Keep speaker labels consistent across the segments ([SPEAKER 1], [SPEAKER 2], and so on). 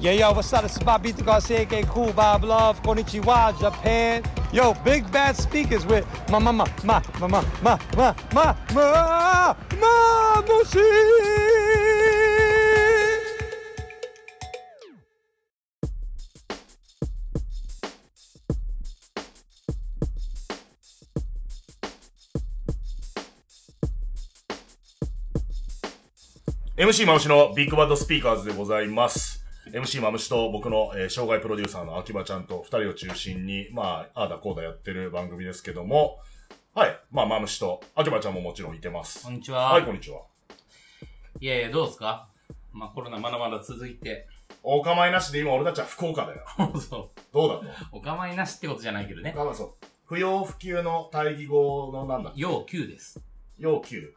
[SPEAKER 1] Yeah, yo, what's up? This is Bobito Garcia, aka Cool Bob Love, Konnichiwa, Japan. Yo, big bad speakers with ma ma ma ma ma ma ma ma ma ma ma mushi.
[SPEAKER 2] MC マムシのビッグバッドスピーカーズでございます。MC マムシと僕の、えー障害プロデューサーの秋葉ちゃんと二人を中心に、まあ、ああだこうだやってる番組ですけども、はい。まあ、マムシと秋葉ちゃんももちろんいてます
[SPEAKER 3] こん。にちは。
[SPEAKER 2] はいい、、こんにちは。
[SPEAKER 3] やいや、どうですかまあコロナまだまだ続いて。
[SPEAKER 2] お構いなしで今俺たちは福岡だよ。
[SPEAKER 3] そ
[SPEAKER 2] どうだと
[SPEAKER 3] う。お構いなしってことじゃないけどね。
[SPEAKER 2] 我慢そう。不要不急の対義語のなんだ
[SPEAKER 3] 要求です。
[SPEAKER 2] 要求。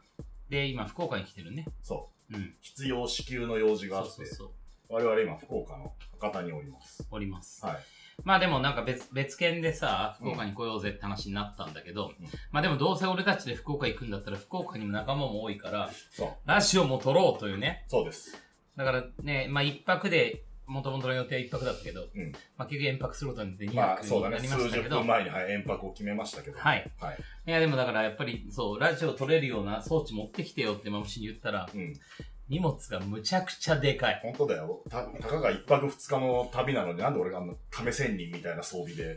[SPEAKER 3] で、今福岡に来てるね。
[SPEAKER 2] そ
[SPEAKER 3] うん
[SPEAKER 2] う。。必要支給の用事が
[SPEAKER 3] そ
[SPEAKER 2] あ
[SPEAKER 3] う
[SPEAKER 2] って
[SPEAKER 3] そう、そう。
[SPEAKER 2] 我々今福岡の博多におります。
[SPEAKER 3] おります。
[SPEAKER 2] はい。
[SPEAKER 3] まあでもなんか別、別件でさ、福岡に来ようぜって話になったんだけど、
[SPEAKER 2] うん
[SPEAKER 3] まあでもどうせ俺たちで福岡行くんだったら福岡にも仲間も多いから、
[SPEAKER 2] そう。
[SPEAKER 3] ラジオも撮ろうというね。
[SPEAKER 2] そうです。
[SPEAKER 3] だからね、まあ一泊で、もともとの予定は一泊だったけど、
[SPEAKER 2] うん。
[SPEAKER 3] まあ結局延泊することになって2
[SPEAKER 2] まあ
[SPEAKER 3] 泊
[SPEAKER 2] そう
[SPEAKER 3] に
[SPEAKER 2] だね、
[SPEAKER 3] なりま
[SPEAKER 2] 数
[SPEAKER 3] した
[SPEAKER 2] 十
[SPEAKER 3] けど、
[SPEAKER 2] 分前に、はい、延泊を決めましたけど。
[SPEAKER 3] はい。
[SPEAKER 2] はい。
[SPEAKER 3] いや、でもだからやっぱり、そう、ラジオ撮れるような装置持ってきてよってマムシに言ったら、
[SPEAKER 2] うん。
[SPEAKER 3] 荷物がむちゃくちゃでかい。
[SPEAKER 2] 本当だよ。た、たかが一泊二日の旅なのになんで俺があんな亀仙人みたいな装備 で。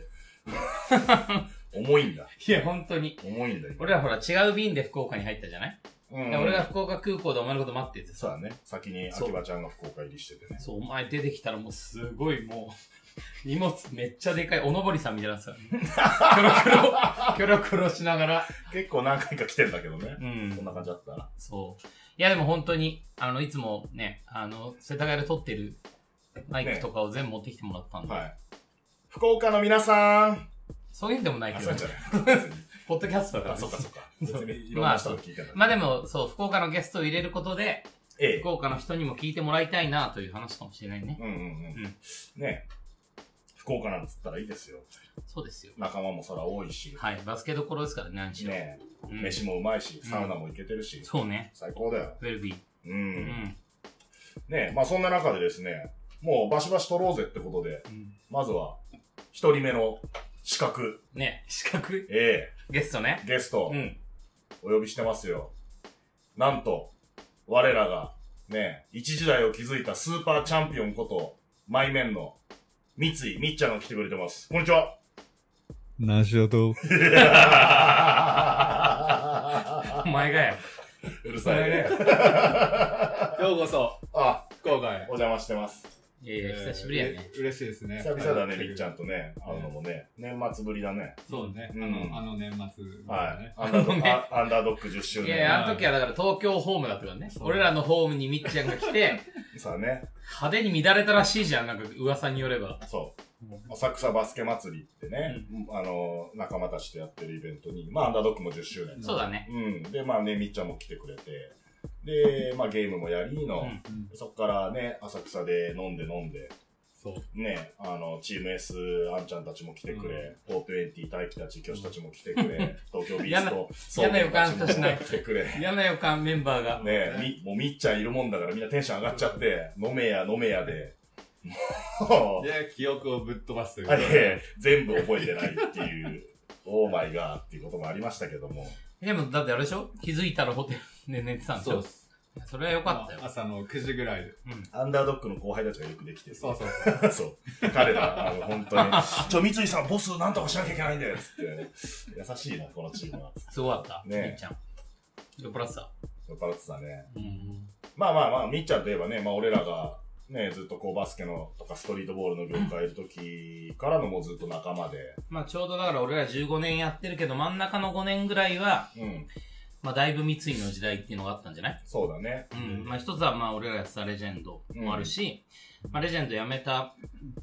[SPEAKER 2] 重いんだ。
[SPEAKER 3] いや、本当に。
[SPEAKER 2] 重いんだよ。
[SPEAKER 3] 俺らほら違う便で福岡に入ったじゃない、
[SPEAKER 2] う
[SPEAKER 3] だ
[SPEAKER 2] ん
[SPEAKER 3] から俺が福岡空港でお前のこと待ってて
[SPEAKER 2] そう
[SPEAKER 3] さ、
[SPEAKER 2] だね。先に秋葉ちゃんが福岡入りしててね。
[SPEAKER 3] そう、お前出てきたらもうすごいもう、荷 物めっちゃでかい、おのぼりさんみたいになってたよね。キョロキョロ、キョロキョロしながら。
[SPEAKER 2] 結構何回か来てんだけどね
[SPEAKER 3] う。
[SPEAKER 2] こん
[SPEAKER 3] ん。
[SPEAKER 2] な感じだったな。
[SPEAKER 3] そう。いや、でも本当に、あの、いつもね、あの、世田谷で撮ってるマイクとかを全部持ってきてもらったんで、
[SPEAKER 2] はい。福岡の皆さん
[SPEAKER 3] そういうんでもない
[SPEAKER 2] あ、
[SPEAKER 3] け
[SPEAKER 2] そ
[SPEAKER 3] ど、
[SPEAKER 2] う
[SPEAKER 3] ね
[SPEAKER 2] じゃ、ない。
[SPEAKER 3] ポッドキャストだから
[SPEAKER 2] あ、
[SPEAKER 3] ね
[SPEAKER 2] そっかそっか。別にいろん
[SPEAKER 3] ま
[SPEAKER 2] な
[SPEAKER 3] あ
[SPEAKER 2] 人が聞いてない。
[SPEAKER 3] まあでも、そう、福岡のゲストを入れることで、
[SPEAKER 2] ええ
[SPEAKER 3] 福。岡の人にも聞いてもらいたいなという話かもしれないね。
[SPEAKER 2] うんうんう
[SPEAKER 3] う
[SPEAKER 2] ん。
[SPEAKER 3] ん
[SPEAKER 2] ねえ福岡なんつったらいいですよ。
[SPEAKER 3] そうですよ。
[SPEAKER 2] 仲間もそら多いし。
[SPEAKER 3] はい、バスケどころですからね、何しろ。
[SPEAKER 2] ね
[SPEAKER 3] う
[SPEAKER 2] え
[SPEAKER 3] ん
[SPEAKER 2] 飯もうまいし、サウナも行けてるし。
[SPEAKER 3] そうね。
[SPEAKER 2] 最高だよ。
[SPEAKER 3] ウェルビー。
[SPEAKER 2] う。
[SPEAKER 3] うんん。
[SPEAKER 2] ねえ、まあそんな中でですね、もうバシバシ取ろうぜってことで、まずは、一人目の資格、
[SPEAKER 3] ね、資格
[SPEAKER 2] え
[SPEAKER 3] ゲストね
[SPEAKER 2] え。ゲスト
[SPEAKER 3] う、ん。
[SPEAKER 2] お呼びしてますよ。なんと、我らが、ねえ、一時代を築いたスーパーチャンピオンこと、マイメンの、三井、みっちゃんが来てくれてます。こんにちは
[SPEAKER 4] ナショド。
[SPEAKER 3] お前がや。
[SPEAKER 2] うるさいね。
[SPEAKER 5] ようこそ、
[SPEAKER 2] あ、
[SPEAKER 5] 福岡へ
[SPEAKER 2] お。邪魔してます。
[SPEAKER 3] いやいや、久しぶりやね。
[SPEAKER 5] えー。うれ嬉しいですね。
[SPEAKER 2] 久々だね、
[SPEAKER 5] はい
[SPEAKER 2] みっちゃんとね、会うのもね、年末ぶりだね。
[SPEAKER 5] そうね。あ
[SPEAKER 2] うん
[SPEAKER 5] の、あの年末みたいな
[SPEAKER 2] はい
[SPEAKER 5] ね。。
[SPEAKER 2] アンダード
[SPEAKER 3] あ
[SPEAKER 2] ッ
[SPEAKER 3] のね
[SPEAKER 2] ク、アンダードック10周
[SPEAKER 3] いやいや、
[SPEAKER 2] 年。
[SPEAKER 3] あの時はだから東京ホームだったからね。
[SPEAKER 5] そう
[SPEAKER 3] 俺らのホームにみっちゃんが来て、
[SPEAKER 2] さあね、
[SPEAKER 3] 派手に乱れたらしいじゃん、なんか噂によれば。
[SPEAKER 2] そう。浅草バスケ祭りってね、あの、仲間たちとやってるイベントに、まあ、アンダードックも10周年。
[SPEAKER 3] そうだね。
[SPEAKER 2] うん。で、まあね、みっちゃんも来てくれて、で、まあ、ゲームもやりの、
[SPEAKER 3] うん
[SPEAKER 2] そっからね、浅草で飲んで飲んで、
[SPEAKER 5] そう。
[SPEAKER 2] ね、あの、チーム S、あんちゃんたちも来てくれ、O20 大輝たち、教師たちも来てくれ、東京ビースト、
[SPEAKER 3] 嫌な嫌な予感
[SPEAKER 2] そう
[SPEAKER 3] しかしない
[SPEAKER 2] 来てくれ。
[SPEAKER 3] 嫌な予感メンバーが。
[SPEAKER 2] ね え、み、もうみっちゃんいるもんだからみんなテンション上がっちゃって、飲めや飲めやで、もう、
[SPEAKER 5] で、記憶をぶっ飛ばすという
[SPEAKER 2] あ
[SPEAKER 5] か
[SPEAKER 2] いやいや全部覚えてないっていう、オーマイガーっていうこともありましたけども、
[SPEAKER 3] でも、だってあれでしょ気づいたらホテルで寝てたんでし
[SPEAKER 5] そう
[SPEAKER 3] ょ
[SPEAKER 5] っす。
[SPEAKER 3] それはよかったよ。
[SPEAKER 5] 朝の9時ぐらい
[SPEAKER 2] アンダードックの後輩たちがよくできて
[SPEAKER 5] で。
[SPEAKER 2] る
[SPEAKER 5] そうそう。
[SPEAKER 2] そう。彼ら、あの、本当に、ちょ、三井さん、ボス、なんとかしなきゃいけないんだよ、つって。優しいな、このチームは。
[SPEAKER 3] すごかった。
[SPEAKER 2] ねえ
[SPEAKER 3] みっちゃん。酔っ払ってた。
[SPEAKER 2] 酔っ払ってたね。
[SPEAKER 3] うん。
[SPEAKER 2] まあまあまあ、みっちゃんといえばね、まあ俺らが、ね、ずっとこうバスケのとかストリートボールの業界いる時からのもうずっと仲間で、
[SPEAKER 3] まあちょうどだから俺ら15年やってるけど、真ん中の5年ぐらいは、
[SPEAKER 2] うん、
[SPEAKER 3] まあだいぶ三井の時代っていうのがあったんじゃない
[SPEAKER 2] そうだね。
[SPEAKER 3] うん。まあ一つはまあ俺らやってたレジェンドもあるし、まあレジェンド辞めた、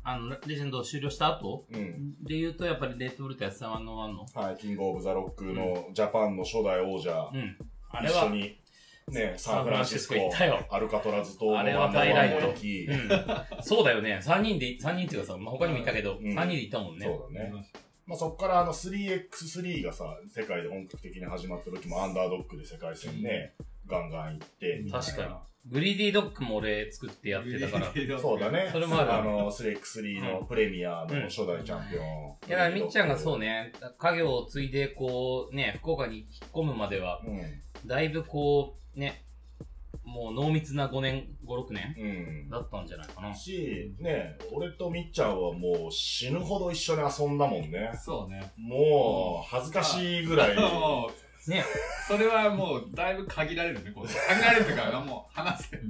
[SPEAKER 3] あの、レジェンドを終了した後
[SPEAKER 2] うん。
[SPEAKER 3] で言うとやっぱりレッドブルとやってたのはあんの
[SPEAKER 2] はい、キングオブザロックのジャパンの初代王者、
[SPEAKER 3] うん。あれ
[SPEAKER 2] 一緒
[SPEAKER 3] は、
[SPEAKER 2] に、ね、サンフランシスコ
[SPEAKER 3] サンフランシスコ行ったよ、
[SPEAKER 2] アルカトラズ島の
[SPEAKER 3] あれは
[SPEAKER 2] ワンダーワンの時、
[SPEAKER 3] うん。 そうだよね。3人で、三人っていうかさ、まあ他にもいたけど、
[SPEAKER 2] う
[SPEAKER 3] 3
[SPEAKER 2] ん
[SPEAKER 3] 人でいたもんね。
[SPEAKER 2] そうだね。まあ、そこからあの 3x3 がさ、世界で本格的に始まった時もアンダードックで世界戦ね、ガンガン行ってみたいな、
[SPEAKER 3] 確かグリーディードッグも俺作ってやってたから。い
[SPEAKER 2] そうだね。
[SPEAKER 3] それもある
[SPEAKER 2] の、3x3 のプレミアの初代チャンピオン。
[SPEAKER 3] や、だからみっちゃんがそうね、家業を継いで、こう、ね、福岡に引っ込むまでは、
[SPEAKER 2] うん。
[SPEAKER 3] だいぶこう、ね、もう濃密な5年、5、6年
[SPEAKER 2] うん。
[SPEAKER 3] だったんじゃないかな。
[SPEAKER 2] し、ね、俺とみっちゃんはもう死ぬほど一緒に遊んだもんね。
[SPEAKER 5] そうね。
[SPEAKER 2] もう、恥ずかしいぐ らい。
[SPEAKER 5] もう、
[SPEAKER 3] ね、
[SPEAKER 5] それはもう、だいぶ限られるね、こう限られるというか、もう話せる。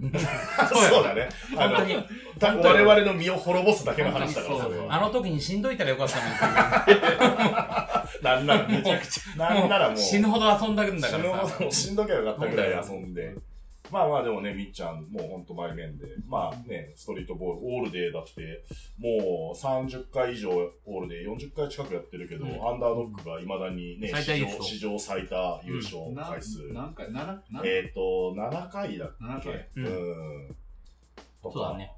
[SPEAKER 2] そうだね。あ
[SPEAKER 3] 本当
[SPEAKER 2] の、
[SPEAKER 3] に、
[SPEAKER 2] た我々の身を滅ぼすだけの話だから、
[SPEAKER 5] 本当
[SPEAKER 2] そ
[SPEAKER 5] に
[SPEAKER 2] れ
[SPEAKER 5] そう
[SPEAKER 2] は。
[SPEAKER 3] あの時にしんどいたらよかったのにっていう
[SPEAKER 2] なんなら、めちゃくちゃ。なんならもう、
[SPEAKER 3] 死ぬほど遊んだんだか
[SPEAKER 2] 死ぬ
[SPEAKER 3] ら
[SPEAKER 2] ほ
[SPEAKER 3] さ。
[SPEAKER 2] どしんどきゃよかったぐらい遊んで。まあまあでもね、みっちゃん、もうほんと前面で。まあね、ストリートボール、オールデーだって、もう30回以上オールデー、40回近くやってるけど、
[SPEAKER 3] うん
[SPEAKER 2] アンダードッグが未だにね、
[SPEAKER 3] 最多
[SPEAKER 2] 史
[SPEAKER 3] 優
[SPEAKER 2] 上
[SPEAKER 3] 勝
[SPEAKER 2] 史上最多優勝
[SPEAKER 5] な
[SPEAKER 2] 回数。
[SPEAKER 5] 何回 ?7?
[SPEAKER 2] えっ、と、7回だっ
[SPEAKER 5] 7
[SPEAKER 2] け
[SPEAKER 5] 回。
[SPEAKER 2] う
[SPEAKER 3] う
[SPEAKER 2] んん。と
[SPEAKER 3] そうだ
[SPEAKER 2] か、
[SPEAKER 3] ね。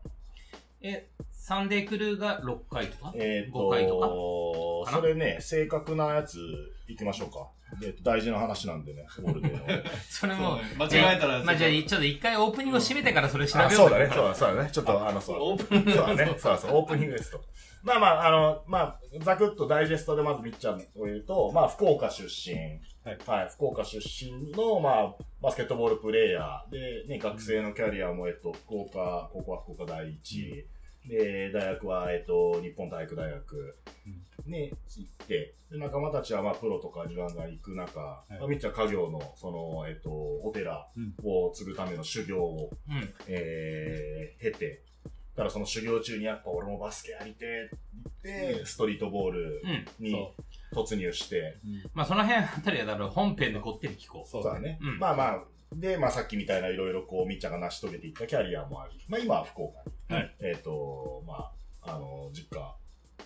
[SPEAKER 3] え、サンデークルーが6回とか
[SPEAKER 2] えっ、
[SPEAKER 3] 5回
[SPEAKER 2] と、
[SPEAKER 3] かかな
[SPEAKER 2] それね、正確なやつ、行きましょうか。えっ、と、大事な話なんでね、オールデーの。
[SPEAKER 3] それ
[SPEAKER 5] そ
[SPEAKER 3] も
[SPEAKER 5] う、ね。間違えたら、
[SPEAKER 3] まあじゃあ、
[SPEAKER 5] ちょっ
[SPEAKER 3] ちょっと一回オープニングを閉めてからそれ調べよ
[SPEAKER 2] あ
[SPEAKER 3] う
[SPEAKER 2] そうだね、そうだそうだね。ちょっと、あの、そ
[SPEAKER 5] とオ
[SPEAKER 2] うだね
[SPEAKER 5] ープン。
[SPEAKER 2] そうだね。そうだそう、オープニングですと。まあまあ、あの、まあ、ざくっとダイジェストでまずみっちゃんを言うと、まあ、福岡出身。はい。福岡出身の、まあ、バスケットボールプレイヤーで、ね、学生のキャリアも、えっと、福岡、高校は福岡第一。で、大学は、えっと、日本体育大学に行って、で、仲間たちは、まあ、プロとか自分が行く中、まあみっちゃん家業の、その、えっと、お寺を継ぐための修行を、
[SPEAKER 3] うん。
[SPEAKER 2] えー、経て、だからその修行中にやっぱ俺もバスケやりてえって言って、ストリートボール
[SPEAKER 3] うん。
[SPEAKER 2] に突入して、
[SPEAKER 3] まあその辺あたりはだから本編でこってり聞こ
[SPEAKER 5] そう
[SPEAKER 2] そう
[SPEAKER 5] だ
[SPEAKER 2] だ
[SPEAKER 5] ね。
[SPEAKER 2] ね。
[SPEAKER 3] うん
[SPEAKER 2] まあまあ、で、まあさっきみたいないろいろこう、みっちゃんが成し遂げていったキャリアもあり、まあ今は福岡に、
[SPEAKER 3] は
[SPEAKER 2] えっ、と、まあ、あの、実家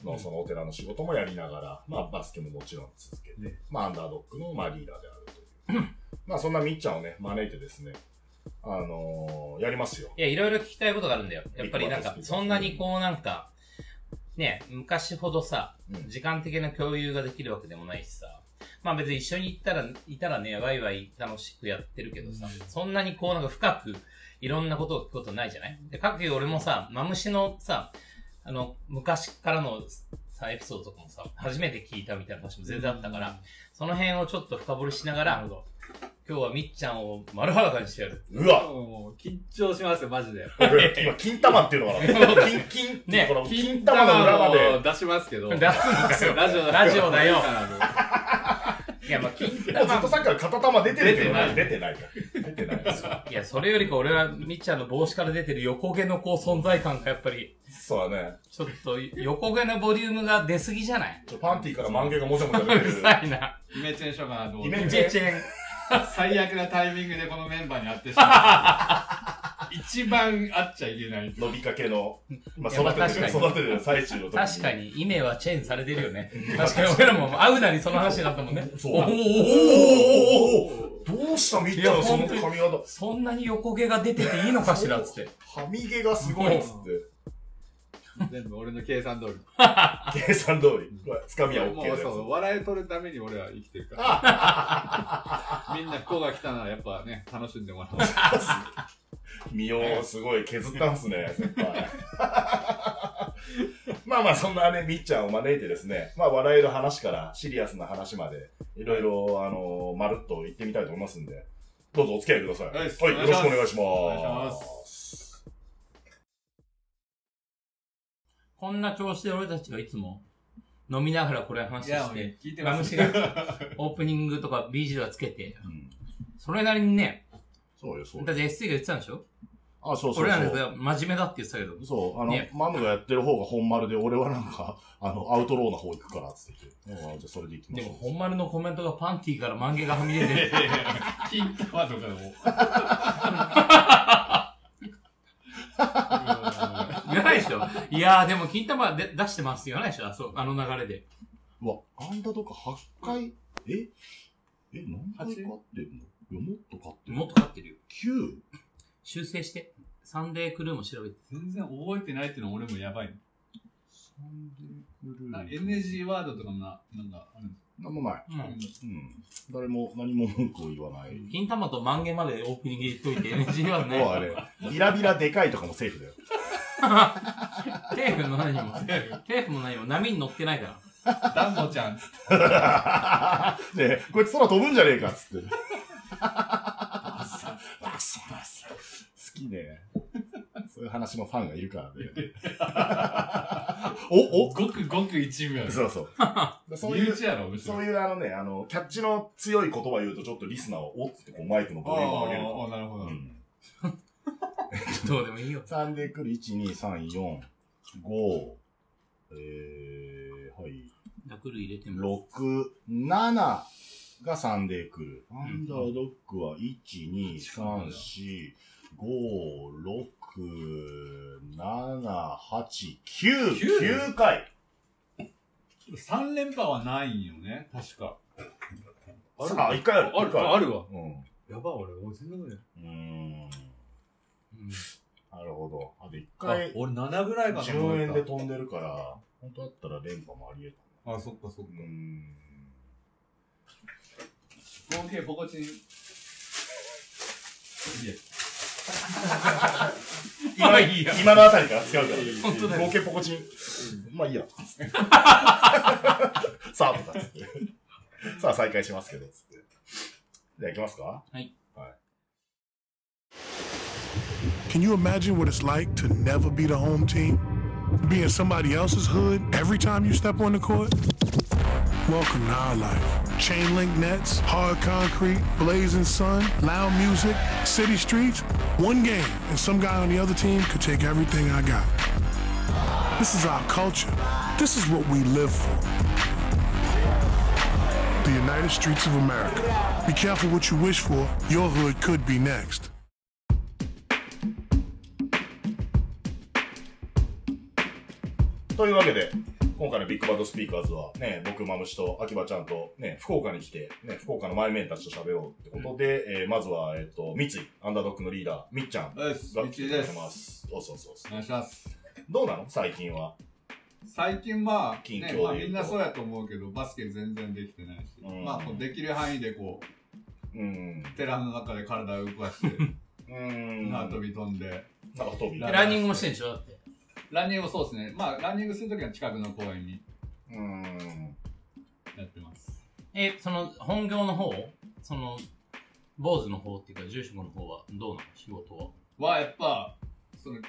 [SPEAKER 2] のそのお寺の仕事もやりながら、まあバスケももちろん続けて、まあアンダードッグのまあリーダーであるという。まあそんなみっちゃんをね、招いてですね、あのーやりますよ。
[SPEAKER 3] う。いや、いろいろ聞きたいことがあるんだよ。やっぱりなんか
[SPEAKER 2] う、ん
[SPEAKER 3] そんなにこうなんか、ね、昔ほどさ、
[SPEAKER 2] うん
[SPEAKER 3] 時間的な共有ができるわけでもないしさ。まあ別に一緒に行ったら、いたらね、ワイワイ楽しくやってるけどさ、そんなにこうなんか深くいろんなことを聞くことないじゃないで、各々俺もさ、マムシのさ、あの、昔からのさ、エピソードとかもさ、初めて聞いたみたいな話も全然あったから、その辺をちょっと深掘りしながら、今日はみっちゃんを丸裸にしてやる。
[SPEAKER 2] うわ
[SPEAKER 5] もう、緊張しますよ、マジで。
[SPEAKER 2] 俺今、金玉っていうのかな金、金って、
[SPEAKER 3] ね
[SPEAKER 2] この金玉の裏ま
[SPEAKER 5] も
[SPEAKER 2] で。
[SPEAKER 5] 出しますけど。
[SPEAKER 3] 出すの
[SPEAKER 5] ラ
[SPEAKER 3] か
[SPEAKER 5] ジオだよ。
[SPEAKER 3] よ。ラジオだよ
[SPEAKER 5] あ
[SPEAKER 3] いや、まあ、金
[SPEAKER 2] もうずっ
[SPEAKER 3] 玉
[SPEAKER 2] と。さっきから片玉出てるけどね、
[SPEAKER 3] 出
[SPEAKER 2] 出てない。出てない。
[SPEAKER 3] いや、それよりか俺はみっちゃんの帽子から出てる横毛のこう存在感がやっぱり、
[SPEAKER 2] そうだね。
[SPEAKER 3] ちょっと横毛のボリュームが出すぎじゃない
[SPEAKER 2] ちょパンティーから万毛がもじゃもじゃ
[SPEAKER 3] う
[SPEAKER 2] 出て
[SPEAKER 3] る
[SPEAKER 2] る。
[SPEAKER 3] さいな。
[SPEAKER 5] のイメチェンしようかなと思っ
[SPEAKER 2] イメ
[SPEAKER 5] て
[SPEAKER 2] チェン。
[SPEAKER 3] チェチェン。
[SPEAKER 5] 最悪なタイミングでこのメンバーに会ってしま う。一番会っちゃいけない。
[SPEAKER 2] 伸びかけの、ま
[SPEAKER 3] いやまあ
[SPEAKER 2] あ育ててる、
[SPEAKER 3] 確かに
[SPEAKER 2] 育ててる最中の時
[SPEAKER 3] 確か。に、イメはチェーンされてるよね。確かに、俺らも会うなりその話になったもんね。
[SPEAKER 2] そう
[SPEAKER 3] おーおーおーおー
[SPEAKER 2] おどうしたみっ
[SPEAKER 3] い
[SPEAKER 2] ち
[SPEAKER 3] や
[SPEAKER 2] ゃん、その
[SPEAKER 3] 本当
[SPEAKER 2] 髪
[SPEAKER 3] に
[SPEAKER 2] 型。
[SPEAKER 3] そんなに横毛が出てていいのかしらっつって。
[SPEAKER 2] はみ毛がすごいっつって。
[SPEAKER 5] 全部俺の計算通り。
[SPEAKER 2] 計算通り。つかみは OK
[SPEAKER 5] も
[SPEAKER 2] だ
[SPEAKER 5] うそう、
[SPEAKER 2] よ。
[SPEAKER 5] 笑い取るために俺は生きてるから。みんな福岡来たならやっぱね、楽しんでもらおう。
[SPEAKER 2] 身をすごい削ったんすね、先輩。 まあまあ、そんなね、みっちゃんを招いてですね、まあ、笑える話からシリアスな話まで、いろいろ、あのまるっと言ってみたいと思いますんで、どうぞお付き合いください。
[SPEAKER 5] はい
[SPEAKER 2] はい、よろしくお願いします。
[SPEAKER 5] お願いします
[SPEAKER 3] こんな調子で俺たちはいつも飲みながらこれ話
[SPEAKER 5] いや、
[SPEAKER 3] し
[SPEAKER 5] もう
[SPEAKER 3] て、
[SPEAKER 5] 聞いて
[SPEAKER 3] ラ
[SPEAKER 5] ま
[SPEAKER 3] ム
[SPEAKER 5] す
[SPEAKER 3] シ。がオープニングとか BG はつけて、
[SPEAKER 2] うん
[SPEAKER 3] それなりにね、
[SPEAKER 2] そうよ、そう
[SPEAKER 3] だ
[SPEAKER 2] よ。
[SPEAKER 3] って SC が言ってたんでしょ
[SPEAKER 2] あ、そうそう
[SPEAKER 3] 俺ら
[SPEAKER 2] そ
[SPEAKER 3] のやつ
[SPEAKER 2] う。
[SPEAKER 3] が真面目だって言ってたけど。
[SPEAKER 2] そう、あの、
[SPEAKER 3] ね
[SPEAKER 2] マムがやってる方が本丸で、俺はなんか、あの、アウトローな方行くから、つって言って。ああじゃあそれで行きま
[SPEAKER 3] で
[SPEAKER 2] しょ
[SPEAKER 3] も、
[SPEAKER 2] う。
[SPEAKER 3] 本丸のコメントがパンティーから万毛がはみ出て る。
[SPEAKER 5] 金玉とかも。
[SPEAKER 3] 言わないでしょいやー、でも、金玉で出してますって言わないでしょあそう、あの流れで。
[SPEAKER 2] うわ、アンダとか8回、ええ、何回勝っ
[SPEAKER 5] 八
[SPEAKER 2] てんのいや、もっと勝ってる。
[SPEAKER 3] もっと勝ってるよ。
[SPEAKER 2] 9?
[SPEAKER 3] 修正して。サンデークルーも調べて。
[SPEAKER 5] 全然覚えてないっていうの俺もやばい。
[SPEAKER 6] な NG ワードとかもな、なんかあるんです
[SPEAKER 2] なんもない。
[SPEAKER 3] うん。
[SPEAKER 2] うん。誰も何も文句を言わない。
[SPEAKER 3] 金玉と万元までオープニング言っといて NG は
[SPEAKER 2] もうあ
[SPEAKER 3] ね、
[SPEAKER 2] れ、ビラビラでかいとかもセーフだよ。
[SPEAKER 3] テープの何も、テープも何も波に乗ってないから。
[SPEAKER 6] かダンボちゃんっつって。
[SPEAKER 2] で、こいつ空飛ぶんじゃねえかっつって。バッサバッサバッサ好きね。そういう話のファンがいるからね。おお
[SPEAKER 6] ごくごく一秒。
[SPEAKER 2] そうそう。そう
[SPEAKER 6] 身
[SPEAKER 2] いう、
[SPEAKER 6] 内やろ、むしろ。
[SPEAKER 2] そういうあのね、あの、キャッチの強い言葉を言うと、ちょっとリスナーをおっつってこうマイクの
[SPEAKER 6] あ
[SPEAKER 2] ボリュームを上げる
[SPEAKER 6] あ、なるほ
[SPEAKER 2] う
[SPEAKER 6] ど。
[SPEAKER 2] ん。
[SPEAKER 3] どうでもいいよ。
[SPEAKER 2] 3で来る、1、2、3、4、5、えー、はい。
[SPEAKER 3] ラクル入れても。
[SPEAKER 2] 六七が3で来る。アンダードッグは1、2、3、4、5、6、7、8、9、9回。
[SPEAKER 6] 3連覇はないんよね、確か。
[SPEAKER 2] さあ、1回ある。
[SPEAKER 7] あ
[SPEAKER 2] 一
[SPEAKER 7] る
[SPEAKER 2] 回
[SPEAKER 7] わ、あるわ。
[SPEAKER 2] うん。う
[SPEAKER 7] やば、俺、俺全然無理だ。
[SPEAKER 2] ーん。
[SPEAKER 3] うん
[SPEAKER 2] なるほど。あと1
[SPEAKER 7] あ
[SPEAKER 2] 回、
[SPEAKER 7] 俺7ぐらいかな。
[SPEAKER 2] 10円で飛んでるから、本当だったら連覇もあり得。
[SPEAKER 7] あ、そっかそった
[SPEAKER 2] う
[SPEAKER 7] か。
[SPEAKER 2] ーん。
[SPEAKER 6] 合計ポコチン。い
[SPEAKER 2] 今、
[SPEAKER 6] や、
[SPEAKER 2] 今のあたりから使うから。
[SPEAKER 3] 本当だよ
[SPEAKER 2] 合計ポコチン。まあいいや。 さあ、とかっつって。さあ、再開しますけど、つって。じゃあ行きますか
[SPEAKER 8] Can you imagine what it's like to never be the home team? Be in somebody else's hood every time you step on the court? Welcome to our life. Chain link nets, hard concrete, blazing sun, loud music, city streets. One game, and some guy on the other team could take everything I got. This is our culture. This is what we live for. The United Streets of America. Be careful what you wish for. Your hood could be next.
[SPEAKER 2] というわけで、今回のビッグバンドスピーカーズは、ね、僕、マムシと秋葉ちゃんと、ね、福岡に来て、ね、福岡の前面たちと喋ろうってことで、えーまずは、えっ、と、三井、アンダードッグのリーダー、みっちゃんが
[SPEAKER 6] よし、
[SPEAKER 2] 来て
[SPEAKER 6] 一
[SPEAKER 2] く
[SPEAKER 6] で
[SPEAKER 2] れ
[SPEAKER 6] す
[SPEAKER 2] て。ます。そうそうそうそ
[SPEAKER 6] お願いします。
[SPEAKER 2] う。どうなの最近は。
[SPEAKER 6] 最近まあ、
[SPEAKER 2] 近況で
[SPEAKER 6] ね
[SPEAKER 2] 言うと
[SPEAKER 6] まあ、みんなそうやと思うけど、バスケ全然できてないし、
[SPEAKER 2] うん
[SPEAKER 6] まあ、こうできる範囲でこう、
[SPEAKER 2] うん。
[SPEAKER 6] テラの中で体を動かして、
[SPEAKER 2] うん。
[SPEAKER 6] 縄跳び飛んで、
[SPEAKER 2] なんか飛び。
[SPEAKER 3] ランニングもしてんでしょだって。
[SPEAKER 6] ランニングそうですね。まあ、ランニングするときは近くの公園に
[SPEAKER 2] うん。
[SPEAKER 6] やってます。
[SPEAKER 3] え、その、本業の方その、坊主の方っていうか、住職の方はどうなの仕事は。
[SPEAKER 6] は、やっぱ、その、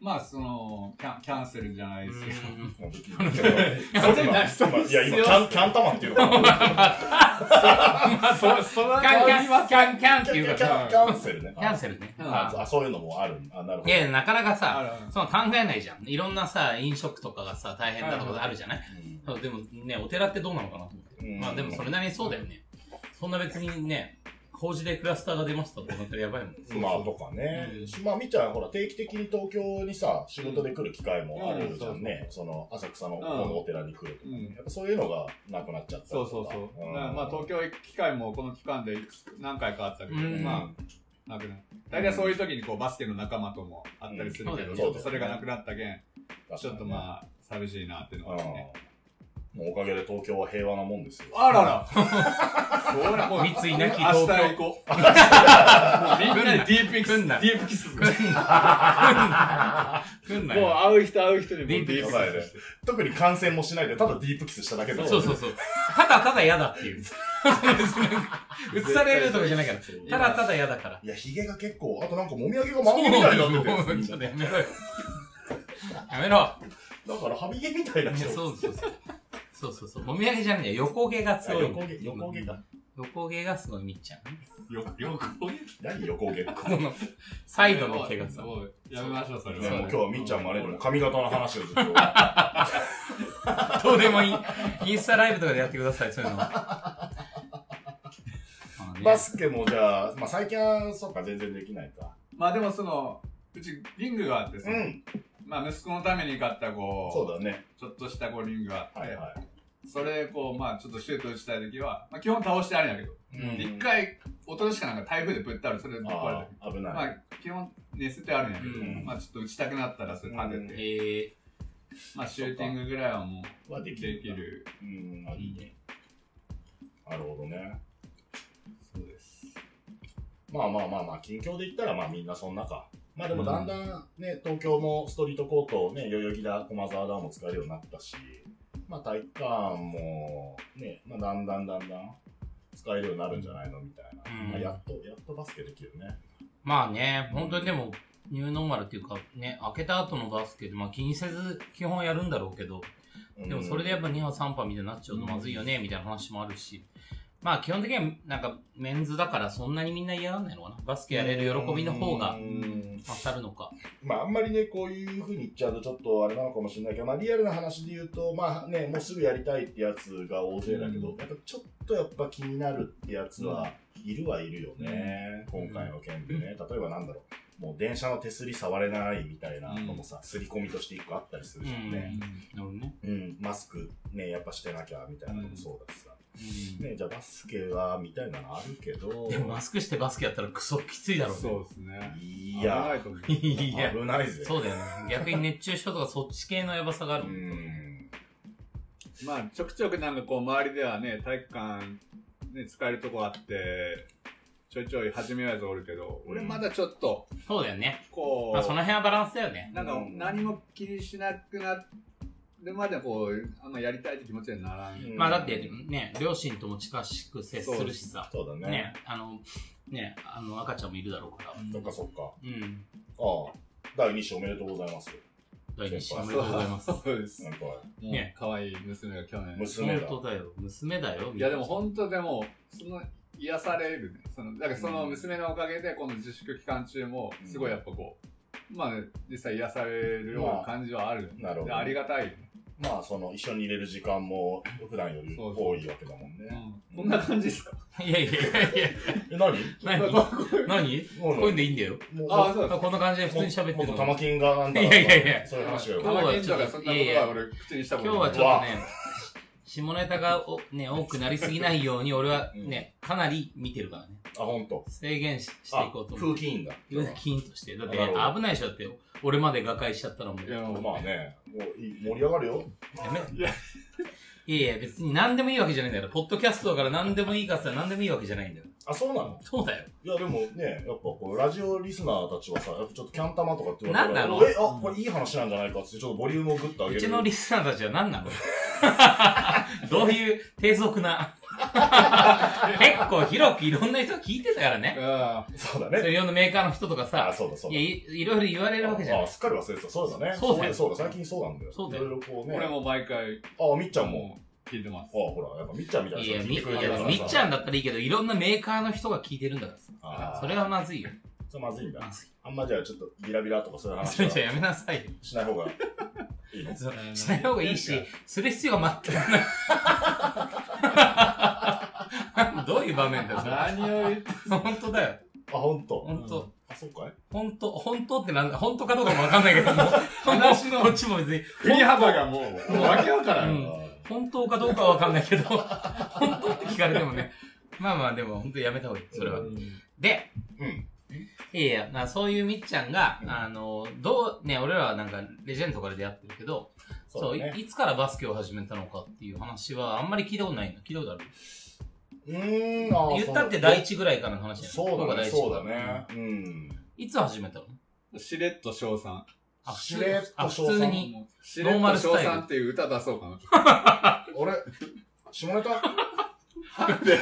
[SPEAKER 6] まあ、その、キャンキャンセルじゃないですけど、
[SPEAKER 2] それ今、今いや、今、キャン、キャン玉っていうのかな。
[SPEAKER 6] そその
[SPEAKER 3] キャンキャン、キャンキャンっていう
[SPEAKER 2] キ
[SPEAKER 3] か、
[SPEAKER 2] ャン、キャンセルね。
[SPEAKER 3] キャンセルね。
[SPEAKER 6] うん
[SPEAKER 2] あ、あそういうのもある。あ、なるほ
[SPEAKER 3] い
[SPEAKER 2] ど。
[SPEAKER 3] や、なかなか
[SPEAKER 6] あ
[SPEAKER 3] さ
[SPEAKER 6] るあ、る
[SPEAKER 3] その考えないじゃん。いろんなさ、飲食とかがさ、大変なとこあるじゃない、そうでもね、お寺ってどうなのかなと思って。
[SPEAKER 2] うん
[SPEAKER 3] まあでもそれなりにそうだよね。そんな別にね、法事でクラスターが出ましたって思ったらやばいもん。
[SPEAKER 2] まあ、とかね。まあ、みっちゃん、ほら、定期的に東京にさ、仕事で来る機会もあるじゃんね。その、浅草の方のお寺に来るとか
[SPEAKER 6] うん
[SPEAKER 2] ね。やっぱそういうのがなくなっちゃったり
[SPEAKER 6] そ
[SPEAKER 2] と
[SPEAKER 6] う
[SPEAKER 2] か。
[SPEAKER 6] そうそう。
[SPEAKER 2] ん
[SPEAKER 6] だからまあ、東京行く機会もこの期間で何回かあったけど、
[SPEAKER 3] うん
[SPEAKER 6] まあ、なくなった。大体そういう時にこうバスケの仲間ともあったりするけど、
[SPEAKER 3] うん
[SPEAKER 6] ちょっとそれがなくなったけん、
[SPEAKER 2] 確か
[SPEAKER 6] ちょ
[SPEAKER 2] に
[SPEAKER 6] っ
[SPEAKER 2] ね
[SPEAKER 6] とまあ、寂しいなっていうのがあるね。
[SPEAKER 2] うんもうおかげで東京は平和なもんですよ。
[SPEAKER 6] あららそうな、もう、
[SPEAKER 3] 三井なき東京
[SPEAKER 6] 明日行こう。みんなでディープキス、
[SPEAKER 3] 来んな
[SPEAKER 6] ディープキス。もう
[SPEAKER 3] 来 んなよ。
[SPEAKER 6] 会う人会う人にも
[SPEAKER 3] ディープキ
[SPEAKER 2] やばいね特に感染もしないで、ただディープキスしただけだ
[SPEAKER 3] そうそうそう。ただただ嫌だっていう。映されるとかじゃないから。ただただ嫌だから。
[SPEAKER 2] いや、ヒゲが結構、あとなんかもみあげが孫みたいになってて。
[SPEAKER 3] ちょっとやめろよ。やめろ。
[SPEAKER 2] だから、はみ毛みたいない人
[SPEAKER 3] や、。そうそうそう。そうそうそう。もみあげじゃねえよ。横毛が
[SPEAKER 2] あ
[SPEAKER 3] 強い。
[SPEAKER 2] 横毛、横毛か。
[SPEAKER 3] 横毛がすごいみっちゃん。
[SPEAKER 6] よ、よく、
[SPEAKER 2] 何横毛って。
[SPEAKER 3] この、サイドの毛がさ。
[SPEAKER 6] もうやめましょう、それ
[SPEAKER 2] ね、もう
[SPEAKER 6] は。
[SPEAKER 2] 今日はみっちゃんもあれでもう髪型の話をずっと。
[SPEAKER 3] どうでもいい。インスタライブとかでやってくださ い、そういうの。まあね
[SPEAKER 2] バスケもじゃあ、まあ最近は、そっか、全然できないか。
[SPEAKER 6] まあでもその、うちリングがあってさ
[SPEAKER 2] う、ん。
[SPEAKER 6] まあ息子のために買った
[SPEAKER 2] そ
[SPEAKER 6] こ
[SPEAKER 2] うだね。
[SPEAKER 6] う、ちょっとしたこうリングがあっ
[SPEAKER 2] はい
[SPEAKER 6] て、
[SPEAKER 2] は
[SPEAKER 6] それでこう、まあちょっとシュート打ちたいときは、まあ基本倒してあるんやけど、
[SPEAKER 2] い。
[SPEAKER 6] 一、回、おとなしかなんか台風でぶったらそれで壊れた
[SPEAKER 2] あ
[SPEAKER 6] けど
[SPEAKER 2] あ、危
[SPEAKER 6] ま
[SPEAKER 2] ない。
[SPEAKER 6] あ基本寝せてあるんやけど、
[SPEAKER 3] うん
[SPEAKER 6] まあちょっと打ちたくなったらそれ立てて、
[SPEAKER 3] え
[SPEAKER 5] まあシューティングぐらいはも
[SPEAKER 2] は
[SPEAKER 5] う
[SPEAKER 2] で
[SPEAKER 5] で
[SPEAKER 2] き
[SPEAKER 5] き
[SPEAKER 2] る
[SPEAKER 5] る。
[SPEAKER 2] うん、あ、いいね。なるほどね。
[SPEAKER 5] そうです。
[SPEAKER 2] まあまあまあまあ、近況で言ったら、まあみんなそんなか。まあでもだんだんね、東京もストリートコート、ね、代々木だ、駒沢だも使えるようになったし、まあ体育館も、ね、まあだんだんだんだん使えるようになるんじゃないのみたいな。
[SPEAKER 3] うん
[SPEAKER 2] まあやっと、やっとバスケできるね。
[SPEAKER 3] まあね、本当にでも、ニューノーマルっていうか、ね、開けた後のバスケで、まあ気にせず基本やるんだろうけど、
[SPEAKER 2] うん
[SPEAKER 3] でもそれでやっぱ2波3波みたいになっちゃうとまずいよね、みたいな話もあるし。まあ基本的にはなんかメンズだからそんなにみんな嫌がんないのかな。バスケやれる喜びの方
[SPEAKER 2] う
[SPEAKER 3] が
[SPEAKER 2] ん
[SPEAKER 3] 勝るのか。
[SPEAKER 2] まああんまりね、こういう風に言っちゃうとちょっとあれなのかもしれないけど、まあリアルな話で言うと、まあね、もうすぐやりたいってやつが大勢だけど、やっぱちょっとやっぱ気になるってやつはいるはいるよね。今回の件でね。例えばなんだろう。もう電車の手すり触れないみたいなのもさ、すり込みとして一個あったりす
[SPEAKER 3] う
[SPEAKER 2] る
[SPEAKER 3] ん。
[SPEAKER 2] じゃんね。
[SPEAKER 3] なるほどね。
[SPEAKER 2] うん、マスクね、やっぱしてなきゃみたいなのもそうだしさ。
[SPEAKER 3] うん
[SPEAKER 2] ね、じゃあバスケはみたいなのあるけど、
[SPEAKER 3] でもマスクしてバスケやったらクソきついだろうね。
[SPEAKER 6] そうですね。
[SPEAKER 2] い
[SPEAKER 6] 危な
[SPEAKER 2] や、
[SPEAKER 6] いと思う。
[SPEAKER 3] いや、
[SPEAKER 2] 危ないぜ。
[SPEAKER 3] そうだよね。逆に熱中症とかそっち系のやばさがある
[SPEAKER 2] う
[SPEAKER 3] もん。
[SPEAKER 2] ん。
[SPEAKER 6] まあ、ちょくちょくなんかこう、周りではね、体育館、ね、使えるとこあって、ちょいちょい始めるやつおるけど、俺まだちょっと、
[SPEAKER 3] そうだよね。
[SPEAKER 6] こう、
[SPEAKER 3] まあその辺はバランスだよね。
[SPEAKER 6] なんか何も気にしなくなるまでこう、あんまやりたいって気持ちにはならん。
[SPEAKER 2] うん
[SPEAKER 3] まあだってね、両親とも近しく接するしさ。
[SPEAKER 2] そうだね
[SPEAKER 3] ね、あの、ね、あの赤ちゃんもいるだろうから。
[SPEAKER 2] そっかそっか。
[SPEAKER 3] うん。
[SPEAKER 2] ああ、第2子おめでとうございます。
[SPEAKER 3] 第二子おめでとうございます。
[SPEAKER 6] そうです
[SPEAKER 2] な。んか、
[SPEAKER 6] もう
[SPEAKER 3] ね
[SPEAKER 6] 可愛い娘が去年。
[SPEAKER 2] 娘だ。
[SPEAKER 3] 本当だよ。娘だよ。
[SPEAKER 6] いやでも本当でも、その、癒されるね。その、だからその娘のおかげで、この自粛期間中も、すごいやっぱこう、まあ、実際癒されるような感じはある。
[SPEAKER 2] なるほ
[SPEAKER 6] で
[SPEAKER 2] ど。
[SPEAKER 6] ありがたいよね。
[SPEAKER 2] まあ、その、一緒に入れる時間も、普段より
[SPEAKER 6] そうそう
[SPEAKER 2] 多いわけだもんね。
[SPEAKER 6] うんこんな感じですか
[SPEAKER 3] 当いやいやいやいや。
[SPEAKER 2] え、何
[SPEAKER 3] 何
[SPEAKER 6] こうこう
[SPEAKER 3] 何
[SPEAKER 2] も
[SPEAKER 3] こういうんでいいんだよ。
[SPEAKER 2] もう、
[SPEAKER 6] ああ、そうです。
[SPEAKER 3] こんな感じで普通に喋って
[SPEAKER 2] もっ
[SPEAKER 3] る
[SPEAKER 2] と
[SPEAKER 3] の
[SPEAKER 2] 玉金がなんだ
[SPEAKER 3] いやいやいや
[SPEAKER 2] そういう話がよ。
[SPEAKER 3] 今日はちょっと
[SPEAKER 6] 玉金とかそんなことは俺口にしたこ
[SPEAKER 3] 今日
[SPEAKER 6] とな。
[SPEAKER 3] はいちょっとね、下ネタがお、ね、多くなりすぎないように俺はね、かなり見てるからね。
[SPEAKER 2] あ、ほんと。
[SPEAKER 3] 制限ししてい
[SPEAKER 2] あ
[SPEAKER 3] こう、と思
[SPEAKER 2] 風
[SPEAKER 3] う。
[SPEAKER 2] 紀委員だ。
[SPEAKER 3] 風紀委員として。だって
[SPEAKER 2] なるほど
[SPEAKER 3] 危ないでしょだって、俺まで瓦解しちゃったらもう。
[SPEAKER 6] いや
[SPEAKER 3] や
[SPEAKER 6] もう
[SPEAKER 2] まあね、もうい盛り上がるよ。
[SPEAKER 3] め。いやいや、別に何でもいいわけじゃないんだよ。ポッドキャストだから何でもいいかって言ったら何でもいいわけじゃないんだよ。
[SPEAKER 2] あ、そうなの
[SPEAKER 3] そうだよ。
[SPEAKER 2] いや、でもね、やっぱこう、ラジオリスナーたちはさ、やっぱちょっとキャン玉とかって言われたら、
[SPEAKER 3] なんだろう
[SPEAKER 2] え、あ、これいい話なんじゃないかっつって、ちょっとボリュームをグッと上げ
[SPEAKER 3] う
[SPEAKER 2] る。
[SPEAKER 3] ちのリスナーたちは何なの どういう低俗な。 結構広くいろんな人が聞いてたからね。
[SPEAKER 6] うん
[SPEAKER 2] そうだ
[SPEAKER 3] そ
[SPEAKER 2] ね。
[SPEAKER 3] ういろんなメーカーの人とか
[SPEAKER 2] あ、
[SPEAKER 3] さ、
[SPEAKER 2] そうだそう
[SPEAKER 3] い
[SPEAKER 2] だ
[SPEAKER 3] や。いいろいろ言われるわけじゃな
[SPEAKER 2] あ、
[SPEAKER 3] い。
[SPEAKER 2] すっかり忘れてた。そうだね。
[SPEAKER 3] そうだよ
[SPEAKER 2] そうだ、最近そうなんだよ。
[SPEAKER 3] そうだ
[SPEAKER 2] い
[SPEAKER 3] よ
[SPEAKER 2] ろいろこうね。
[SPEAKER 6] 俺も毎回、
[SPEAKER 2] あ、みっちゃんも。
[SPEAKER 6] 聞いてま
[SPEAKER 2] あ、
[SPEAKER 6] す。
[SPEAKER 2] ほら、やっぱみっちゃんみたいない人
[SPEAKER 3] や、
[SPEAKER 2] が
[SPEAKER 3] み
[SPEAKER 2] 聞い
[SPEAKER 3] い
[SPEAKER 2] てくれてるか
[SPEAKER 3] や
[SPEAKER 2] ら
[SPEAKER 3] みっちゃんだったらいいけど、いろんなメーカーの人が聞いてるんだからさ。
[SPEAKER 2] あー
[SPEAKER 3] それはまずいよ。
[SPEAKER 2] それまずいん
[SPEAKER 3] ま
[SPEAKER 2] だ。
[SPEAKER 3] ずい。
[SPEAKER 2] あんまじゃあちょっとビラビラとかそういう話
[SPEAKER 3] それ
[SPEAKER 2] は
[SPEAKER 3] じゃやめなさいよ。
[SPEAKER 2] しない方がい いの
[SPEAKER 3] そうしない方がいいし、する必要が全く ない。どういう場面だよ、それ
[SPEAKER 6] 何を言って、
[SPEAKER 3] 本当だよ。
[SPEAKER 2] あ、ほんと。
[SPEAKER 3] 本当。
[SPEAKER 2] あ、そうかい
[SPEAKER 3] 本当、本当ってなんだ、本当かどうかもわかんない けども、話のこっちも別に、
[SPEAKER 6] 振り幅がもう、もうわけわから。
[SPEAKER 3] うんん、本当かどうかはわかんないけど、 本当って聞かれてもね、まあまあでも本当やめた方がいい、それは。で、
[SPEAKER 2] うん。
[SPEAKER 3] いやいや、なそういうみっちゃんが、
[SPEAKER 2] うん
[SPEAKER 3] あの、どう、ね、俺らはなんかレジェンドから出会ってるけど、
[SPEAKER 2] そ
[SPEAKER 3] そうう,、
[SPEAKER 2] だね。
[SPEAKER 3] い、いつからバスケを始めたのかっていう話はあんまり聞いたことないの。聞いたことある
[SPEAKER 2] うーん、あー
[SPEAKER 3] 言ったって第一ぐらいからの話じゃない
[SPEAKER 2] そうだね、
[SPEAKER 3] 福岡
[SPEAKER 2] そうだ
[SPEAKER 3] 第一
[SPEAKER 2] ね。うん。
[SPEAKER 3] いつ始めたの
[SPEAKER 6] しれっと称賛。
[SPEAKER 3] あ、
[SPEAKER 2] しれっと
[SPEAKER 3] あ普通に。
[SPEAKER 6] しれっと称賛っていう歌出そうかな。
[SPEAKER 2] 俺、下ネタ
[SPEAKER 6] いや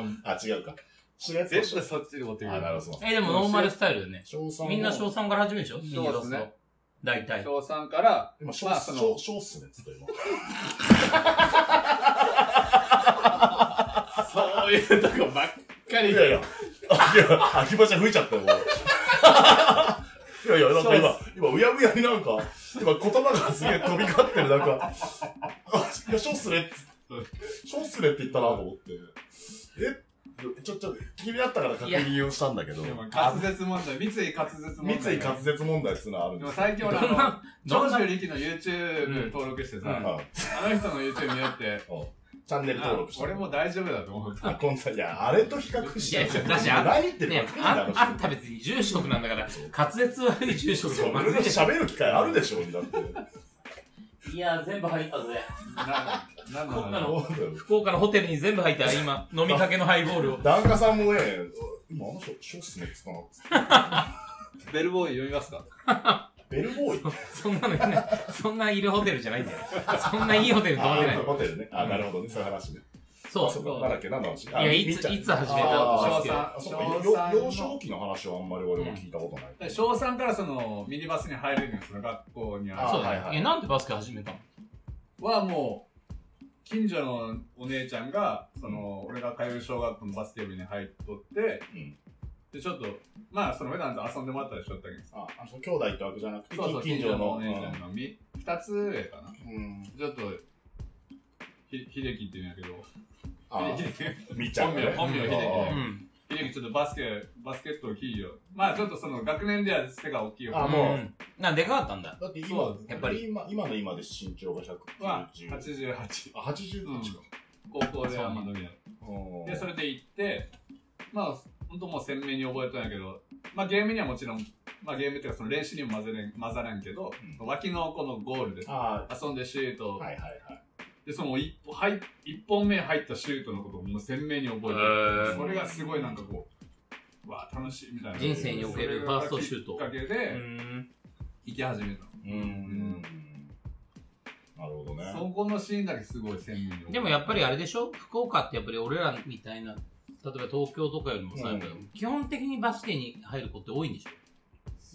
[SPEAKER 6] もう
[SPEAKER 2] あ、違う か。しれっと
[SPEAKER 6] 絶
[SPEAKER 2] し
[SPEAKER 6] 対そっちで持って
[SPEAKER 2] あ、
[SPEAKER 6] く
[SPEAKER 2] なる
[SPEAKER 6] る。
[SPEAKER 2] ほど。
[SPEAKER 3] え、でもノーマルスタイルだよね。
[SPEAKER 2] 賞賛は
[SPEAKER 3] みんな小3から始めるでしょ
[SPEAKER 6] そうですね。
[SPEAKER 3] 大体。
[SPEAKER 6] 賞賛から、
[SPEAKER 2] 今、賞
[SPEAKER 6] まあその
[SPEAKER 2] 賞賞っすね、つって今。
[SPEAKER 6] そういうとこばっかり
[SPEAKER 2] いやいや、あいや、秋葉ちゃん吹いちゃったよ、もう いやいや、なんか今、今、うやむやになんか、今言葉がすげえ飛び交ってる、 なんか、あ、いや、ショースレっつって、ショースレって言ったなと思って。えちょ、ちょ、気になったから確認をしたんだけど、
[SPEAKER 6] でも
[SPEAKER 2] あ
[SPEAKER 6] 滑舌問題、三井滑舌問
[SPEAKER 2] 三
[SPEAKER 6] 題。
[SPEAKER 2] 井滑舌問題っつうのはあるん
[SPEAKER 6] で
[SPEAKER 2] で
[SPEAKER 6] も
[SPEAKER 2] す
[SPEAKER 6] 最近俺あ
[SPEAKER 3] どんな
[SPEAKER 6] の、
[SPEAKER 3] どんな
[SPEAKER 6] 長州力の YouTube 登録してさ、
[SPEAKER 2] よ。
[SPEAKER 6] あの人の YouTube 見よって
[SPEAKER 2] うん、チャンネル登録して
[SPEAKER 6] 俺も大丈夫だと思った。
[SPEAKER 2] あ、こんさん、いや、あれと比較し
[SPEAKER 3] いやいや
[SPEAKER 2] て、
[SPEAKER 3] だしあ ん
[SPEAKER 2] 何言ってる
[SPEAKER 3] ね
[SPEAKER 2] か分かんない
[SPEAKER 3] あ
[SPEAKER 2] だろ
[SPEAKER 3] んあんた別に住職なんだから、滑舌悪い住職
[SPEAKER 2] そ
[SPEAKER 3] も
[SPEAKER 2] う俺
[SPEAKER 3] ま
[SPEAKER 2] の
[SPEAKER 3] ずいしょ。
[SPEAKER 2] 喋る機会あるでしょ、だって。
[SPEAKER 3] いや、全部入ったぜ。
[SPEAKER 6] な、なん
[SPEAKER 3] こんな
[SPEAKER 6] だ
[SPEAKER 3] の
[SPEAKER 6] ろ
[SPEAKER 3] 福岡のホテルに全部入った、今、飲みかけのハイボールを。
[SPEAKER 2] 檀家さんもね、今あの人、ショスのやつかな
[SPEAKER 6] う。ベルボーイ読みますか
[SPEAKER 2] ベルボーイ
[SPEAKER 3] そんなのね、そんないるホテルじゃないんだよ。そんないいホテルに泊まってない。
[SPEAKER 2] ホテルね。あ、なるほどね、そういう話ね。
[SPEAKER 3] そ。
[SPEAKER 2] あそうこ、なんだっけ、なんの話い
[SPEAKER 3] いや、いつ、いつ始めたの
[SPEAKER 2] あー
[SPEAKER 3] か知ってる
[SPEAKER 2] あ、そうか、よよ幼少期の話はあんまり俺も聞いたことない。
[SPEAKER 6] う。小3からその、ミニバスに入れるんですよ、学校に
[SPEAKER 2] あ
[SPEAKER 6] は。
[SPEAKER 3] そうだ
[SPEAKER 2] は
[SPEAKER 3] ね
[SPEAKER 2] いはい
[SPEAKER 3] え、なんでバスケ始めたの
[SPEAKER 6] はもう、近所のお姉ちゃんが、その、俺が通う小学校のバスケ部に入っとって、
[SPEAKER 2] うん
[SPEAKER 6] で、ちょっと、まあ、その、普段と遊んでもらったりしとったけどさ、
[SPEAKER 2] あ、あそう兄弟ってわけじゃなくて、
[SPEAKER 6] そうそう、
[SPEAKER 2] 近
[SPEAKER 6] 近
[SPEAKER 2] 所の
[SPEAKER 6] 所の。お姉ちゃんのみ二つ上かな。
[SPEAKER 2] うん。
[SPEAKER 6] ちょっと、ひ、ひできって言うんやけど、
[SPEAKER 2] あ
[SPEAKER 6] ひ、でき
[SPEAKER 2] みっちゃんがね。
[SPEAKER 6] 本名本名秀樹だよ
[SPEAKER 3] うん。
[SPEAKER 6] ひできちょっとバスケ、バスケットを切るよ。まあちょっとその学年では背が大きいよ。
[SPEAKER 2] あもう
[SPEAKER 3] うん。なんでかかったんだ。
[SPEAKER 2] だって
[SPEAKER 6] そ
[SPEAKER 2] 今
[SPEAKER 6] う、
[SPEAKER 3] やっぱり
[SPEAKER 2] 今、今の今で身長が
[SPEAKER 6] は
[SPEAKER 2] 190。
[SPEAKER 6] 88。
[SPEAKER 2] あ、88
[SPEAKER 6] うん
[SPEAKER 2] か。
[SPEAKER 6] 高校ではまあ伸びない。
[SPEAKER 2] うん
[SPEAKER 6] で、それで行って、まあ、ほんともう鮮明に覚えたんやけど、まあゲームにはもちろん、まあゲームっていうかその練習にも混ぜれん、混ざらんけど、
[SPEAKER 2] うん
[SPEAKER 6] 脇のこのゴールで
[SPEAKER 2] あ
[SPEAKER 6] 遊んでシュート、
[SPEAKER 2] ーはいはいはい。
[SPEAKER 6] で、その一歩入っ一本目入ったシュートのことをもう鮮明に覚えてる。
[SPEAKER 2] ー
[SPEAKER 6] それがすごいなんかこう、うわあ楽しいみたいな。
[SPEAKER 3] 人生におけるファーストシュート
[SPEAKER 6] それがきっかけ
[SPEAKER 3] う
[SPEAKER 6] で、
[SPEAKER 3] ん。
[SPEAKER 6] 行き始めたの。
[SPEAKER 2] うーん。なるほどね。
[SPEAKER 6] そこのシーンだけすごい鮮明に覚えてる。
[SPEAKER 3] でもやっぱりあれでしょ福岡ってやっぱり俺らみたいな、例えば東京とかよりもさ、
[SPEAKER 2] うん
[SPEAKER 3] やっぱり基本的にバスケに入る子って多いんでしょ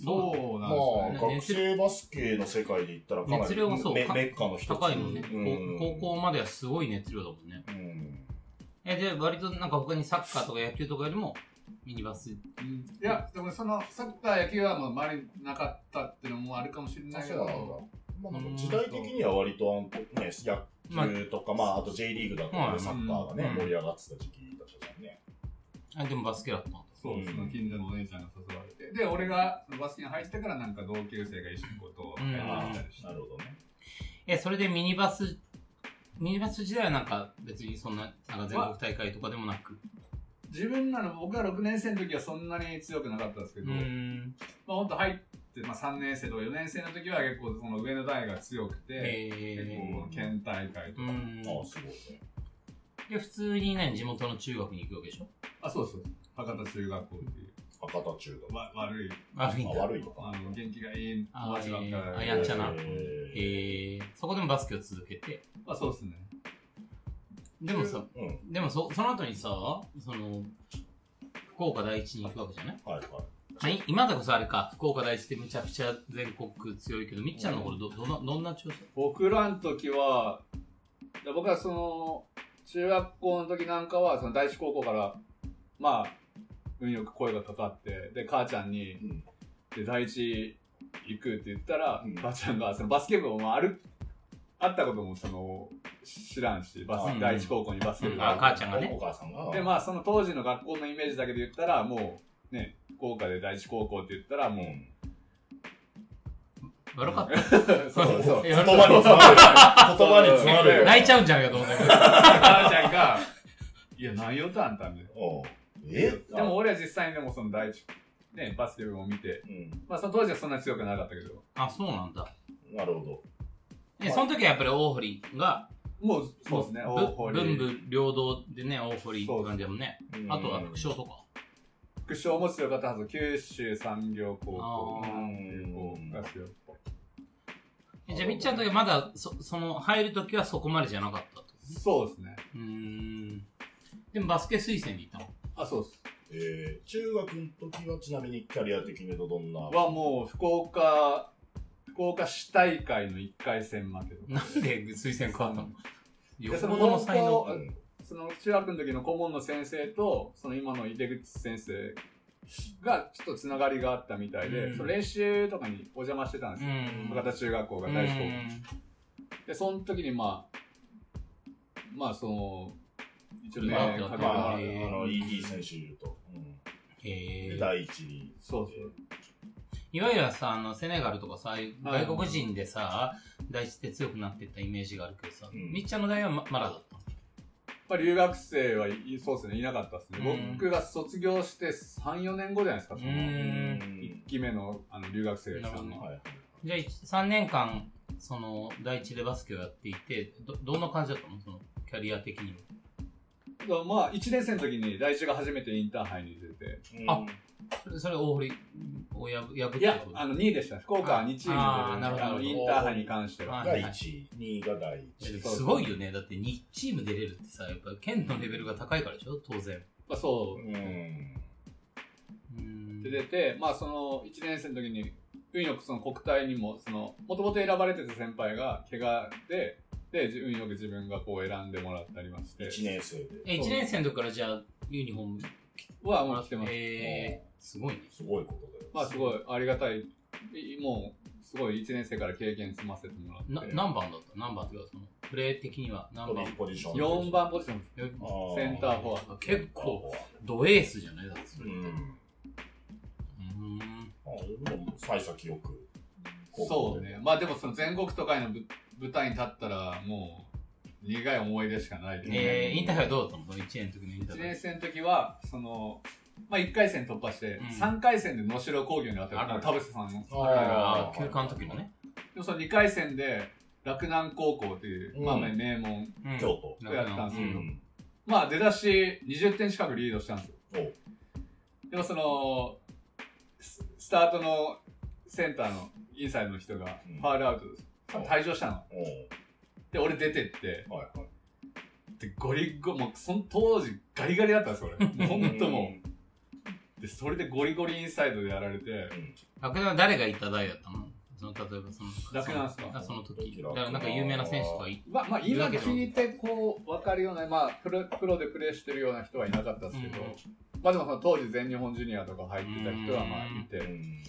[SPEAKER 6] そう
[SPEAKER 2] ま
[SPEAKER 6] な
[SPEAKER 2] あ
[SPEAKER 6] んです、よね。
[SPEAKER 2] 学生
[SPEAKER 3] ね
[SPEAKER 2] バスケの世界で言ったらかなり
[SPEAKER 3] 熱量がそう
[SPEAKER 2] メ
[SPEAKER 3] か
[SPEAKER 2] メッカの一つ。
[SPEAKER 3] 高いもんね、
[SPEAKER 2] うん
[SPEAKER 3] 高高校まではすごい熱量だもんね。
[SPEAKER 2] うん。
[SPEAKER 3] え、で、割となんか他にサッカーとか野球とかよりも、ミニバス。
[SPEAKER 6] うんいや、でもその、サッカー、野球はもう周りになかったっていうのもあるかもしれ
[SPEAKER 2] あ
[SPEAKER 6] ないけ
[SPEAKER 2] そうなんだ
[SPEAKER 6] ど、。
[SPEAKER 2] まあ、なんか時代的には割と、ね、
[SPEAKER 3] まあ
[SPEAKER 2] 野球とか、まあ、あと J リーグだとか
[SPEAKER 3] う
[SPEAKER 2] ね、
[SPEAKER 3] ん
[SPEAKER 2] サッカーがね
[SPEAKER 3] う、ん
[SPEAKER 2] 盛り上がってた時期だったじゃんね。
[SPEAKER 3] あ、でもバスケだったんだ。
[SPEAKER 6] そう、その近所のお姉ちゃんが誘われて。で、俺がバスケに入ってからなんか同級生が一緒にことをやってきたりして
[SPEAKER 2] な。るほどね。
[SPEAKER 3] え、それでミニバス、ミニバス時代はなんか別にそんな、なんか全国大会とかでもなく。
[SPEAKER 6] 自分なの、僕が6年生の時はそんなに強くなかったんですけ
[SPEAKER 3] う
[SPEAKER 6] ど、
[SPEAKER 3] ん。
[SPEAKER 6] まあ、本当入って、まあ、3年生とか4年生の時は結構その上の代が強くて、結
[SPEAKER 3] え
[SPEAKER 6] 構県大会
[SPEAKER 3] ー。
[SPEAKER 6] と
[SPEAKER 3] う
[SPEAKER 6] か、
[SPEAKER 3] ん。
[SPEAKER 2] ああ、すごいね。
[SPEAKER 3] で、普通にね、地元の中学に行くわけでしょ
[SPEAKER 6] あそうそう博多中学校っていう
[SPEAKER 2] 博多中
[SPEAKER 6] わ悪い
[SPEAKER 3] 悪いん
[SPEAKER 2] 学。あ、
[SPEAKER 3] だ。
[SPEAKER 2] 悪いのか
[SPEAKER 6] あの元気がいい
[SPEAKER 3] あ
[SPEAKER 6] 友達ばっかり
[SPEAKER 3] ーあ
[SPEAKER 6] で
[SPEAKER 3] やんちゃな
[SPEAKER 2] えー
[SPEAKER 3] えー、そこでもバスケを続けて。
[SPEAKER 6] まあ、そうですね
[SPEAKER 3] でもさ、
[SPEAKER 2] うん。
[SPEAKER 3] でもそ、その後にさ、その、福岡第一に行くわけじゃない
[SPEAKER 2] はいはい。
[SPEAKER 3] まあい今だこそあれか、福岡第一ってめちゃくちゃ全国区強いけど、みっちゃんの頃ど、どんな、どんな調査
[SPEAKER 6] 僕らの時はいや僕はその中学校の時なんかはその第一高校からまあ運よく声がかかってで母ちゃんに
[SPEAKER 2] うん
[SPEAKER 6] 「で第一行く」って言ったら、
[SPEAKER 2] うん
[SPEAKER 6] 母ちゃんがそのバスケ部をまあ歩会ったこともその知らんしバス、
[SPEAKER 2] うん
[SPEAKER 6] 第一高校にバスケ部が
[SPEAKER 3] あ母ちゃんがね
[SPEAKER 2] お母さんが。
[SPEAKER 6] でまあその当時の学校のイメージだけで言ったらもうね福岡で第一高校って言ったらもう、
[SPEAKER 3] 悪かっ
[SPEAKER 6] そうそうそう
[SPEAKER 2] 言葉に詰まる。 言葉に詰まる
[SPEAKER 3] た。
[SPEAKER 2] よ。
[SPEAKER 3] 泣いちゃうんじゃないかと思ったけど。
[SPEAKER 6] 母ちゃんが「いや何よとあんた」みたいな。
[SPEAKER 2] おうえ
[SPEAKER 6] でも、俺は実際にでもその第一、ね、バスケ部を見て、
[SPEAKER 2] うん。
[SPEAKER 6] まあその当時はそんな強くなかったけど、
[SPEAKER 3] あ、そうなんだ。
[SPEAKER 2] なるほど。
[SPEAKER 3] で、その時はやっぱり大堀が、
[SPEAKER 6] もうそうですね、大
[SPEAKER 3] ぶ文
[SPEAKER 6] 堀。
[SPEAKER 3] 武両道でね、大堀って感じだもんね。あとは副
[SPEAKER 2] 将
[SPEAKER 3] 将とか。
[SPEAKER 6] 副将も強かったはず、九州産業高校
[SPEAKER 3] あ
[SPEAKER 2] ー
[SPEAKER 6] が強い
[SPEAKER 3] えじゃあみっちゃんの時はまだ、そ、その、入る時はそこまでじゃなかったと。
[SPEAKER 6] そうですね。
[SPEAKER 3] うーん。でもバスケ推薦で行ったの
[SPEAKER 6] あ、そうです。
[SPEAKER 2] えー、中学の時はちなみにキャリア的に言うとどんな
[SPEAKER 6] はもう福岡、福岡市大会の1回戦負けとか。
[SPEAKER 3] なんで推薦変わったのよ
[SPEAKER 6] で
[SPEAKER 3] ほ
[SPEAKER 6] そ
[SPEAKER 3] ど
[SPEAKER 6] の
[SPEAKER 3] の才能。
[SPEAKER 6] 高校その中学の時の顧問の先生と、その今の井出口先生がちょっとつながりがあったみたいで、
[SPEAKER 3] うん
[SPEAKER 6] その練習とかにお邪魔してたんですよ。
[SPEAKER 3] うん
[SPEAKER 6] 博多中学校が大志高校。で、その時にまあ、まあその、一応ね、
[SPEAKER 3] まあ
[SPEAKER 6] かけて
[SPEAKER 2] ま
[SPEAKER 6] も
[SPEAKER 2] あ、あ
[SPEAKER 6] らって
[SPEAKER 3] えー
[SPEAKER 2] の、ED 選手言うと。うん
[SPEAKER 3] え
[SPEAKER 2] で
[SPEAKER 3] ー、
[SPEAKER 2] 第一に。
[SPEAKER 6] そうそう。
[SPEAKER 3] いわゆるさ、あの、セネガルとかさ、
[SPEAKER 6] はい
[SPEAKER 3] 外国人でさ、第一って強くなってったイメージがあるけどさ、
[SPEAKER 2] うん
[SPEAKER 3] みっちゃんの代はままだだったの
[SPEAKER 6] まあ、留学生はいいそうですね、いなかったですね。
[SPEAKER 3] うん
[SPEAKER 6] 僕が卒業して3、4年後じゃないですか、
[SPEAKER 3] う
[SPEAKER 6] その
[SPEAKER 3] ーん。
[SPEAKER 6] 1期目のあの留学生でした
[SPEAKER 3] なる
[SPEAKER 6] ね
[SPEAKER 3] ほ。
[SPEAKER 2] はい
[SPEAKER 3] じゃあ、3年間、その、第一でバスケをやっていて、ど、どんな感じだったのその、キャリア的に
[SPEAKER 6] だからまあ、1年生の時に第一が初めてインターハイに出て、
[SPEAKER 3] あそれ、それ大堀を破破って
[SPEAKER 6] いや
[SPEAKER 3] こ、
[SPEAKER 6] あの2位でしたね。福岡は2チーム
[SPEAKER 3] あー
[SPEAKER 6] で
[SPEAKER 3] なる
[SPEAKER 6] 出
[SPEAKER 3] ほど
[SPEAKER 6] てあのインターハイに関しては。
[SPEAKER 3] はい
[SPEAKER 2] 第1位、2位が第1位。
[SPEAKER 3] とすごいよね。だって2チーム出れるってさ、やっぱ県のレベルが高いからでしょ当然。
[SPEAKER 6] まあ、そうう。
[SPEAKER 2] ん。
[SPEAKER 3] うん
[SPEAKER 6] で、出て、まあ、その1年生の時に、運よくその国体にも、その、もともと選ばれてた先輩が怪我で、で、じ運よく自分がこう選んでもらったりまして、
[SPEAKER 2] 1年生で。
[SPEAKER 3] え、1年生の時からじゃあ、ユニフォーム
[SPEAKER 6] はもう来てます。
[SPEAKER 3] えー、すごいね。
[SPEAKER 2] すごいことだよ。
[SPEAKER 6] まあ、すごいありがたい。いもう、すごい1年生から経験積ませてもらって。
[SPEAKER 3] な、何番だった何番っていうか、その、プレー的には何番
[SPEAKER 2] ポジション。
[SPEAKER 6] 4番ポジション、
[SPEAKER 3] え
[SPEAKER 6] センターフォワード。
[SPEAKER 3] 結構、ドエースじゃないだってそれ。
[SPEAKER 2] う。
[SPEAKER 3] うんーん
[SPEAKER 2] あでも幸先よく。
[SPEAKER 6] そうね。。まあでもその全国都会のぶ舞台に立ったら、もう、苦い思い出しかないですね。
[SPEAKER 3] えー、インターハイはどうだったのその1年の時のインター
[SPEAKER 6] 1
[SPEAKER 3] ハ
[SPEAKER 6] 年
[SPEAKER 3] イ。
[SPEAKER 6] 生の時は、その、まあ1回戦突破して
[SPEAKER 3] うん、
[SPEAKER 6] 3回戦で能代工業に当たったの、田臥さんの戦いが。
[SPEAKER 3] ああ、休暇の時のね。
[SPEAKER 6] でもその2回戦で、洛南高校っていう、
[SPEAKER 2] うん
[SPEAKER 6] まあまあ名門
[SPEAKER 3] うん
[SPEAKER 2] 京都。
[SPEAKER 6] をやったんです
[SPEAKER 2] う
[SPEAKER 6] けど、
[SPEAKER 2] ん。
[SPEAKER 6] まあ出だし20点近くリードしたんですよ。
[SPEAKER 2] お
[SPEAKER 6] でもその、ススタートのセンターのインサイドの人が
[SPEAKER 2] うん
[SPEAKER 6] ファールアウト
[SPEAKER 2] うん
[SPEAKER 6] です。退場したの。
[SPEAKER 2] お
[SPEAKER 6] で、俺出てって、
[SPEAKER 2] はいはい。
[SPEAKER 6] で、ゴリゴリ、もう、その当時、ガリガリだったんですよ、俺。 もうほんとも
[SPEAKER 2] う
[SPEAKER 6] う。で、それでゴリゴリインサイドでやられて、
[SPEAKER 3] 楽団は誰がいた代だったのその、例えばその、
[SPEAKER 6] 楽なんすか
[SPEAKER 3] そのあその時。
[SPEAKER 2] 楽
[SPEAKER 3] だからなんか有名な選手とかい
[SPEAKER 6] まあ、まあ、
[SPEAKER 3] いる
[SPEAKER 6] 今
[SPEAKER 3] わけでも
[SPEAKER 6] 聞いて、こう、わかるような、まあ、プロ、プロでプレーしてるような人はいなかったんですけど、
[SPEAKER 3] うん
[SPEAKER 6] まあでも、その当時、全日本ジュニアとか入ってた人は、まあ、いて、
[SPEAKER 2] ん。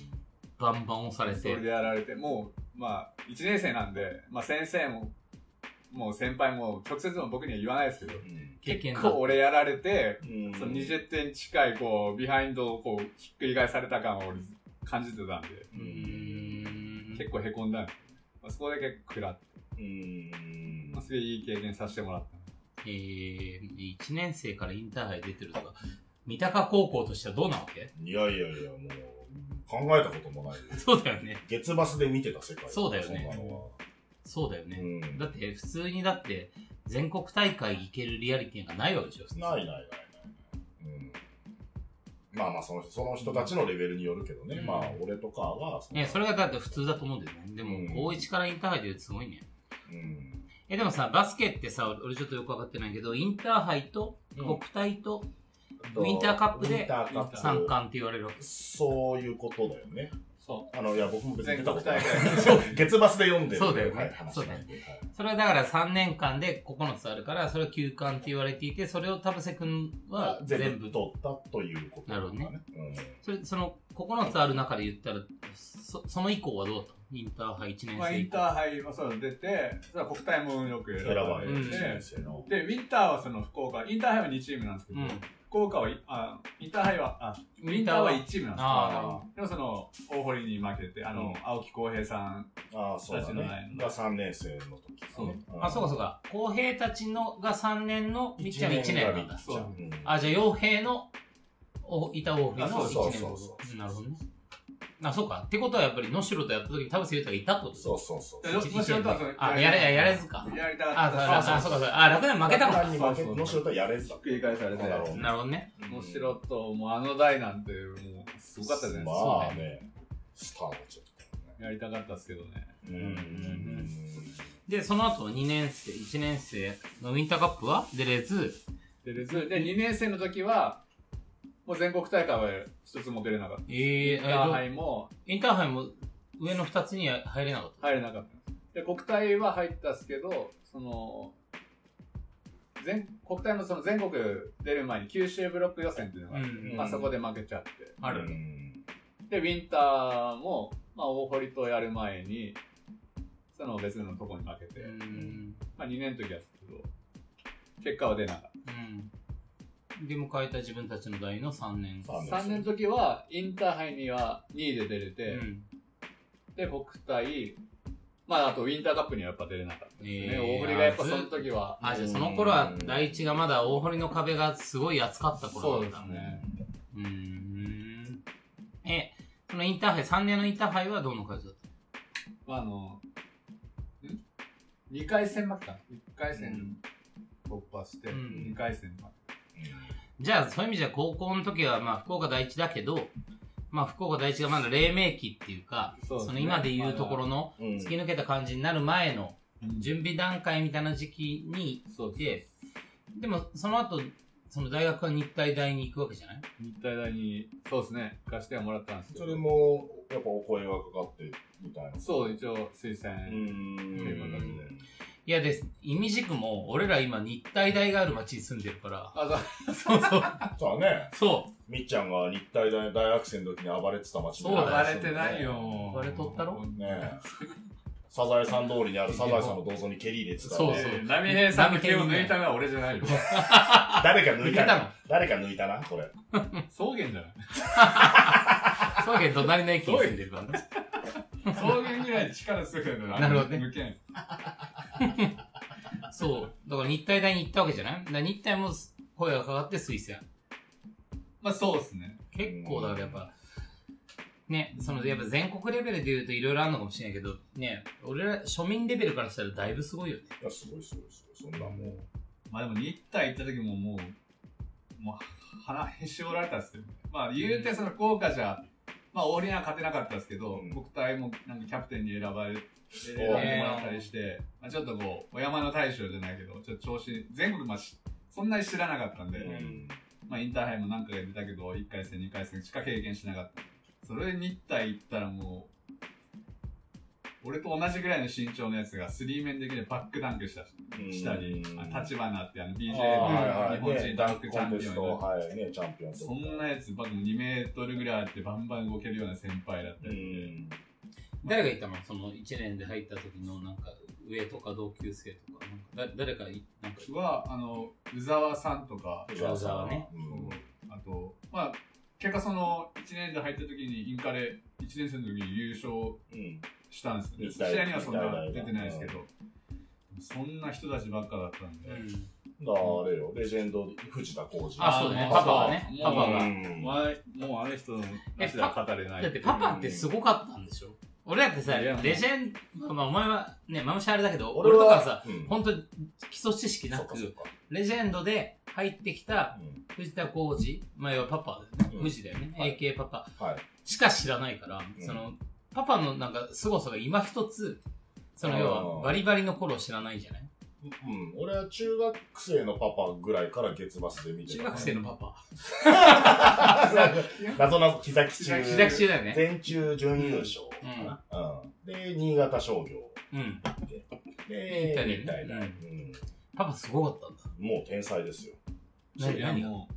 [SPEAKER 3] バンバン押され
[SPEAKER 6] そ
[SPEAKER 3] て
[SPEAKER 6] れで。やられて、もう、まあ、1年生なんで、まあ、先生も、もう先輩も、直接も僕には言わないですけど、
[SPEAKER 3] 経験
[SPEAKER 6] 結
[SPEAKER 3] だ
[SPEAKER 6] 構俺やられて、
[SPEAKER 2] うん。
[SPEAKER 6] その20点近い、こう、ビハインドをこう、ひっくり返された感を俺、感じてたんで、
[SPEAKER 2] う
[SPEAKER 3] うーん
[SPEAKER 6] 結構へこんだんですよねまあ、そこで結構食らって、
[SPEAKER 2] ん
[SPEAKER 6] まあ、。すげえいい経験させてもらった
[SPEAKER 3] えー、1年生からインターハイ出てるとか、三鷹高校としてはどうなわけ
[SPEAKER 2] いやいやいや、もう、考えたこともない。
[SPEAKER 3] そうだよね。
[SPEAKER 2] 月バスで見てた世界。
[SPEAKER 3] そうだよね
[SPEAKER 2] そんなのは
[SPEAKER 3] そうだよ
[SPEAKER 2] う
[SPEAKER 3] ね。
[SPEAKER 2] ん。
[SPEAKER 3] だって、普通にだって、全国大会行けるリアリティがないわけでしょ、普通
[SPEAKER 2] ないないないないない。うん。まあまあその、その人たちのレベルによるけどね。
[SPEAKER 3] うん
[SPEAKER 2] まあ、俺とかは、そんな
[SPEAKER 3] ね、それがだって普通だと思うんだよね。でも
[SPEAKER 2] うん、
[SPEAKER 3] 高1からインターハイ出るってすごいね。
[SPEAKER 2] うん。
[SPEAKER 3] え、でもさ、バスケってさ、俺ちょっとよくわかってないけど、インターハイと国体とウィンターカップで
[SPEAKER 2] ウィンターカップ
[SPEAKER 3] 三冠って言われるわけ。
[SPEAKER 2] そういうことだよね。
[SPEAKER 6] そ
[SPEAKER 2] あの、いや、僕も別に出
[SPEAKER 6] 全
[SPEAKER 2] た
[SPEAKER 6] 国
[SPEAKER 2] ことな
[SPEAKER 6] 大
[SPEAKER 2] い。
[SPEAKER 6] 会
[SPEAKER 2] そう、月バスで読んでる。
[SPEAKER 3] そうだよね
[SPEAKER 2] はい、話
[SPEAKER 3] そうだ
[SPEAKER 2] な
[SPEAKER 3] よ
[SPEAKER 2] んで。はい
[SPEAKER 3] それはだから3年間で9つあるから、それを休館って言われていて、それを田臥くんは全
[SPEAKER 2] 全
[SPEAKER 3] 部
[SPEAKER 2] 部取ったということだ
[SPEAKER 3] なる。
[SPEAKER 2] うん。
[SPEAKER 3] それ、その9つある中で言ったら、そその以降はどうだったのインターハイ1
[SPEAKER 6] ね、
[SPEAKER 3] 年
[SPEAKER 6] まあ、
[SPEAKER 3] 生
[SPEAKER 6] イ
[SPEAKER 3] 以
[SPEAKER 6] ンタ
[SPEAKER 3] 降。
[SPEAKER 6] ーハイもそう出てそれは国体もよく選
[SPEAKER 2] 選ば
[SPEAKER 6] ば
[SPEAKER 2] れ
[SPEAKER 6] れ
[SPEAKER 2] る
[SPEAKER 6] て、
[SPEAKER 3] うん
[SPEAKER 2] 先生の。
[SPEAKER 6] でウィンターはその福岡インターハイは2チームなんですけ
[SPEAKER 3] う
[SPEAKER 6] ど、
[SPEAKER 3] ん。
[SPEAKER 6] 福岡はいあインターハイはあウィンターは1チームなんです
[SPEAKER 3] あーなるほ
[SPEAKER 6] よでもその大堀に負けてあの、
[SPEAKER 2] うん
[SPEAKER 6] 青木浩平さん
[SPEAKER 2] ああ、そうだ
[SPEAKER 6] たちの前
[SPEAKER 2] ね。が3年生の時かな。
[SPEAKER 3] そう。
[SPEAKER 2] ん
[SPEAKER 3] あ、そうかそうか。公平たちのが3年の、みっちゃんは1年なんだ。
[SPEAKER 2] そううん。
[SPEAKER 3] あ、じゃあ、傭兵の、お、板王兵の
[SPEAKER 6] あそう
[SPEAKER 2] そう
[SPEAKER 3] 1年
[SPEAKER 2] そう
[SPEAKER 3] 後
[SPEAKER 2] そ。
[SPEAKER 3] うんなるほどね。あ、そうか。ってことはやっぱり、能代とやった時に田臥勇太がいたってこと
[SPEAKER 2] そうそうそう。
[SPEAKER 6] いや能代とはその
[SPEAKER 3] あ、やれ、やれずか。
[SPEAKER 6] やりたか
[SPEAKER 3] あ、
[SPEAKER 6] っ
[SPEAKER 3] そう
[SPEAKER 6] た
[SPEAKER 3] だ、あ、そうか、そうだ。あ、楽年負けたか
[SPEAKER 2] ランナーに負け、能代とはやれずだ
[SPEAKER 6] ひっくり返されて
[SPEAKER 2] なるほど
[SPEAKER 3] も。なるほどね。
[SPEAKER 6] 面白ともうあの代なんてもうすごかったじゃないですか、
[SPEAKER 2] まあね、スターのちょっ
[SPEAKER 6] やりたかったですけどね
[SPEAKER 2] とね。
[SPEAKER 3] で、その後、2年生、1年生のウィンターカップは出れず、
[SPEAKER 6] 出れず、で、2年生の時は、もう全国大会は一つも出れなかった。
[SPEAKER 3] え
[SPEAKER 6] イ
[SPEAKER 3] ー
[SPEAKER 6] ンターハ
[SPEAKER 3] え
[SPEAKER 6] イも
[SPEAKER 3] ー、インターハイも上の2つには入れなかった。
[SPEAKER 6] 入れなかった。で、国体は入ったっすけど、その、全、国体のその全国出る前に九州ブロック予選っていうのがあって、
[SPEAKER 3] うん
[SPEAKER 2] うん
[SPEAKER 6] まあそこで負けちゃって。
[SPEAKER 3] あるね。
[SPEAKER 2] ね。
[SPEAKER 6] で、ウィンターも、まあ大堀とやる前に、その別のとこに負けて、
[SPEAKER 3] うん。
[SPEAKER 6] まあ2年の時はですけど、結果は出なかった。
[SPEAKER 3] うん。で、迎えた自分たちの代の3年。
[SPEAKER 6] 3年の時は、インターハイには2位で出れて、
[SPEAKER 3] うん。
[SPEAKER 6] で、国体、まあ、あとウィンターカップにはやっぱ出れなかったですね。
[SPEAKER 3] えー
[SPEAKER 6] 大振りがやっぱその時は。
[SPEAKER 3] あ、じゃあその頃は第一がまだ大堀の壁がすごい厚かった
[SPEAKER 6] そ
[SPEAKER 3] 頃
[SPEAKER 6] う
[SPEAKER 3] だっ
[SPEAKER 6] で
[SPEAKER 3] た
[SPEAKER 6] す
[SPEAKER 3] んだ。
[SPEAKER 6] ね。
[SPEAKER 3] うーん。え、そのインターハイ、3年のインターハイはどの感じだった
[SPEAKER 6] まあ、あの、ん ?2 回戦負けたの ?1 回戦突破して、
[SPEAKER 3] うん
[SPEAKER 6] 2回戦負けた。
[SPEAKER 3] じゃあ、そういう意味じゃ高校の時は、まあ、福岡第一だけど、まあ、福岡第一がまだ黎明期っていうか、
[SPEAKER 6] そ
[SPEAKER 3] そう
[SPEAKER 6] ですね
[SPEAKER 3] の今で言うところの、
[SPEAKER 2] うん
[SPEAKER 3] 突き抜けた感じになる前の
[SPEAKER 6] うん、
[SPEAKER 3] 準備段階みたいな時期に
[SPEAKER 6] そう
[SPEAKER 3] いて、でも、その後、その大学は日体大に行くわけじゃない
[SPEAKER 6] 日体大に、そうですね、貸してはもらったんですけ
[SPEAKER 2] そ
[SPEAKER 6] ど。
[SPEAKER 2] れも、やっぱお声がかかって、みたいな。
[SPEAKER 6] そう、一応推薦。
[SPEAKER 2] ん
[SPEAKER 3] いやです、意味軸も、俺ら今日体大がある町に住んでる から、
[SPEAKER 6] あ、そう、
[SPEAKER 3] そうそう、
[SPEAKER 2] そうだね。
[SPEAKER 3] そ
[SPEAKER 2] みっちゃんが日体大大学生の時に暴れてた街
[SPEAKER 3] そうだ
[SPEAKER 5] 暴れてないよ。。も
[SPEAKER 3] 暴れとったろ
[SPEAKER 5] う
[SPEAKER 2] ねえ。サザエさん通りにあるサザエさんの銅像に蹴り入れてたんで
[SPEAKER 3] そうそう
[SPEAKER 5] えー波平さんの毛を抜いたのは俺じゃない よ。
[SPEAKER 2] 誰か抜いた
[SPEAKER 3] 抜いたの。
[SPEAKER 2] な。誰か抜いたな、これ。
[SPEAKER 6] 草原じゃないう
[SPEAKER 3] そうやけど、隣の駅に住んでるからね。
[SPEAKER 5] 草原ぐらい力強くないの
[SPEAKER 3] なるほどね
[SPEAKER 5] 抜けん。
[SPEAKER 3] そう。だから日体大に行ったわけじゃないだから日体も声がかかって推薦。
[SPEAKER 6] まあ、そうですね。
[SPEAKER 3] 結構だからやっぱ、ね、そのやっぱ全国レベルで言うといろいろあるのかもしれないけど、ね、俺ら庶民レベルからしたらだいぶすごいよね。
[SPEAKER 2] いや、すごいすごいすごい。そんなもう。
[SPEAKER 6] まあでも日体行った時ももう、もう鼻へし折られたんですけど、ね、まあ言うてその効果じゃ、まあオーリーナは勝てなかったですけど、
[SPEAKER 2] うん
[SPEAKER 6] 国体もなんかキャプテンに選ばれ、選んでもらったりして、まあちょっとこう、お山の大将じゃないけど、ちょっと調子、全国まあしそんなに知らなかったんで、
[SPEAKER 2] うん
[SPEAKER 6] まあインターハイも何回か出たけど、1回戦、2回戦しか経験しなかった。それで日体行ったらもう、俺と同じぐらいの身長のやつがスリーメンできるバックダンクしたししたり、あ立花ってあの BJ
[SPEAKER 2] あー
[SPEAKER 6] の
[SPEAKER 2] は
[SPEAKER 6] 日
[SPEAKER 2] い
[SPEAKER 6] 本
[SPEAKER 2] はい。
[SPEAKER 6] 人
[SPEAKER 2] ね
[SPEAKER 6] ダ
[SPEAKER 2] ダ
[SPEAKER 6] ン
[SPEAKER 2] ン
[SPEAKER 6] ク
[SPEAKER 2] ク
[SPEAKER 6] チ
[SPEAKER 2] コ
[SPEAKER 6] ャン
[SPEAKER 2] ン
[SPEAKER 6] ピ
[SPEAKER 2] テ
[SPEAKER 6] オ
[SPEAKER 2] ス
[SPEAKER 6] ンに
[SPEAKER 2] ト、
[SPEAKER 6] なっ
[SPEAKER 2] はい、ね、チャンピオン
[SPEAKER 6] て
[SPEAKER 2] とか
[SPEAKER 6] そんなやつばっか2メートルぐらいあってバンバン動けるような先輩だった
[SPEAKER 2] う
[SPEAKER 6] り、
[SPEAKER 2] ん。
[SPEAKER 3] 誰がいたのその1年で入った時のなんか上とか同級生とか、なんかだ誰かい、なんか、
[SPEAKER 6] は、あの、宇沢さんとか、
[SPEAKER 3] ブラウザーはね
[SPEAKER 2] うん。
[SPEAKER 6] あと、まあ、結果その1年で入った時にインカレ、1年生の時に優勝
[SPEAKER 2] うん。
[SPEAKER 6] したんですけど、
[SPEAKER 2] 日大
[SPEAKER 6] 試合にはそんな出てないですけど、そんな人たちばっかだったんで、
[SPEAKER 3] うん
[SPEAKER 2] だからあれよ、レジェンド、藤田浩二。
[SPEAKER 3] あそうだね
[SPEAKER 6] も
[SPEAKER 3] パパはね
[SPEAKER 6] もう
[SPEAKER 3] パパ
[SPEAKER 2] う
[SPEAKER 3] が
[SPEAKER 2] ん
[SPEAKER 6] もうもうあの人の足では語れない。
[SPEAKER 3] だってパパってすごかったんでしょ俺だってさ、
[SPEAKER 6] いやもう
[SPEAKER 3] レジェンド、まあお前はね、マムシャあれだけど、俺
[SPEAKER 2] 俺
[SPEAKER 3] と
[SPEAKER 2] は
[SPEAKER 3] かはさ、
[SPEAKER 2] うん
[SPEAKER 3] 本当に基礎知識な
[SPEAKER 2] そうか
[SPEAKER 3] く
[SPEAKER 2] そ、うか
[SPEAKER 3] レジェンドで入ってきた
[SPEAKER 2] うん
[SPEAKER 3] 藤田浩二、まあ要はパパだよね。
[SPEAKER 2] うん
[SPEAKER 3] 藤だよね。
[SPEAKER 2] はい
[SPEAKER 3] AK パパ。
[SPEAKER 2] はい。
[SPEAKER 3] しか知らないから、
[SPEAKER 2] うん
[SPEAKER 3] その、パパのなんか凄さが今一つ、その
[SPEAKER 2] あー
[SPEAKER 3] 要はバリバリの頃を知らないじゃない
[SPEAKER 2] うん、俺は中学生のパパぐらいから月バスで見て
[SPEAKER 3] 中
[SPEAKER 2] た。
[SPEAKER 3] 学生のパ
[SPEAKER 2] 謎な膝基
[SPEAKER 3] パ。
[SPEAKER 2] 中。
[SPEAKER 3] 自宅中だよね。
[SPEAKER 2] 全中準優勝かな、うんで、新潟商業
[SPEAKER 3] うん。
[SPEAKER 2] 行って。
[SPEAKER 3] 行った
[SPEAKER 2] で、
[SPEAKER 3] ね
[SPEAKER 2] 日体大、
[SPEAKER 3] う
[SPEAKER 2] うん
[SPEAKER 3] パパすごかったんだ。
[SPEAKER 2] もう天才ですよ。
[SPEAKER 3] 何
[SPEAKER 6] いや
[SPEAKER 3] 何が
[SPEAKER 6] も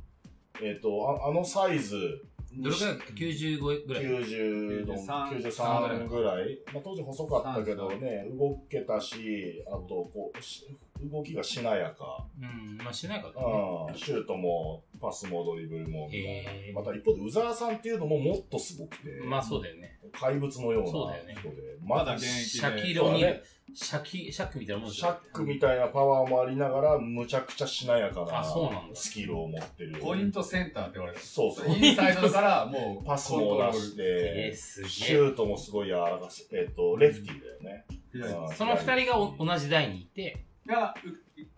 [SPEAKER 2] えっ、とあ、あのサイズに
[SPEAKER 3] どれ
[SPEAKER 2] し
[SPEAKER 3] くらい ?95 ぐらい。
[SPEAKER 2] 90の
[SPEAKER 6] 93
[SPEAKER 2] 93ぐらい、まあ、当時細かったけど
[SPEAKER 6] 33
[SPEAKER 2] ね、動けたし、あとこう、し動きがしなやか、
[SPEAKER 3] うん。まあしないからね。
[SPEAKER 2] うん、シュートもパスもドリブルもみたいな
[SPEAKER 3] へー。
[SPEAKER 2] また一方で、宇沢さんっていうのももっとすごくて、
[SPEAKER 3] まあそうだよね。
[SPEAKER 2] 怪物のような
[SPEAKER 3] そうだよね
[SPEAKER 2] 人で、
[SPEAKER 6] う
[SPEAKER 2] ま
[SPEAKER 6] ま
[SPEAKER 2] だ
[SPEAKER 6] だ現役
[SPEAKER 3] シ
[SPEAKER 6] で。
[SPEAKER 3] ャキ
[SPEAKER 2] そ
[SPEAKER 3] ロ
[SPEAKER 2] う
[SPEAKER 3] に
[SPEAKER 2] だね、
[SPEAKER 3] シャキ、シャックみたいなもん
[SPEAKER 2] シ
[SPEAKER 3] じ
[SPEAKER 2] ャ
[SPEAKER 3] ゃ
[SPEAKER 2] ッ
[SPEAKER 3] ん
[SPEAKER 2] クみたいなパワーもありながら、むちゃくちゃしなやかな
[SPEAKER 3] あそうなんだ
[SPEAKER 2] スキルを持ってる。
[SPEAKER 6] ポイントセンターって言われて
[SPEAKER 2] そうそう。
[SPEAKER 6] インサイドからもう、
[SPEAKER 2] パスも出し
[SPEAKER 3] えー、
[SPEAKER 2] て、
[SPEAKER 3] す
[SPEAKER 2] シ
[SPEAKER 3] げえ。
[SPEAKER 2] ュートもすごい柔らかし、えっと、レフティーだよね。うん
[SPEAKER 3] その二人がお同じ台にいて、
[SPEAKER 6] が、う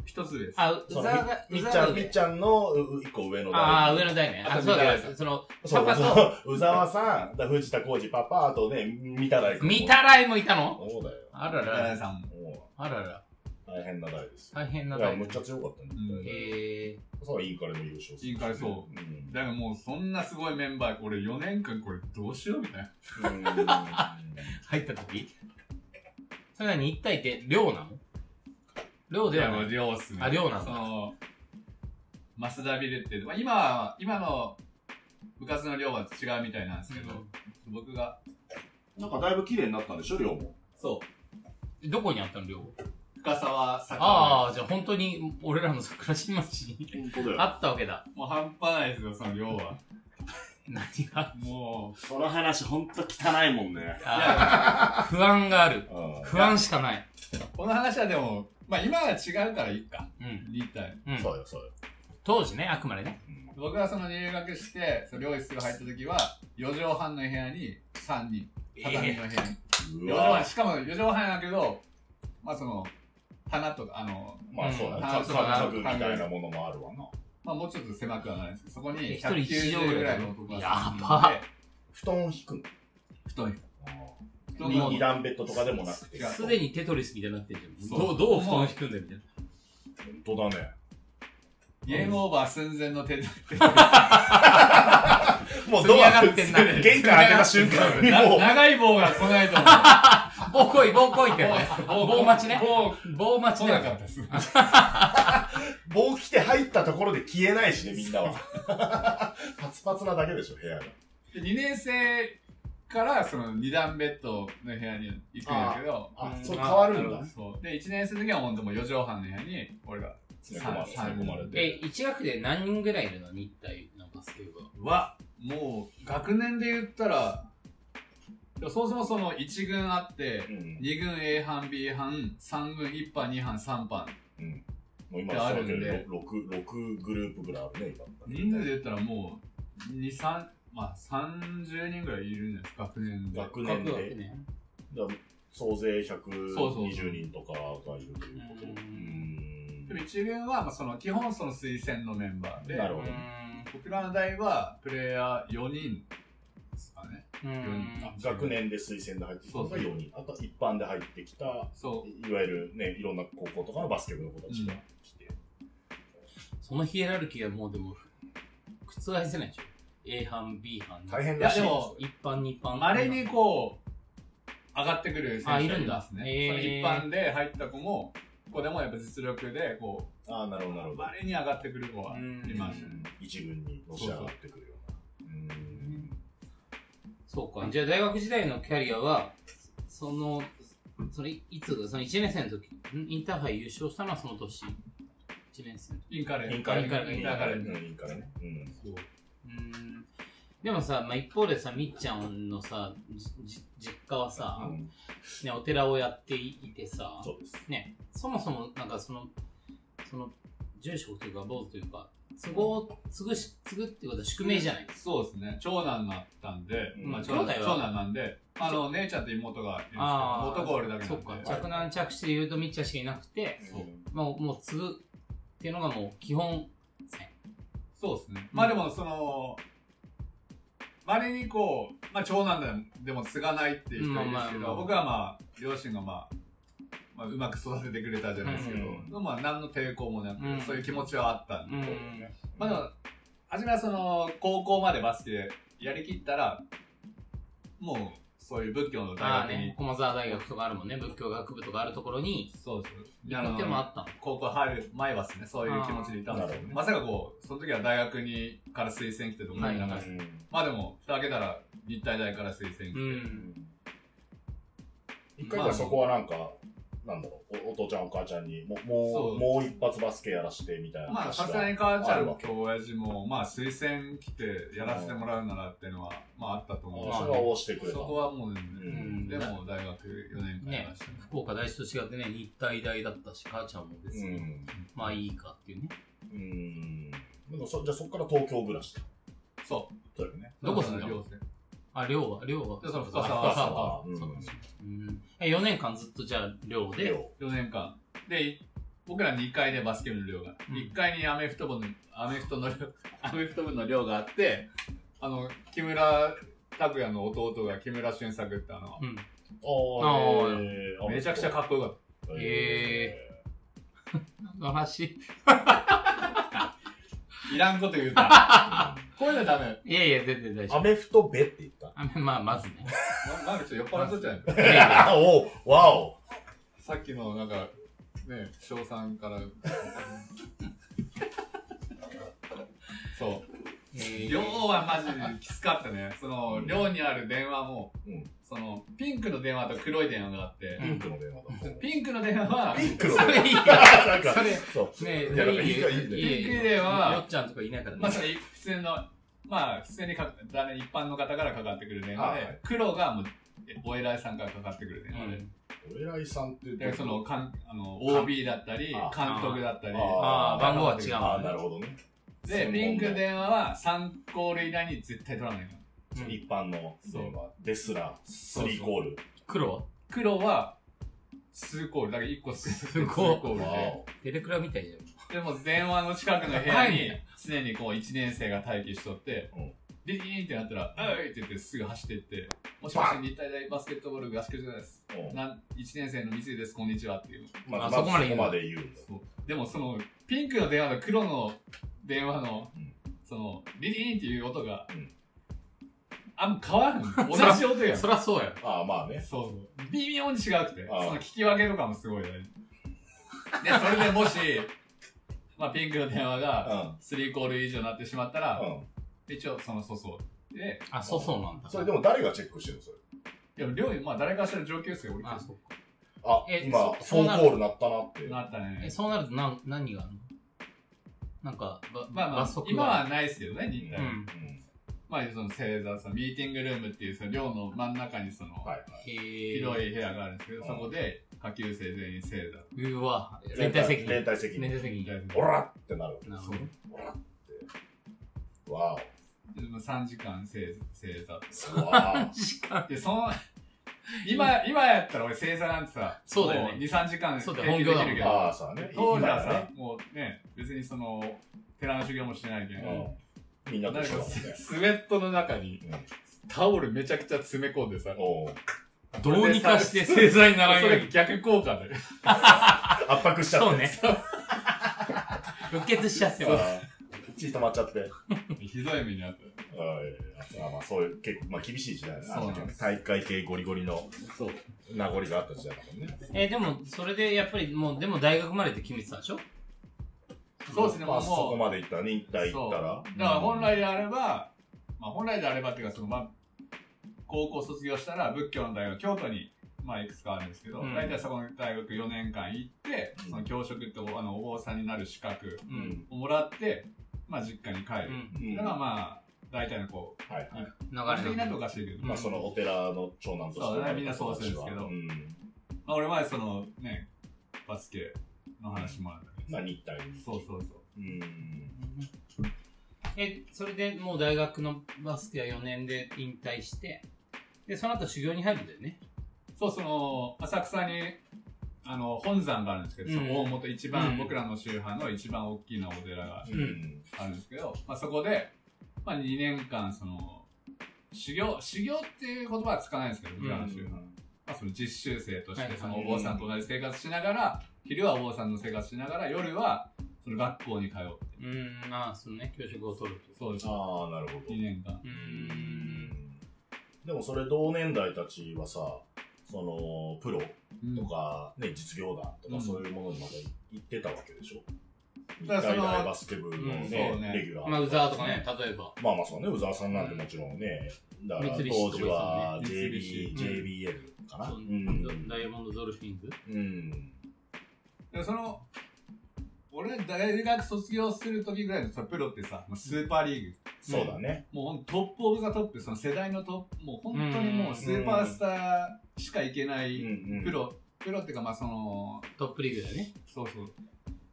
[SPEAKER 6] 一つです。
[SPEAKER 3] あ、う
[SPEAKER 2] そ
[SPEAKER 3] ざ
[SPEAKER 2] う
[SPEAKER 3] が、
[SPEAKER 2] みみ
[SPEAKER 3] うざ
[SPEAKER 2] っちゃ
[SPEAKER 3] が
[SPEAKER 2] ん、みっちゃんのうう一個上の
[SPEAKER 3] ああ、上
[SPEAKER 2] の。
[SPEAKER 3] の台ね。あ、
[SPEAKER 6] あと
[SPEAKER 3] そうだ
[SPEAKER 6] みた
[SPEAKER 3] よ。
[SPEAKER 6] ら
[SPEAKER 3] その、
[SPEAKER 2] そう、
[SPEAKER 3] パパ
[SPEAKER 2] 宇
[SPEAKER 3] と
[SPEAKER 2] 沢宇沢さん、だ藤田浩二、パパ、あとね、みたらい君も
[SPEAKER 3] 見たらいもいたの
[SPEAKER 2] そうだよ。
[SPEAKER 3] あら
[SPEAKER 6] ダ
[SPEAKER 3] ら、
[SPEAKER 6] イさんも。
[SPEAKER 2] も
[SPEAKER 3] あらら、
[SPEAKER 2] う、大変な代です。
[SPEAKER 3] 大変ない
[SPEAKER 2] や、
[SPEAKER 3] 台。
[SPEAKER 2] むっちゃ強かったね。
[SPEAKER 6] うん
[SPEAKER 3] え
[SPEAKER 2] そう、インカレの優勝する。
[SPEAKER 6] インカレそう
[SPEAKER 2] ん
[SPEAKER 6] だからもう、そんなすごいメンバー、これ4年間これどうしようみたいな。
[SPEAKER 2] うん
[SPEAKER 3] ー、入った時それなに一体って、寮なの寮ではない。
[SPEAKER 6] 寮っすね。
[SPEAKER 3] あ寮なんだ
[SPEAKER 6] その、マスダビルっていう、まあ、今は、今の部活の寮は違うみたいなんですけど、僕が、
[SPEAKER 2] なんかだいぶ綺麗になったんでしょ、量も。
[SPEAKER 6] そ
[SPEAKER 3] うんどこにあったの寮
[SPEAKER 6] う、深沢坂
[SPEAKER 3] ああ、じゃあ本当に俺らの桜新町に
[SPEAKER 2] 本当だ
[SPEAKER 3] あったわけだ。
[SPEAKER 6] もう半端ないですよ、その量は。
[SPEAKER 3] 何が
[SPEAKER 6] もう、
[SPEAKER 2] その話ほんと汚いもんね。
[SPEAKER 3] あー不安がある。不安しかない。
[SPEAKER 6] この話はでも、まあ今は違うからいいか。
[SPEAKER 3] うん。
[SPEAKER 6] 言いたい。
[SPEAKER 3] うん。
[SPEAKER 2] そうよ、そうよ。
[SPEAKER 3] 当時ね、あくまでね。
[SPEAKER 6] 僕はその入学して、その料理室が入った時は、4畳半の部屋に3人。畳の部屋に。
[SPEAKER 2] う
[SPEAKER 6] 四畳半、
[SPEAKER 2] わ
[SPEAKER 6] しかも4畳半やけど、まあその、花とか、あの、
[SPEAKER 2] まあそうだ、
[SPEAKER 6] うん
[SPEAKER 2] 家族家族みたいなものもあるわな。
[SPEAKER 6] まあもうちょっと狭くはないんですけど、そこ
[SPEAKER 3] え
[SPEAKER 6] に
[SPEAKER 3] 一人一畳
[SPEAKER 6] 190ぐらいの男が三人
[SPEAKER 3] やば
[SPEAKER 6] で、
[SPEAKER 2] 布団を引く
[SPEAKER 6] 太い。
[SPEAKER 2] の。二二段ベッドとかでもなくて。
[SPEAKER 6] 違う
[SPEAKER 3] すでにテトリスみたいになってるじゃん。
[SPEAKER 6] そ
[SPEAKER 3] ど
[SPEAKER 6] う
[SPEAKER 3] う、どう布団引くんだよみたいな。
[SPEAKER 2] 本当だね。
[SPEAKER 6] ゲームオーバー寸前の手で、
[SPEAKER 2] もう
[SPEAKER 3] 積み
[SPEAKER 2] ド
[SPEAKER 3] 上
[SPEAKER 2] ア、
[SPEAKER 3] がってんな
[SPEAKER 2] 玄関開けた瞬 間にもう、
[SPEAKER 6] 長い棒が来ないと思う。
[SPEAKER 3] 棒来い、棒来いって。棒待ちね。棒待ち
[SPEAKER 6] 来
[SPEAKER 3] ね
[SPEAKER 6] なかった です。
[SPEAKER 2] 棒来て入ったところで消えないしね、みん なは。パツパツなだけでしょ、部屋が。
[SPEAKER 6] で2年生からその2段ベッドの部屋に行くんだけど、
[SPEAKER 2] あ
[SPEAKER 3] う、ん
[SPEAKER 2] そう変わるん
[SPEAKER 3] あ
[SPEAKER 2] だ。
[SPEAKER 6] そう。で、1年生の時はほんともう4畳半の部屋に、俺が
[SPEAKER 2] 詰め込まれ詰め込まれ
[SPEAKER 3] え
[SPEAKER 2] て。、
[SPEAKER 3] 一学で何人ぐらいいるの日体のバスケ部は。
[SPEAKER 6] は、もう学年で言ったら、でもそもそもその1軍あって、
[SPEAKER 2] うん
[SPEAKER 6] 2軍 A 班 B 班、3軍1班2班3班。
[SPEAKER 2] もう今、
[SPEAKER 6] あ
[SPEAKER 2] そ
[SPEAKER 6] る
[SPEAKER 2] れ
[SPEAKER 6] ん
[SPEAKER 2] で
[SPEAKER 6] で
[SPEAKER 2] 六六グループぐらいあるね、
[SPEAKER 6] 人
[SPEAKER 2] 今
[SPEAKER 6] 数で。言ったらもう、2、3、まあ30人ぐらいいるんじゃないですか、学年で。
[SPEAKER 2] 学年
[SPEAKER 3] 各学
[SPEAKER 2] で、
[SPEAKER 3] 年。
[SPEAKER 2] だから総勢
[SPEAKER 6] そうそう
[SPEAKER 2] 120人とかがいるということ。
[SPEAKER 3] う
[SPEAKER 2] うん
[SPEAKER 6] でも
[SPEAKER 2] ん
[SPEAKER 6] 1軍はまあその基本その推薦のメンバーで、
[SPEAKER 2] なる
[SPEAKER 3] う
[SPEAKER 2] ほど。
[SPEAKER 6] 僕らの代はプレイヤー4人ですかね。
[SPEAKER 3] ーん。
[SPEAKER 2] あ学年で推薦で入ってきたのが4人。あとは一般で入ってきた、
[SPEAKER 6] そ
[SPEAKER 2] いわゆるね、いろんな高校とかのバスケ部の子たちが来て。
[SPEAKER 3] そのヒエラルキーはもうでも、覆せないでしょ。A 班、B 班。
[SPEAKER 2] 大変
[SPEAKER 6] う。い
[SPEAKER 2] ら
[SPEAKER 6] や
[SPEAKER 2] しい
[SPEAKER 6] で
[SPEAKER 2] です
[SPEAKER 6] も、
[SPEAKER 3] 一般、二班。
[SPEAKER 6] まれにこう、上がってくる
[SPEAKER 3] あ
[SPEAKER 6] 選
[SPEAKER 3] い
[SPEAKER 6] 手が
[SPEAKER 3] るん
[SPEAKER 6] い
[SPEAKER 3] だ
[SPEAKER 6] ますね。
[SPEAKER 3] へー
[SPEAKER 6] その一般で入った子も、ここでもやっぱ実力で、こ
[SPEAKER 2] ああ、なるほど、なる
[SPEAKER 6] う、
[SPEAKER 2] ほど。
[SPEAKER 6] まれに上がってくる子は
[SPEAKER 3] うん
[SPEAKER 6] いましたね。
[SPEAKER 2] 一軍にのし上がってくるような。うん
[SPEAKER 3] そうか。じゃあ大学時代のキャリアは、その、それいつその1年生の時、んインターハイ優勝したのはその年。1年生の時。
[SPEAKER 6] インカレ
[SPEAKER 2] インカレ
[SPEAKER 6] インカレ
[SPEAKER 2] イ
[SPEAKER 6] イ
[SPEAKER 2] ン
[SPEAKER 6] ン
[SPEAKER 2] カ
[SPEAKER 6] カ
[SPEAKER 2] レ
[SPEAKER 6] レ
[SPEAKER 2] うんインカレね。うん。
[SPEAKER 3] そう。ん。でもさ、まあ、一方でさ、みっちゃんのさ、じじ実家はさ、
[SPEAKER 2] うん
[SPEAKER 3] ね、お寺をやっていてさ、
[SPEAKER 2] そうです。
[SPEAKER 3] ね、そもそもなんかその、その、住職というか、坊主というか、都合を継ぐし、継ぐっていうことは宿命じゃない。
[SPEAKER 6] そうですね。長男だったんで、
[SPEAKER 2] うん
[SPEAKER 6] まあ
[SPEAKER 3] 兄
[SPEAKER 6] 長
[SPEAKER 3] 弟は
[SPEAKER 6] 男長男なんで、あの、姉ちゃんと妹がいるんですけど、
[SPEAKER 3] あー
[SPEAKER 6] 元が俺だけな
[SPEAKER 3] そ
[SPEAKER 6] ん
[SPEAKER 3] っ
[SPEAKER 6] で。
[SPEAKER 3] か。着難着手で言うとみっちゃんしかいなくて、
[SPEAKER 6] そう
[SPEAKER 3] もう、もう継ぐっていうのがもう基本ですね。
[SPEAKER 6] そうですね。まあでも、その、まれにこう、まあ長男でも継がないっていう人がいるんです
[SPEAKER 3] まあま
[SPEAKER 6] け
[SPEAKER 3] あまあ
[SPEAKER 6] ど、僕はまあ、両親がまあ、まあ、うまく育ててくれたじゃないですけど、まあ何の抵抗もなく
[SPEAKER 3] うん、
[SPEAKER 6] そういう気持ちはあったんで。
[SPEAKER 3] うん。
[SPEAKER 6] まあでも、初めはその、高校までバスケやりきったら、もう、そういう仏教の大
[SPEAKER 3] ああ
[SPEAKER 6] 学
[SPEAKER 3] ね
[SPEAKER 6] に、、
[SPEAKER 3] 駒沢大学とかあるもんね、仏教学部とかあるところに
[SPEAKER 6] そうです。あ
[SPEAKER 3] 行く
[SPEAKER 6] の
[SPEAKER 3] 手もあったの。
[SPEAKER 6] 高校入る前はですね、そういう気持ちでいたんです
[SPEAKER 2] あ
[SPEAKER 6] け
[SPEAKER 2] ー
[SPEAKER 6] ど、まさかこう、その時は大学に、から推薦来てと思いながら、まあでも、蓋開けたら、日体大から推薦来て、
[SPEAKER 3] うん。
[SPEAKER 2] 一回じゃあそこはなんか、なんだろう、おお父ちゃんお母ちゃんに、もも、
[SPEAKER 6] そうう
[SPEAKER 2] もう一発バスケやらしてみたいな。
[SPEAKER 6] まあさすがに母ちゃんも今日親父も、まあ推薦来てやらせてもらうならっていうのは、まああったと思う
[SPEAKER 2] あそれは応してくれ
[SPEAKER 6] そ
[SPEAKER 2] た。
[SPEAKER 6] こはもうね、
[SPEAKER 2] ん
[SPEAKER 6] でも大学4年間やりましたね。
[SPEAKER 3] 福岡大師と違ってね、日体大だったし、母ちゃんも
[SPEAKER 2] う
[SPEAKER 3] 別に、
[SPEAKER 2] ん。
[SPEAKER 3] まあいいかっていうね。
[SPEAKER 2] うん。でもそ、じゃあそこから東京暮らしだ。
[SPEAKER 6] そ
[SPEAKER 2] そうよね。
[SPEAKER 6] う。
[SPEAKER 3] どこ住んだ
[SPEAKER 6] 寮
[SPEAKER 3] の
[SPEAKER 6] 生
[SPEAKER 3] あ、寮は、寮は。
[SPEAKER 6] でその
[SPEAKER 3] 深
[SPEAKER 6] 深
[SPEAKER 3] 沢
[SPEAKER 6] 沢
[SPEAKER 3] は
[SPEAKER 2] うん
[SPEAKER 3] そうなんですようん。え、4年間ずっとじゃあ寮で。
[SPEAKER 2] 寮
[SPEAKER 6] 4年間。で、僕ら2階でバスケ部の寮が。
[SPEAKER 3] うん
[SPEAKER 6] 1階にアメフト部の、アメフト の寮、アメフト部の寮があって、あの、木村拓哉の弟が木村俊作ってあの、
[SPEAKER 3] うん。
[SPEAKER 2] あ
[SPEAKER 3] あ
[SPEAKER 2] あ
[SPEAKER 3] ー、
[SPEAKER 2] えー
[SPEAKER 6] めちゃくちゃかっこよかった。
[SPEAKER 2] え
[SPEAKER 3] 話。
[SPEAKER 6] いらんこと言うから。 こういうのダメ。
[SPEAKER 3] いやいや、全然大
[SPEAKER 2] ーア
[SPEAKER 3] 丈夫。
[SPEAKER 2] メフトベって言った。
[SPEAKER 3] あまあ、まずね。
[SPEAKER 6] ななんかちょっと酔っ払っとっちゃう
[SPEAKER 3] いやいや
[SPEAKER 2] あ おわお
[SPEAKER 6] さっきのなんか、ね、翔さん から。そう。
[SPEAKER 3] えー
[SPEAKER 6] 寮はマジできつかったね。その、寮にある電話も、
[SPEAKER 2] うん
[SPEAKER 6] その、ピンクの電話と黒い電話があって
[SPEAKER 2] ピ、ンクの電話だ。
[SPEAKER 6] ピンクの電話は、
[SPEAKER 2] ピンクの
[SPEAKER 3] そ
[SPEAKER 2] 電
[SPEAKER 3] れいいよ。
[SPEAKER 2] 話。 なんか
[SPEAKER 3] それ
[SPEAKER 2] そう。
[SPEAKER 3] ねえ、
[SPEAKER 2] いやなんかいい
[SPEAKER 3] いいよ
[SPEAKER 2] いいね
[SPEAKER 3] いいよ
[SPEAKER 6] いいねは
[SPEAKER 3] よっちゃんとかいないからね。
[SPEAKER 6] まさに普通のまあ、普通にか、だ一般の方からかかってくる電話で、
[SPEAKER 2] はい
[SPEAKER 6] 黒がもう、お偉いさんからかかってくる電話で、
[SPEAKER 2] お偉いさんって
[SPEAKER 6] でその、かんあの、OB だったり、監
[SPEAKER 2] あ
[SPEAKER 6] 督だったり、
[SPEAKER 2] あ
[SPEAKER 3] あー番号は違う
[SPEAKER 2] ああ、なるほどね。
[SPEAKER 6] で、ピンク電話は3コール以内に絶対取らないから。
[SPEAKER 3] うん
[SPEAKER 2] 一般の、そうですら、3コール。
[SPEAKER 3] 黒は
[SPEAKER 6] 黒は、数コール、だから1個数
[SPEAKER 3] コール
[SPEAKER 6] コールで。
[SPEAKER 3] テレクラみたいじゃん。
[SPEAKER 6] でも電話の近くの部屋に、常にこう1年生が待機しとって
[SPEAKER 2] うん、
[SPEAKER 6] ビリーンってなったら、おいって言ってすぐ走ってって、もしもし日体大バスケットボール合宿場です。
[SPEAKER 2] うん
[SPEAKER 6] なん1年生の三井です、こんにちはっていう。
[SPEAKER 2] ま
[SPEAKER 3] あそこまで言う
[SPEAKER 2] そこまで言うんだ。
[SPEAKER 6] でもその、ピンクの電話と黒の電話の
[SPEAKER 2] うん、
[SPEAKER 6] その、リリーンっていう音が
[SPEAKER 2] うん、
[SPEAKER 6] あんま 変わらん。同じ音やん。
[SPEAKER 3] そりゃそうや。
[SPEAKER 2] ああ、まあね。
[SPEAKER 6] そうそう。微妙に違くて、そ
[SPEAKER 2] ああ
[SPEAKER 6] の聞き分けとかもすごい大事。で、それでもし、まあ、ピンクの電話
[SPEAKER 2] う
[SPEAKER 6] が、
[SPEAKER 2] ん。
[SPEAKER 6] 3コール以上になってしまったら、
[SPEAKER 2] うん。
[SPEAKER 6] 一応、その、そうそう。で、
[SPEAKER 3] あ、そうそうなんだ。
[SPEAKER 2] それでも誰がチェックしてるのそれ。
[SPEAKER 6] でも、料理、まあ、誰かしら上級生がおる
[SPEAKER 3] あ、
[SPEAKER 6] か
[SPEAKER 3] そうか。
[SPEAKER 2] あ
[SPEAKER 3] え、
[SPEAKER 2] 今、
[SPEAKER 3] そそう
[SPEAKER 2] 4
[SPEAKER 3] なる
[SPEAKER 2] コールなったなって。
[SPEAKER 6] なったね
[SPEAKER 3] え、。そうなると何、何があるのなんか、ば、
[SPEAKER 6] まあま
[SPEAKER 3] 罰
[SPEAKER 6] あ、
[SPEAKER 3] 則
[SPEAKER 6] 今
[SPEAKER 3] があ
[SPEAKER 6] は
[SPEAKER 3] る
[SPEAKER 6] ないですけどね、日体。
[SPEAKER 3] うん
[SPEAKER 6] まあ、その、正座さ、ミーティングルームっていう、その、寮の真ん中に、その、
[SPEAKER 2] はい
[SPEAKER 3] へー
[SPEAKER 6] 広い部屋があるんですけど、
[SPEAKER 2] うん
[SPEAKER 6] そこで、下級生全員正座。
[SPEAKER 3] うわ、連帯責
[SPEAKER 2] 連
[SPEAKER 3] 任。
[SPEAKER 2] 帯責
[SPEAKER 3] 連
[SPEAKER 2] 任。
[SPEAKER 3] 帯責任。
[SPEAKER 2] おらってなる。
[SPEAKER 3] なるほど。
[SPEAKER 2] わ
[SPEAKER 6] でも3時間正正座。
[SPEAKER 2] お。わ
[SPEAKER 3] しか
[SPEAKER 6] で、その、 今、今やったら俺正座なんてさ、
[SPEAKER 3] そうだよね
[SPEAKER 6] も2、3時間
[SPEAKER 3] そうだよ
[SPEAKER 6] 平気できるけ
[SPEAKER 2] お。
[SPEAKER 6] ど、
[SPEAKER 2] ああ、さあね。
[SPEAKER 6] 当時は
[SPEAKER 2] 今や
[SPEAKER 6] さ、もうね、別にその、寺の修行もしてないけど、
[SPEAKER 2] ね。うん。みんなと
[SPEAKER 6] なん
[SPEAKER 2] 一緒だ
[SPEAKER 6] か
[SPEAKER 2] もんね
[SPEAKER 6] ススウェットの中に
[SPEAKER 2] うん
[SPEAKER 6] タオルめちゃくちゃ詰め込んでさ、
[SPEAKER 2] おう
[SPEAKER 3] どうにかして正座にならん
[SPEAKER 6] そ
[SPEAKER 3] よう
[SPEAKER 6] れ
[SPEAKER 3] に。
[SPEAKER 6] 逆効果で。
[SPEAKER 2] 圧迫しちゃって。
[SPEAKER 3] そうね。 う血しちゃってます。
[SPEAKER 2] あー。血止まっちゃって。
[SPEAKER 6] ひどい目にあった。
[SPEAKER 2] はいあまあ、そういう、結構、まあ、厳しい時代だね。
[SPEAKER 6] そうなんで
[SPEAKER 2] 大会系ゴリゴリの名残があった時代だもんね。
[SPEAKER 3] えー、でも、それでやっぱりもう、でも大学までって決めてたんでしょ
[SPEAKER 6] そうですね、
[SPEAKER 2] ま
[SPEAKER 6] も
[SPEAKER 2] あ、
[SPEAKER 6] う、
[SPEAKER 2] そこまで行ったら、忍耐行
[SPEAKER 6] そう
[SPEAKER 2] ったら。
[SPEAKER 6] だから本来であれば、まあ本来であればっていうか、その、まあ、高校卒業したら仏教の大学、京都に、まあいくつかあるんですけど、
[SPEAKER 3] うん
[SPEAKER 6] 大体そこの大学4年間行って、
[SPEAKER 2] うん
[SPEAKER 6] その教職っておあのお坊さんになる資格
[SPEAKER 3] う。
[SPEAKER 2] うんん。
[SPEAKER 6] をもらって、まあ実家に帰
[SPEAKER 3] う
[SPEAKER 6] る。
[SPEAKER 3] ん。
[SPEAKER 2] うん。
[SPEAKER 6] だから
[SPEAKER 2] は
[SPEAKER 6] まあ、大体のこう、
[SPEAKER 2] いはい。
[SPEAKER 6] 話
[SPEAKER 3] 流
[SPEAKER 6] 的
[SPEAKER 3] れ
[SPEAKER 6] な
[SPEAKER 3] の
[SPEAKER 6] とおかしいけど、
[SPEAKER 2] まあ、そのお寺の長男として。
[SPEAKER 6] そうみんなそうするんですけど
[SPEAKER 2] うん。
[SPEAKER 6] まあ俺前そのね、バスケの話もあるんだけ
[SPEAKER 2] まあ、日体に。
[SPEAKER 6] ど、そうそうそ
[SPEAKER 2] う
[SPEAKER 6] う。
[SPEAKER 2] ん。
[SPEAKER 3] え、それでもう大学のバスケは4年で引退して、で、その後修行に入るんだよね。
[SPEAKER 6] そう、その、浅草に、あの、本山があるんですけど、
[SPEAKER 3] うん
[SPEAKER 6] その大元一
[SPEAKER 3] う
[SPEAKER 6] 番、
[SPEAKER 3] ん
[SPEAKER 6] 僕らの宗派の一番大きなお寺が
[SPEAKER 2] うん。
[SPEAKER 6] あるんですけど、まあそこで、まあ2年間、その、修行、修行っていう言葉はつかないんですけど、僕らの宗派の。まあその実習生と
[SPEAKER 3] はい
[SPEAKER 6] し
[SPEAKER 3] は
[SPEAKER 6] て、
[SPEAKER 3] い
[SPEAKER 6] そのお坊さんと同じ生活しながら、昼はお坊さんの生活しながら、夜は、その学校に通う。
[SPEAKER 3] うーん、ああ、そのね、教職を取ると。
[SPEAKER 6] そうです。
[SPEAKER 2] ああ、なるほど。
[SPEAKER 6] 2年間。
[SPEAKER 3] うー。
[SPEAKER 2] うんんでもそれ同年代たちはさ、その、プロとか、ね、実業団と
[SPEAKER 6] う
[SPEAKER 2] か
[SPEAKER 6] ん
[SPEAKER 2] そういうものにまた行ってたわけでしょ。日
[SPEAKER 6] だから
[SPEAKER 2] 体
[SPEAKER 6] その
[SPEAKER 2] 大バスケ部の
[SPEAKER 3] うん
[SPEAKER 2] ね、
[SPEAKER 6] そうね
[SPEAKER 2] レギュラー。
[SPEAKER 3] まあ、宇沢とかね、。例えば。
[SPEAKER 2] まあまあそうね、宇沢さんなんてもちろんね、だから
[SPEAKER 3] 三
[SPEAKER 2] 当
[SPEAKER 3] 菱とか
[SPEAKER 2] 時は
[SPEAKER 6] ですよね
[SPEAKER 2] JB、
[SPEAKER 3] 三
[SPEAKER 2] JBL かな。。
[SPEAKER 3] そううんダイヤモンドドルフィンズ
[SPEAKER 2] うん。
[SPEAKER 6] でその、俺、大学卒業する時ぐらいのさ、プロってさ、もうスーパーリーグ。
[SPEAKER 2] そうだね。
[SPEAKER 6] もうほんとトップオブザトップ、その世代のトップ、もう本当にもうスーパースターしか行けな
[SPEAKER 2] うん
[SPEAKER 6] い、
[SPEAKER 2] うん
[SPEAKER 6] プ。ロ、プロっていうかまあその、
[SPEAKER 3] トップリーグだよね。
[SPEAKER 6] そうそう。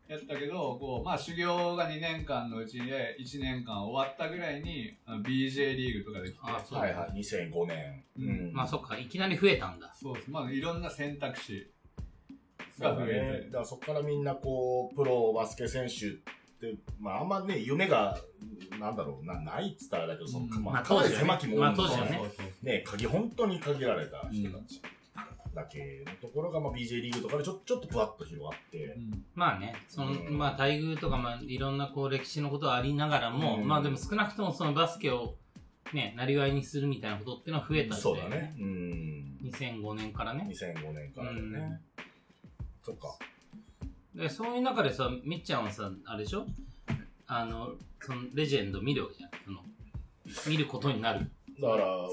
[SPEAKER 6] やったけど、こう、まあ修行が2年間のうちで、1年間終わったぐらいに、あの BJ リーグとかで来て、
[SPEAKER 3] ああ、そうだ
[SPEAKER 2] はい
[SPEAKER 3] よ、
[SPEAKER 2] はい、2005年。
[SPEAKER 6] うん
[SPEAKER 3] まあ、そっか、いきなり増えたんだ。
[SPEAKER 6] そうです。まあいろんな選択肢
[SPEAKER 2] そ
[SPEAKER 6] が
[SPEAKER 2] うだ
[SPEAKER 6] 増
[SPEAKER 2] ね
[SPEAKER 6] え。て
[SPEAKER 2] だ。からそこからみんなこう、プロバスケ選手って、まああんまね、夢が、なんだろうな、ないっつったらあれだけど、その、
[SPEAKER 6] うん
[SPEAKER 2] ま
[SPEAKER 3] ま
[SPEAKER 2] あ
[SPEAKER 3] あ
[SPEAKER 2] かなり
[SPEAKER 3] 当時は
[SPEAKER 2] 狭
[SPEAKER 3] ね
[SPEAKER 2] き門
[SPEAKER 3] まあ当時は
[SPEAKER 6] そう
[SPEAKER 3] ね
[SPEAKER 6] そうそう
[SPEAKER 2] ね、鍵、本当に限られた人たちだけのところが、まあ BJ リーグとかでちょちょっとふわっと広がって
[SPEAKER 6] う、ん
[SPEAKER 3] まあね、その、
[SPEAKER 2] うん
[SPEAKER 3] まあ待遇とか、まあいろんなこう歴史のことはありながらも、
[SPEAKER 2] うん
[SPEAKER 3] まあでも少なくともそのバスケをね、なりわいにするみたいなことっていうのは増えたんで
[SPEAKER 2] そうだね。うん。
[SPEAKER 3] 2005年からね。
[SPEAKER 2] 2005年からだね。そっか。
[SPEAKER 3] で、そういう中でさ、みっちゃんはさ、あれでしょあの、そのレジェンド見るわけじゃん。その、見ることになる。
[SPEAKER 2] だか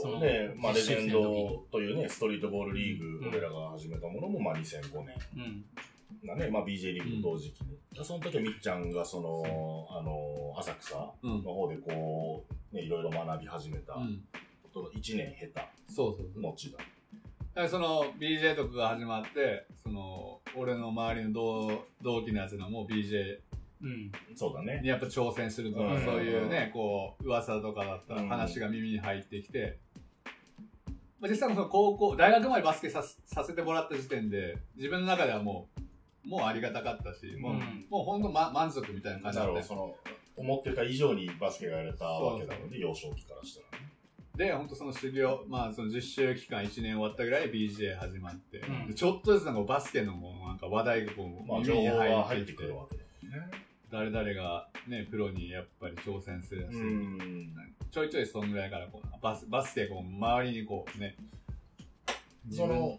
[SPEAKER 3] そ
[SPEAKER 2] ら、
[SPEAKER 3] の
[SPEAKER 2] ね、まあ、レジェン
[SPEAKER 3] 実習生の
[SPEAKER 2] ドというね、ストリートボールリーグ、
[SPEAKER 3] うん
[SPEAKER 2] 俺らが始めたものも、まあ、2005年
[SPEAKER 3] うん。
[SPEAKER 2] がね、まあ BJ リーグと同時期に。その時はみっちゃんが、その、あの、浅草の方でこう、ね、いろいろ学び始めた、
[SPEAKER 6] うん。
[SPEAKER 2] その1年経た
[SPEAKER 6] そうそうそう。
[SPEAKER 2] 後だ。
[SPEAKER 6] だからその BJ とかが始まって、その、俺の周りの同同期のやつらも BJ
[SPEAKER 3] うん。
[SPEAKER 2] そうだね。
[SPEAKER 6] にやっぱ挑戦するとか、
[SPEAKER 2] うん
[SPEAKER 6] そういうね、こう、噂とかだった
[SPEAKER 2] う
[SPEAKER 6] ら
[SPEAKER 2] ん
[SPEAKER 6] 話が耳に入ってきて、まあ実際その高校、大学までバスケささせてもらった時点で、自分の中ではもう、もうありがたかったし、もう、
[SPEAKER 3] うん
[SPEAKER 6] もうほんと、ま、満足みたいな感じだ
[SPEAKER 2] なるほ
[SPEAKER 6] った
[SPEAKER 2] ど、その、思ってた以上にバスケがやれたわけなので、幼少期からしたらね。
[SPEAKER 6] で、ほんとその修行、まあその実習期間1年終わったぐらい BJ 始まって、
[SPEAKER 3] うん
[SPEAKER 6] でちょっとずつなんかバスケのもうなんか話題がこう、
[SPEAKER 2] まあ、情
[SPEAKER 6] 耳に
[SPEAKER 2] 報が
[SPEAKER 6] 入
[SPEAKER 2] 入っ
[SPEAKER 6] って
[SPEAKER 2] て
[SPEAKER 6] き
[SPEAKER 2] く
[SPEAKER 6] て
[SPEAKER 2] る、わけだ。
[SPEAKER 6] 誰々がね、プロにやっぱり挑戦するやつ、
[SPEAKER 2] ん。
[SPEAKER 6] ちょいちょいそんぐらいからこうなんかバス、バスケこう周りにこうね、
[SPEAKER 2] その、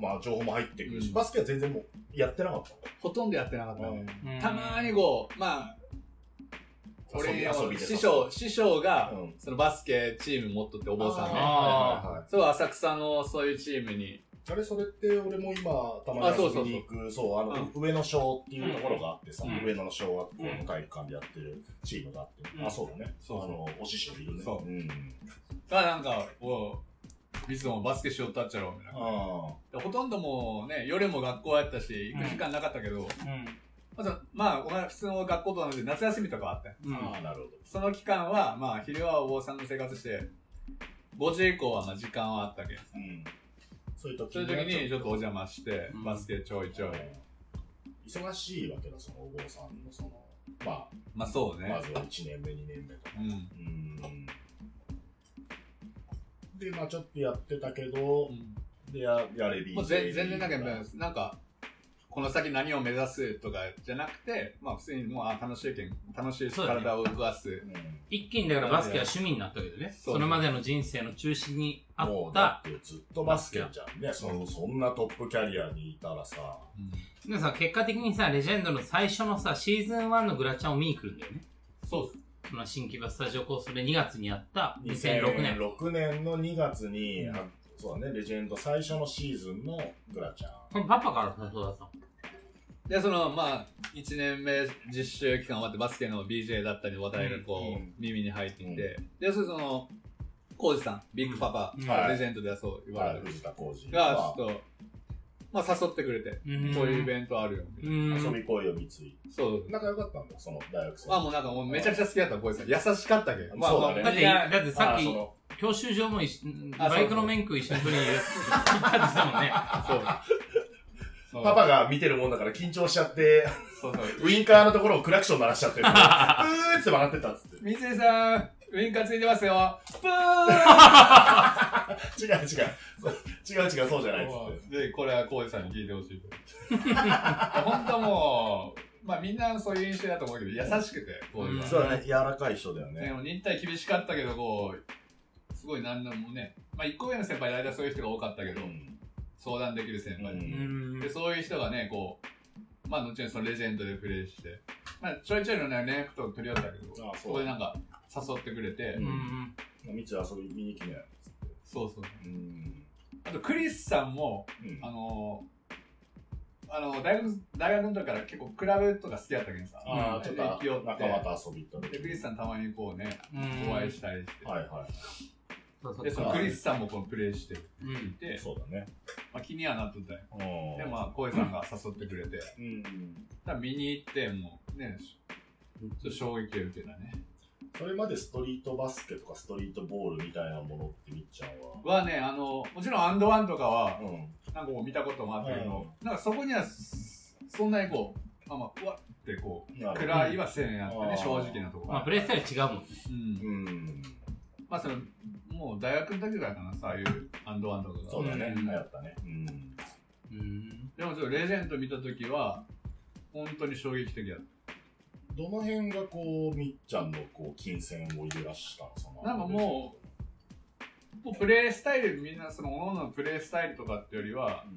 [SPEAKER 2] まあ、情報も入ってくるし、
[SPEAKER 6] うん
[SPEAKER 2] バスケは全然もう、やってなかった。
[SPEAKER 6] ほとんどやってなかった、ね
[SPEAKER 3] うん
[SPEAKER 6] たまにこう、まあ、俺
[SPEAKER 2] 遊び遊びで
[SPEAKER 6] 師匠、師匠が、
[SPEAKER 2] うん
[SPEAKER 6] そのバスケチーム持っとってお坊さん
[SPEAKER 2] は
[SPEAKER 3] あ
[SPEAKER 6] ね。
[SPEAKER 2] いはいはい
[SPEAKER 6] そう、浅草のそういうチームに、
[SPEAKER 2] あれ、それって、俺も今、たま
[SPEAKER 6] あ
[SPEAKER 2] に
[SPEAKER 6] そう
[SPEAKER 2] 遊
[SPEAKER 6] そうそう
[SPEAKER 2] びに行く、そう、あの、上野小っていうところがあってさ、
[SPEAKER 3] うん
[SPEAKER 2] 上野の小学校の体育館でやってるチームがあって、
[SPEAKER 3] うん
[SPEAKER 2] あ、そうだね。
[SPEAKER 6] そう
[SPEAKER 2] あの、お師匠いるね。。
[SPEAKER 6] そうんがなんか、おういつもバスケしようったっちゃろ、みたいな。
[SPEAKER 2] あ
[SPEAKER 6] でほとんどもうね、夜も学校やったし、行く時間なかったけど、
[SPEAKER 3] う
[SPEAKER 6] まず、まあ、お前普通の学校と同じで夏休みとかあって。
[SPEAKER 3] ん。う
[SPEAKER 2] あ、
[SPEAKER 3] ん。
[SPEAKER 2] ああ、なるほど。
[SPEAKER 6] その期間は、まあ、昼はお坊さんの生活して、5時以降はまあ時間はあったけど、
[SPEAKER 2] うん。そういう時
[SPEAKER 6] そういう時にちょっとお
[SPEAKER 2] じ
[SPEAKER 6] 邪魔して
[SPEAKER 3] う、ん
[SPEAKER 6] バスケちょいちょい。
[SPEAKER 2] 忙しいわけだ、そのお坊さんの、その、ま
[SPEAKER 6] まあそう
[SPEAKER 2] あ、
[SPEAKER 6] ね
[SPEAKER 2] ま。ずは1年目、2年目とか。
[SPEAKER 6] うん。
[SPEAKER 2] うん。で、まあ、ちょっとやってたけど
[SPEAKER 6] う、ん
[SPEAKER 2] で、ややれび。
[SPEAKER 6] もう全全然なんか
[SPEAKER 2] やっ
[SPEAKER 6] なんか、この先何を目指すとかじゃなくて、まあ普通にもう、あ、楽しいけん、楽しい
[SPEAKER 3] そうだね
[SPEAKER 6] 体を動かす。
[SPEAKER 2] うん。
[SPEAKER 3] 一気にだからバスケは趣味になったわけどね。
[SPEAKER 6] そう
[SPEAKER 3] それまでの人生の中心にあ
[SPEAKER 2] も
[SPEAKER 3] っ
[SPEAKER 2] う
[SPEAKER 3] た
[SPEAKER 2] だ。ってずっとバスケじゃんね。そのそんなトップキャリアにいたらさ、
[SPEAKER 3] でさ、結果的にさ、レジェンドの最初のさ、シーズン1のグラチャンを見に来るんだよね。
[SPEAKER 6] そうっ
[SPEAKER 3] その新木場スタジオコースで2月にやった2006年。
[SPEAKER 2] 2006年の2月に、あそうだね、レジェンド最初のシーズンのグラちゃん。
[SPEAKER 3] このパパから誘われたの。
[SPEAKER 6] す。で、その、まあ、1年目実習期間終わってバスケの BJ だったり話題がこう、
[SPEAKER 2] うん
[SPEAKER 6] 耳に入ってきて、で、それその、コウジさん、ビッグパパ、
[SPEAKER 3] うん
[SPEAKER 2] はい
[SPEAKER 6] レジェンドではそう言われてる
[SPEAKER 2] 藤田浩二
[SPEAKER 6] が、
[SPEAKER 2] が、
[SPEAKER 6] ちょっと、まあ誘ってくれて、
[SPEAKER 3] うん
[SPEAKER 6] こういうイベントあるよ、みたいな。
[SPEAKER 3] うん。
[SPEAKER 2] 遊び声を三井。
[SPEAKER 6] そう。
[SPEAKER 2] 仲良かったんだよ、その大学生。
[SPEAKER 6] まあもうなんかもうめちゃくちゃ好きだった、コウジさん。優しかったけど。まあ
[SPEAKER 2] そうだね
[SPEAKER 3] だって、だってさっ
[SPEAKER 2] あ
[SPEAKER 3] き
[SPEAKER 2] そ、の
[SPEAKER 3] 教習所も一緒
[SPEAKER 6] あ
[SPEAKER 3] バイクの免許一緒に取りに行ったって言ってたもんね。
[SPEAKER 6] そう。
[SPEAKER 2] パパが見てるもんだから緊張しちゃって、
[SPEAKER 6] そうそう。
[SPEAKER 2] ウインカーのところをクラクション鳴らしちゃ ってる、うーって曲がってたっつって。
[SPEAKER 6] 三井さん、ウインカーついてますよ。プ
[SPEAKER 2] 違う違う。そう違う違う、そうじゃないっつって。
[SPEAKER 6] ーンで、これは浩二さんに聞いてほしい。本当もう、まあみんなそういう印象だと思うけど、優しくて、浩二は。
[SPEAKER 2] そうだね、柔らかい人だよ
[SPEAKER 6] ね、
[SPEAKER 2] ね。
[SPEAKER 6] もう忍耐厳しかったけど、こう、すごいなんなんもね、まあ一個上の先輩大体そういう人が多かったけど、相談できる先輩。
[SPEAKER 2] うん
[SPEAKER 3] うん
[SPEAKER 6] で、そういう人がね、こう、まあ後にそのレジェンドでプレイして、まあちょいちょいのね、連絡とか取り合ったけど、
[SPEAKER 2] あ
[SPEAKER 6] そこでなんか誘ってくれて、
[SPEAKER 2] う
[SPEAKER 3] うんん。
[SPEAKER 2] みち遊び見に来ね。
[SPEAKER 6] そうそう。
[SPEAKER 2] うん。
[SPEAKER 6] あとクリスさんも、
[SPEAKER 2] うん
[SPEAKER 6] あのー、あのー、大学、大学の時から結構クラブとか好きだったけどさ、
[SPEAKER 2] ああ、ちょっと
[SPEAKER 6] で行きよって
[SPEAKER 2] 仲間と遊び行った
[SPEAKER 6] で、クリスさんたまにこうね、
[SPEAKER 3] うん
[SPEAKER 6] お会いしたりして、
[SPEAKER 2] はいは
[SPEAKER 3] そうそう
[SPEAKER 6] で、そのクリスさんもこうプレイして
[SPEAKER 3] うん。
[SPEAKER 6] て
[SPEAKER 2] い。、そうだね。
[SPEAKER 6] まあ気にはなっとったよ。
[SPEAKER 2] うん
[SPEAKER 6] で、まあ、コエさんが誘ってくれて、
[SPEAKER 2] うん。
[SPEAKER 6] だから見に行って、もうね、ちょっと衝撃を受けたね。
[SPEAKER 2] それまでストリートバスケとかストリートボールみたいなものってみっちゃんは。
[SPEAKER 6] はね、あの、もちろんアンドワンとかは、
[SPEAKER 2] うん。
[SPEAKER 6] なんかこう見たこともあったけど、なんかそこには、そんなにこう、あまあ、うわってこう、
[SPEAKER 2] なるほど
[SPEAKER 6] 暗いはせんやった
[SPEAKER 2] あー
[SPEAKER 6] ね、正直なところ。
[SPEAKER 3] まあ、プレイスタイル違うもんね。
[SPEAKER 6] うん
[SPEAKER 2] うん。
[SPEAKER 6] まあその、もう大学の時ぐらいかな、さああいうアンドワンとかが。
[SPEAKER 2] そうだね。
[SPEAKER 3] うん
[SPEAKER 2] 流行ったね。うん。
[SPEAKER 3] うん。
[SPEAKER 6] でもちょっとレジェンド見た時は、本当に衝撃的だっ
[SPEAKER 2] どの辺がこう、みっちゃんのこう、金銭を入れ出したのその。
[SPEAKER 6] なんかもた。もうプレイスタイル、みんなその、各々のプレイスタイルとかってよりは、
[SPEAKER 2] う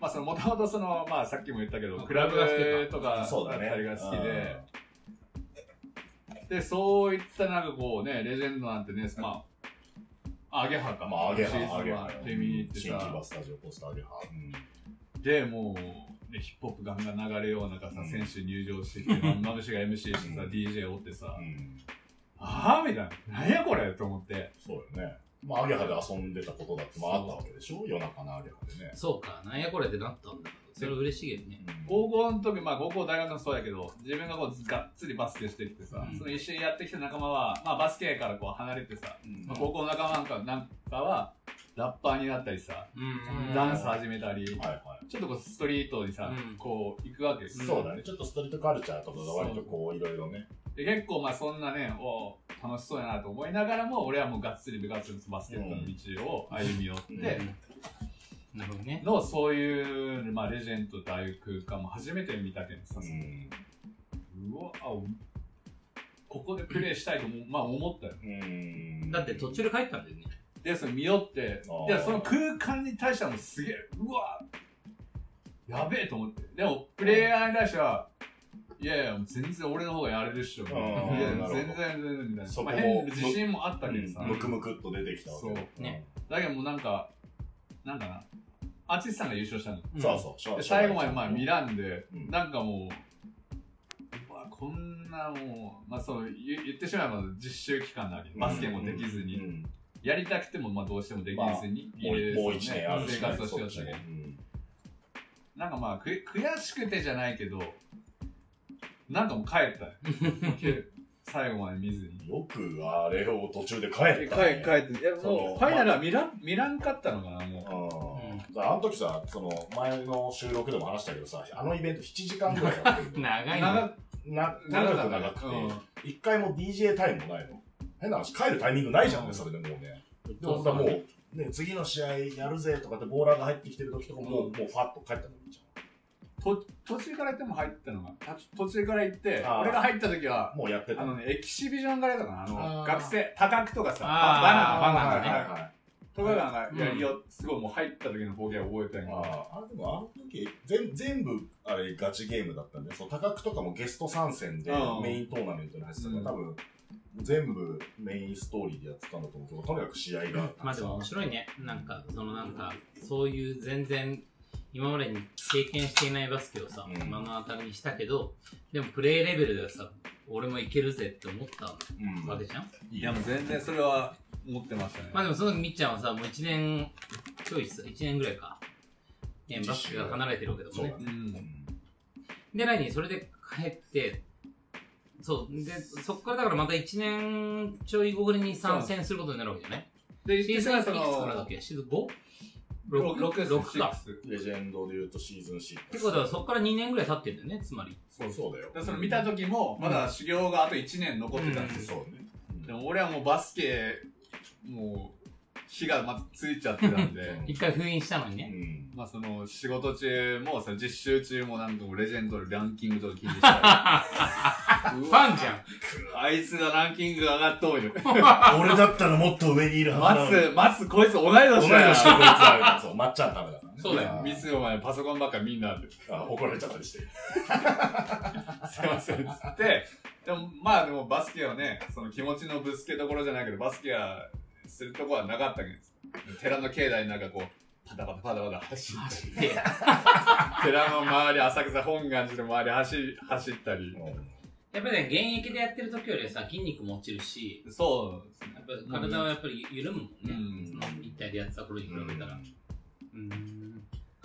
[SPEAKER 6] まあその、もともとその、まあさっきも言ったけど、
[SPEAKER 3] あ
[SPEAKER 6] クラブ
[SPEAKER 3] クラブが好き
[SPEAKER 6] と
[SPEAKER 2] ん。
[SPEAKER 6] か
[SPEAKER 2] そう
[SPEAKER 6] だ
[SPEAKER 2] だ
[SPEAKER 6] っ
[SPEAKER 2] ね。
[SPEAKER 6] たりが好きで、で、そういったなんかこうね、レジェンドなんてね、まあ、アゲハ
[SPEAKER 2] う
[SPEAKER 6] か。
[SPEAKER 2] ん。まあ、アゲ
[SPEAKER 6] シーズン
[SPEAKER 2] ハ、アゲハ
[SPEAKER 6] は。。ジェミニーって
[SPEAKER 2] 新木
[SPEAKER 6] さ
[SPEAKER 2] 場、スタジオコースターアゲハ。うん
[SPEAKER 6] で、もう、ね、ヒップホップガンガン流れようなんかさ、
[SPEAKER 2] うん
[SPEAKER 6] 選手入場してき て、まぶしが MC してさ、DJ おってさ、
[SPEAKER 2] うん。
[SPEAKER 6] ああみたいな。なんやこれと思って。
[SPEAKER 2] そうよね。まあ、アゲハで遊んでたことだって、まあ、あったわけでしょ夜中のアゲハでね。
[SPEAKER 3] そうか、なんやこれってなったんだ。それは嬉しいけどね。
[SPEAKER 6] 高校の時、まあ高校大学のそうやけど、自分がこう、がっつりバスケしてきてさ、
[SPEAKER 2] うん
[SPEAKER 6] その一緒にやってきた仲間は、まあバスケからこう離れてさ、
[SPEAKER 2] うん
[SPEAKER 6] まあ、高校の仲間なんかなんかは、ラッパーになったりさ、
[SPEAKER 3] うん。
[SPEAKER 6] ダンス始めたり、
[SPEAKER 2] はいは
[SPEAKER 6] ちょっとこうストリートにさ、
[SPEAKER 3] うん
[SPEAKER 6] こう行くわけで
[SPEAKER 2] い。
[SPEAKER 6] す。
[SPEAKER 2] そうだね。ちょっとストリートカルチャーとかが割とこう、いろいろね。
[SPEAKER 6] で結構まあそんなね、おう楽しそうやなと思いながらも、俺はもうがっつり部活のバスケットの道を歩み寄って、
[SPEAKER 3] うんなるほどね。
[SPEAKER 6] のそういう、まあ、レジェンドとああいう空間も初めて見たけどさ、う
[SPEAKER 2] うん。
[SPEAKER 6] わおここでプレーしたいとも、まあ、思ったよ。
[SPEAKER 2] うん。
[SPEAKER 3] だって途中で帰ったんだよね。
[SPEAKER 6] で、その見よって
[SPEAKER 2] あー、
[SPEAKER 6] で、その空間に対してはもうすげえ、うわやべえと思って。でも、プレイヤーに対しては、いやいや、全然俺の方がやれるっしょ。い
[SPEAKER 2] あ
[SPEAKER 6] や
[SPEAKER 2] ー
[SPEAKER 6] い
[SPEAKER 2] な
[SPEAKER 6] や
[SPEAKER 2] るほど
[SPEAKER 6] 全然、全然、みたい
[SPEAKER 2] そ
[SPEAKER 6] な。
[SPEAKER 2] こも
[SPEAKER 6] まあ、変な自信もあったけどさ。
[SPEAKER 2] ムクムクっと出てきたわけよ
[SPEAKER 6] そう
[SPEAKER 3] ね。
[SPEAKER 6] だけどもうなんか、なんかな、アーティスさんが優勝したの。
[SPEAKER 2] うんそうそうしょ
[SPEAKER 6] で
[SPEAKER 2] う。
[SPEAKER 6] 最後までまあミランで、
[SPEAKER 2] うん
[SPEAKER 6] なんかもう、うわこんなもう、まあそう、言言ってしまえば実習期間なわけでバスケもできずに、
[SPEAKER 2] うん
[SPEAKER 6] やりたくてもまあどうしてもできずに、
[SPEAKER 2] もうもう一
[SPEAKER 6] そう
[SPEAKER 2] 年あるしね。
[SPEAKER 6] 生活をし
[SPEAKER 2] そ
[SPEAKER 6] て
[SPEAKER 2] っ
[SPEAKER 6] たわけ
[SPEAKER 2] ちも
[SPEAKER 6] で。なんかまあく悔しくてじゃないけど、なんかもう帰った よ。最後まで見ずに。
[SPEAKER 2] うんよくあれを途中で帰ったね。
[SPEAKER 6] って、いや
[SPEAKER 2] その
[SPEAKER 6] は見らん見らんかったのかな、も
[SPEAKER 2] うんあの時さ、その前の収録でも話したけどさ、あのイベント7時間ぐらいやって るの。
[SPEAKER 3] 長い
[SPEAKER 6] 長
[SPEAKER 3] な。
[SPEAKER 6] く
[SPEAKER 2] な長く長くて、一回も DJ タイムもないの。変な話、帰るタイミングないじゃんね、
[SPEAKER 6] うん
[SPEAKER 2] それでもうね。で
[SPEAKER 3] そ
[SPEAKER 2] も
[SPEAKER 3] う
[SPEAKER 2] さ、
[SPEAKER 3] そう
[SPEAKER 2] もう、ね、次の試合やるぜとかってボーラーが入ってきてる時とかも、もう、もうファッと帰ったのじ
[SPEAKER 6] と途中から行っても入ったのが、た途中から行って
[SPEAKER 2] あー、
[SPEAKER 6] 俺が入った時は
[SPEAKER 2] ゃん。もうやってた。
[SPEAKER 6] あのね、エキシビジョンからとかな、あの、
[SPEAKER 3] あー
[SPEAKER 6] 学生、多角とかさ、
[SPEAKER 3] あー
[SPEAKER 6] バナナ、バナ
[SPEAKER 3] バナ
[SPEAKER 6] ナ
[SPEAKER 3] ナ
[SPEAKER 6] ね。
[SPEAKER 2] はい。
[SPEAKER 6] とかがなんか、
[SPEAKER 3] うん
[SPEAKER 6] いや、よ、すごいもう入った時の光景覚えてるの。
[SPEAKER 2] ああ、あれでもあの時、全全部、あれ、ガチゲームだったんで、そう、多角とかもゲスト参戦で
[SPEAKER 6] うん
[SPEAKER 2] メイントーナメントに入ってたから、
[SPEAKER 6] うん
[SPEAKER 2] 多分、全部メインストーリーでやってたんだと思うけど、とにかく試合が。
[SPEAKER 3] まあでも面白いね。なんか、そのなんか、そういう全然、今までに経験していないバスケをさ、
[SPEAKER 2] うん
[SPEAKER 3] 目の当たりにしたけど、でもプレイレベルではさ、俺もいけるぜって思った
[SPEAKER 2] うん
[SPEAKER 3] わけじゃん。
[SPEAKER 2] い
[SPEAKER 6] い
[SPEAKER 2] や
[SPEAKER 6] や、もう全然それは思ってましたね。
[SPEAKER 3] まあでもその時みっちゃんはさ、もう1年、ちょいさ、1年ぐらいか。ね、バスケが離れてるけど
[SPEAKER 2] そ
[SPEAKER 3] も
[SPEAKER 2] う
[SPEAKER 3] ね
[SPEAKER 2] だ。ね。
[SPEAKER 6] う。
[SPEAKER 2] うんん
[SPEAKER 3] で、何それで帰って、そう。で、そっからだからまた1年ちょい後ぐらいに参戦することになるわけじゃない
[SPEAKER 6] で、
[SPEAKER 3] シ
[SPEAKER 6] 一
[SPEAKER 3] ー
[SPEAKER 6] 緒
[SPEAKER 3] ズンい
[SPEAKER 6] は
[SPEAKER 3] くつ
[SPEAKER 6] そ
[SPEAKER 3] からだっ
[SPEAKER 6] の、
[SPEAKER 3] けシーズン 5?6
[SPEAKER 6] 6です
[SPEAKER 3] 6か。
[SPEAKER 6] 6
[SPEAKER 2] レジェンドで言うとシーズン6。
[SPEAKER 3] ってことはそっから2年ぐらい経ってるんだよね、つまり。
[SPEAKER 2] そうそうだよ。
[SPEAKER 6] でその見た時も、まだ修行があと1年残ってたんですよ。
[SPEAKER 2] そうね。。
[SPEAKER 6] でも俺はもうバスケ、もう、火がまたついちゃってたんで
[SPEAKER 3] 一回封印したのに
[SPEAKER 2] う
[SPEAKER 3] ね。
[SPEAKER 2] ん。
[SPEAKER 6] まあその仕事中もさ実習中もなんかもうレジェンドのランキングとか聞いてたりう
[SPEAKER 3] フ
[SPEAKER 6] わ
[SPEAKER 3] ァンじゃん。
[SPEAKER 6] あいつがランキングが上がっとうよ。
[SPEAKER 2] 俺だったらもっと上にいるはずなのに。
[SPEAKER 6] 松、松、こいつ同い年だよ
[SPEAKER 2] 同い年でこいつあるそう、まっちゃんダメだからね。
[SPEAKER 6] そうだよ。
[SPEAKER 2] あー
[SPEAKER 6] 三つお前パソコンばっかりみんなって。
[SPEAKER 2] あ怒られちゃったりして。
[SPEAKER 6] すいません。つって。でも、まあでもバスケはね、その気持ちのぶつけどころじゃないけど、バスケはするとこはなかったけど、寺の境内なんかこう、パタパタパタパタ走って、
[SPEAKER 3] 走って。
[SPEAKER 6] 寺の周り、浅草本願寺の周り走り、走ったり。
[SPEAKER 3] やっぱりね、現役でやってる時よりはさ、筋肉も落ちるし、
[SPEAKER 6] そうですね
[SPEAKER 3] やっぱ体はやっぱり緩むもんね。
[SPEAKER 6] うん
[SPEAKER 3] その一体でやってた頃に比べたら。うーん。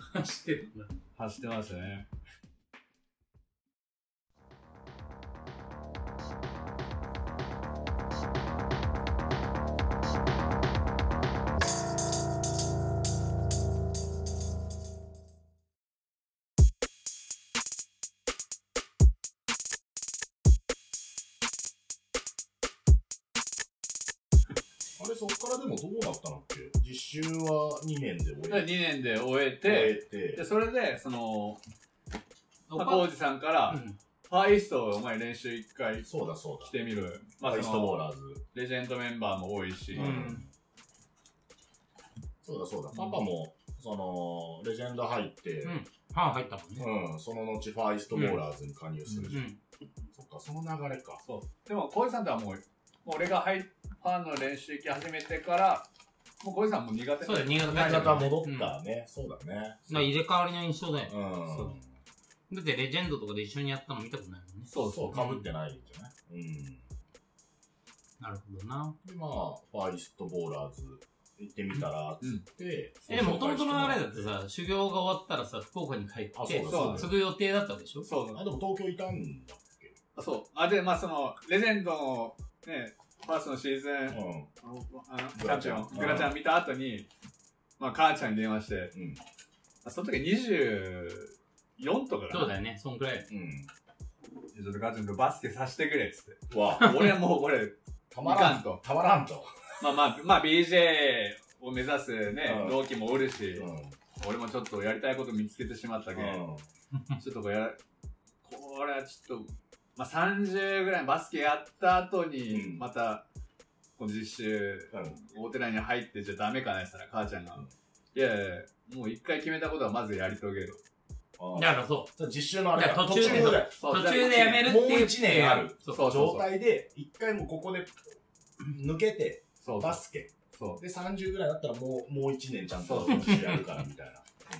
[SPEAKER 3] 走ってるんだ。
[SPEAKER 6] 走ってましたね。
[SPEAKER 2] あれ、そっからでもどうなったのっけ実習は2年で終
[SPEAKER 6] で、
[SPEAKER 2] え
[SPEAKER 6] 2年で終えて、
[SPEAKER 2] て、終え
[SPEAKER 6] で、
[SPEAKER 2] て、
[SPEAKER 6] それで、その、
[SPEAKER 3] お
[SPEAKER 6] 高おじさんから、
[SPEAKER 3] うん。
[SPEAKER 6] ファーイーストお前練習一回
[SPEAKER 2] そうだそう
[SPEAKER 6] 来
[SPEAKER 2] だ。
[SPEAKER 6] てみる。
[SPEAKER 2] まあ、イ
[SPEAKER 6] そ
[SPEAKER 2] ス
[SPEAKER 6] の
[SPEAKER 2] トボーラーズ。
[SPEAKER 6] レジェンドメンバーも多いし、
[SPEAKER 3] うん
[SPEAKER 2] そうだそうだ。パパも、その、レジェンド入って、
[SPEAKER 3] うんファン入ったもんね。
[SPEAKER 2] うん、その後、ファーイストボーラーズに加入するじ
[SPEAKER 3] う
[SPEAKER 2] ゃん。
[SPEAKER 3] ん。
[SPEAKER 2] そっか、その流れか。
[SPEAKER 6] そうでも浩次さんとはもうもう俺が入っファンの練習行き始めてからもう小井さんも苦手
[SPEAKER 3] そうだよ、新潟帰っ
[SPEAKER 2] 新
[SPEAKER 3] ちゃう
[SPEAKER 2] 潟
[SPEAKER 3] からね
[SPEAKER 2] 戻ったね。そうだね。
[SPEAKER 3] まあ入れ替わりの印象だよね。
[SPEAKER 2] うん。
[SPEAKER 3] そうだってレジェンドとかで一緒にやったの見たことないもんね。
[SPEAKER 2] そうそう、かぶってないんじゃないうん。
[SPEAKER 3] なるほどな。
[SPEAKER 2] で、まあ、ファイストボーラーズ行ってみたら、つって。
[SPEAKER 3] え、もともとの流れだってさ、修行が終わったらさ、福岡に帰
[SPEAKER 2] あそ
[SPEAKER 3] っ
[SPEAKER 2] う
[SPEAKER 3] て
[SPEAKER 2] だ
[SPEAKER 6] そう、だ
[SPEAKER 3] 継ぐ予定だったわけでしょ
[SPEAKER 6] そう
[SPEAKER 2] あ、でも東京いたんだっけ
[SPEAKER 6] だそうあでまあそのレジェンドのねファーストのシーズン、
[SPEAKER 2] うん。
[SPEAKER 6] あのあのチ
[SPEAKER 2] グラ
[SPEAKER 6] ャン
[SPEAKER 2] ち
[SPEAKER 6] ピ
[SPEAKER 2] ゃ
[SPEAKER 6] オ
[SPEAKER 2] ん
[SPEAKER 6] ングラちゃん見た後にまあ母ちゃんに電話して
[SPEAKER 2] うん。
[SPEAKER 6] あその時24とか
[SPEAKER 3] そう
[SPEAKER 6] だ
[SPEAKER 3] だよね、そんくらい。
[SPEAKER 2] う
[SPEAKER 6] ちょっと母ちゃんとバスケさせてくれっつって
[SPEAKER 2] ん。わ、
[SPEAKER 6] 俺はもうこれ
[SPEAKER 2] たまら
[SPEAKER 6] いかん
[SPEAKER 2] ん
[SPEAKER 6] と
[SPEAKER 2] と。たまらんと。
[SPEAKER 6] まあまあ、まあ BJ を目指すね、
[SPEAKER 2] うん
[SPEAKER 6] 同期もおるし、
[SPEAKER 2] うん。
[SPEAKER 6] 俺もちょっとやりたいこと見つけてしまったけ、ん、ちょっとこれや、これはちょっと、まあ30ぐらいバスケやった後に
[SPEAKER 2] う、ん
[SPEAKER 6] また、この実習、大寺に入ってじゃダメかなって言ったら母ちゃんが、
[SPEAKER 2] うん
[SPEAKER 6] いやいやいやもう一回決めたことはまずやり遂げろ。
[SPEAKER 2] うん。
[SPEAKER 3] だからそう。
[SPEAKER 2] ら、実習のあれだ
[SPEAKER 3] いや途中で
[SPEAKER 2] 途だよ。
[SPEAKER 6] そ
[SPEAKER 3] 途
[SPEAKER 6] うじゃあ
[SPEAKER 3] 中でやめるっていう。
[SPEAKER 2] もう一年ある
[SPEAKER 3] そう
[SPEAKER 6] そうそう
[SPEAKER 2] 状態で、一回もここで抜けて、
[SPEAKER 6] そうそう
[SPEAKER 2] バスケ。
[SPEAKER 6] そう。
[SPEAKER 2] で、30ぐらいだったらもう、もう1年ちゃんと
[SPEAKER 6] そう
[SPEAKER 2] 試合やるから、みたいな。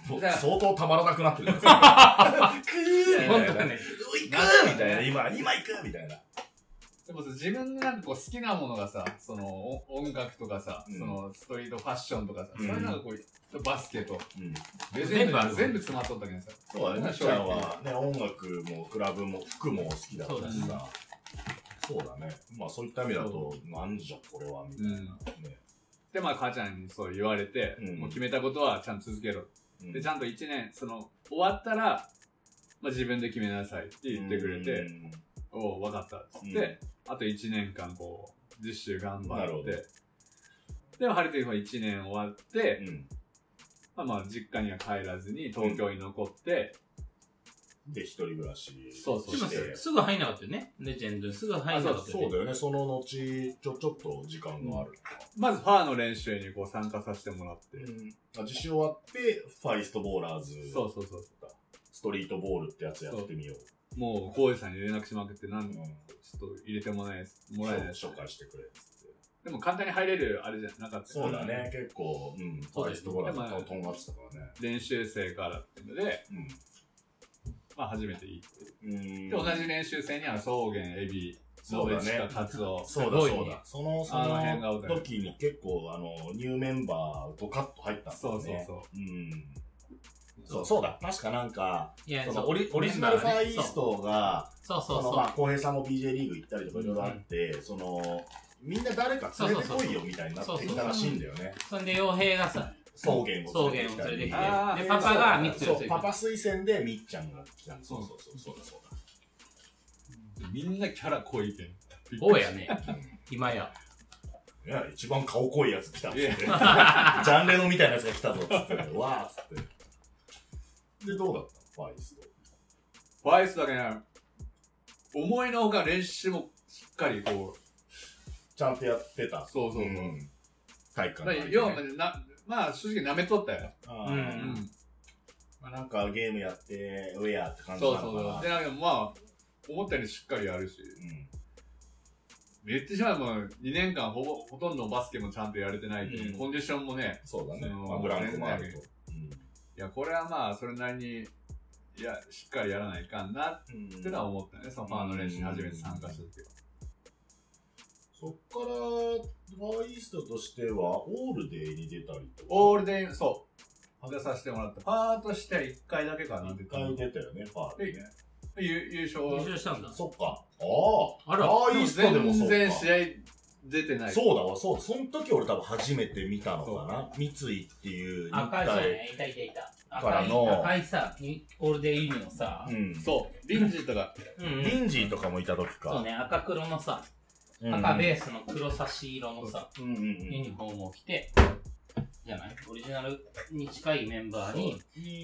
[SPEAKER 2] もう
[SPEAKER 6] だから
[SPEAKER 2] 相当たまらなくなってるじゃないですか。
[SPEAKER 6] い
[SPEAKER 2] く
[SPEAKER 6] や
[SPEAKER 2] ー
[SPEAKER 6] い
[SPEAKER 2] みた
[SPEAKER 6] やい
[SPEAKER 2] い
[SPEAKER 6] や
[SPEAKER 2] な。
[SPEAKER 3] ね
[SPEAKER 2] 行くみたいな。今、今行くみたいな。
[SPEAKER 6] でもさ自分がなんかこう好きなものがさ、そのお音楽とかさ、
[SPEAKER 2] うん
[SPEAKER 6] そのストリートファッションとかさ、
[SPEAKER 2] うん
[SPEAKER 6] そういうのがこう、バスケと、
[SPEAKER 2] うん。
[SPEAKER 6] レジェ
[SPEAKER 3] 全
[SPEAKER 6] ンド
[SPEAKER 3] 部あ
[SPEAKER 6] に
[SPEAKER 3] る
[SPEAKER 6] 全部詰まっとったけどさ。
[SPEAKER 2] そうだね。なっちゃんは、ね、音楽もクラブも服も好きだったし
[SPEAKER 6] そうだ
[SPEAKER 2] さ。そうだね。まあそういった意味だと、なんじゃこれは、みたいなね。
[SPEAKER 6] で、まあ母ちゃんにそう言われて、
[SPEAKER 2] うん
[SPEAKER 6] もう決めたことはちゃんと続けろ。
[SPEAKER 2] うん
[SPEAKER 6] で、ちゃんと1年、その、終わったら、まあ自分で決めなさいって言ってくれて、おう、わかったっつって、
[SPEAKER 2] うん
[SPEAKER 6] あと1年間こう、実習頑
[SPEAKER 2] なる
[SPEAKER 6] 張
[SPEAKER 2] ほ
[SPEAKER 6] って、で、ハリティは1年終わって、
[SPEAKER 2] うん。うん。
[SPEAKER 6] まあまあ実家には帰らずに東京に残って、
[SPEAKER 2] で、一人暮らし。
[SPEAKER 6] そうそう
[SPEAKER 3] で
[SPEAKER 2] し
[SPEAKER 3] も
[SPEAKER 2] て
[SPEAKER 3] すすぐ入んなかったよね。レジェンドにすぐ入んなかったよ
[SPEAKER 2] そう
[SPEAKER 3] ね。
[SPEAKER 2] だよね。その後、ちょ、ちょっと時間がある。
[SPEAKER 6] まずファーの練習にこう参加させてもらって、
[SPEAKER 2] まあ実習終わって、ファイストボーラーズ、
[SPEAKER 6] そうそうそう。
[SPEAKER 2] ストリートボールってやつやってみよう。
[SPEAKER 6] もう、浩二さんに連絡しまくって、なんちょ
[SPEAKER 2] うん
[SPEAKER 6] っと入れてもらえない、もらえない。
[SPEAKER 2] 紹介してくれっつって。
[SPEAKER 6] でも簡単に入れるあれじゃなかったから
[SPEAKER 2] そうだね、結構、うん、ファイストボーラーズととんがってたからね。
[SPEAKER 6] 練習生からっていうので、まあ初めていいって。
[SPEAKER 2] うん。うん
[SPEAKER 6] で、同じ練習生には草原、エビ、
[SPEAKER 2] そ
[SPEAKER 6] ノ
[SPEAKER 2] う
[SPEAKER 6] ベ
[SPEAKER 2] だ
[SPEAKER 6] チカ、
[SPEAKER 2] ね。
[SPEAKER 6] カツオ。
[SPEAKER 2] そうだ
[SPEAKER 3] すご
[SPEAKER 2] そ
[SPEAKER 3] いね
[SPEAKER 2] うだ。その、そ
[SPEAKER 6] あの辺がお互
[SPEAKER 2] の
[SPEAKER 6] い
[SPEAKER 2] 時に結構、あの、ニューメンバードカッと入ったんだ
[SPEAKER 6] そ
[SPEAKER 2] よ
[SPEAKER 6] うそう
[SPEAKER 2] ね。
[SPEAKER 6] そう。
[SPEAKER 2] う。うん。そう、そうだ。確かなんか、
[SPEAKER 3] いや、
[SPEAKER 2] そ
[SPEAKER 3] そう
[SPEAKER 2] の
[SPEAKER 3] オリ
[SPEAKER 2] オリジナルファイス
[SPEAKER 3] そう
[SPEAKER 2] トが、
[SPEAKER 3] そうそ
[SPEAKER 2] そうの
[SPEAKER 3] そ
[SPEAKER 2] まあ、
[SPEAKER 3] う。
[SPEAKER 2] 浩平さんも BJ リーグ行ったりとかいろいろあって、その、みんな誰か連れてこいよみたいになってきたらしいんだよね。
[SPEAKER 3] そんで、洋平がさ、
[SPEAKER 2] 草原を連れてきたり。
[SPEAKER 3] 草原を連れてきて
[SPEAKER 6] あー
[SPEAKER 3] で、パパが3つ
[SPEAKER 2] そ
[SPEAKER 3] 寄
[SPEAKER 2] う
[SPEAKER 3] せる。
[SPEAKER 2] パパ推薦でみっちゃんが来たんそうそうそうそうだそう
[SPEAKER 6] みんなキャラ濃いけん。
[SPEAKER 3] おうや ね。今や。
[SPEAKER 2] だいや一番顔濃いやつ来たっつって
[SPEAKER 6] い
[SPEAKER 2] ジ
[SPEAKER 6] や
[SPEAKER 2] ャンレノみたいなやつが来たぞっつってわーっつってでどうだったのファイス
[SPEAKER 6] ファイストだけね、思いのほか練習もしっかりこう、
[SPEAKER 2] ちゃんとやってた
[SPEAKER 6] そうそうそうん
[SPEAKER 2] 体育
[SPEAKER 6] だか
[SPEAKER 2] 館
[SPEAKER 6] ら
[SPEAKER 2] の
[SPEAKER 6] 要はな、まあ正直舐めとったよ。
[SPEAKER 2] あー
[SPEAKER 3] うん
[SPEAKER 6] うん。
[SPEAKER 2] まあなんかゲームやってウェアって感じな
[SPEAKER 6] そ
[SPEAKER 2] の
[SPEAKER 6] う
[SPEAKER 2] かな
[SPEAKER 6] そうそう。で、なんかまあ、思ったよりしっかりやるし、
[SPEAKER 2] うん
[SPEAKER 6] 言ってしまえば2年間ほぼ、ほとんどバスケもちゃんとやれてないけど、
[SPEAKER 2] うん
[SPEAKER 6] コンディションもね、
[SPEAKER 2] そうだね
[SPEAKER 6] その
[SPEAKER 2] まあブランクもあると
[SPEAKER 6] いや、これはまあ、それなりに、いや、しっかりやらないかんなっ
[SPEAKER 2] うん
[SPEAKER 6] てのは思ったね。そのファンの練習に初めて参加した時は。
[SPEAKER 2] そっからファイストとしてはオールデーに出たりとか
[SPEAKER 6] オールデン、そう、出させてもらった。パーとしては1回だけかな。
[SPEAKER 2] 一回出たよね、ファーでね。
[SPEAKER 6] 優優勝。
[SPEAKER 3] 優勝したんだ。
[SPEAKER 2] そっか。ああ。
[SPEAKER 3] あら
[SPEAKER 2] ああ、いいストでもそ
[SPEAKER 6] 全
[SPEAKER 2] うか。
[SPEAKER 6] 然試合出てない。
[SPEAKER 2] そうだわ、そう。その時俺多分初めて見たのかな。三井っていう日
[SPEAKER 3] 赤いそう
[SPEAKER 2] 体。
[SPEAKER 3] ね、いたいたいた。
[SPEAKER 2] からの
[SPEAKER 3] 赤いさ、オールデイユニのさ
[SPEAKER 2] う、ん。
[SPEAKER 6] そう。臨時とか。
[SPEAKER 3] うんうん
[SPEAKER 2] リンジーとかもいた時
[SPEAKER 3] そう
[SPEAKER 2] か。
[SPEAKER 3] ね、赤黒のさ、
[SPEAKER 2] うん
[SPEAKER 3] 赤ベースの黒差し色のさ、
[SPEAKER 2] うんうんうん。
[SPEAKER 3] ユニフォームを着て、じゃないオリジナルに近いメンバーに、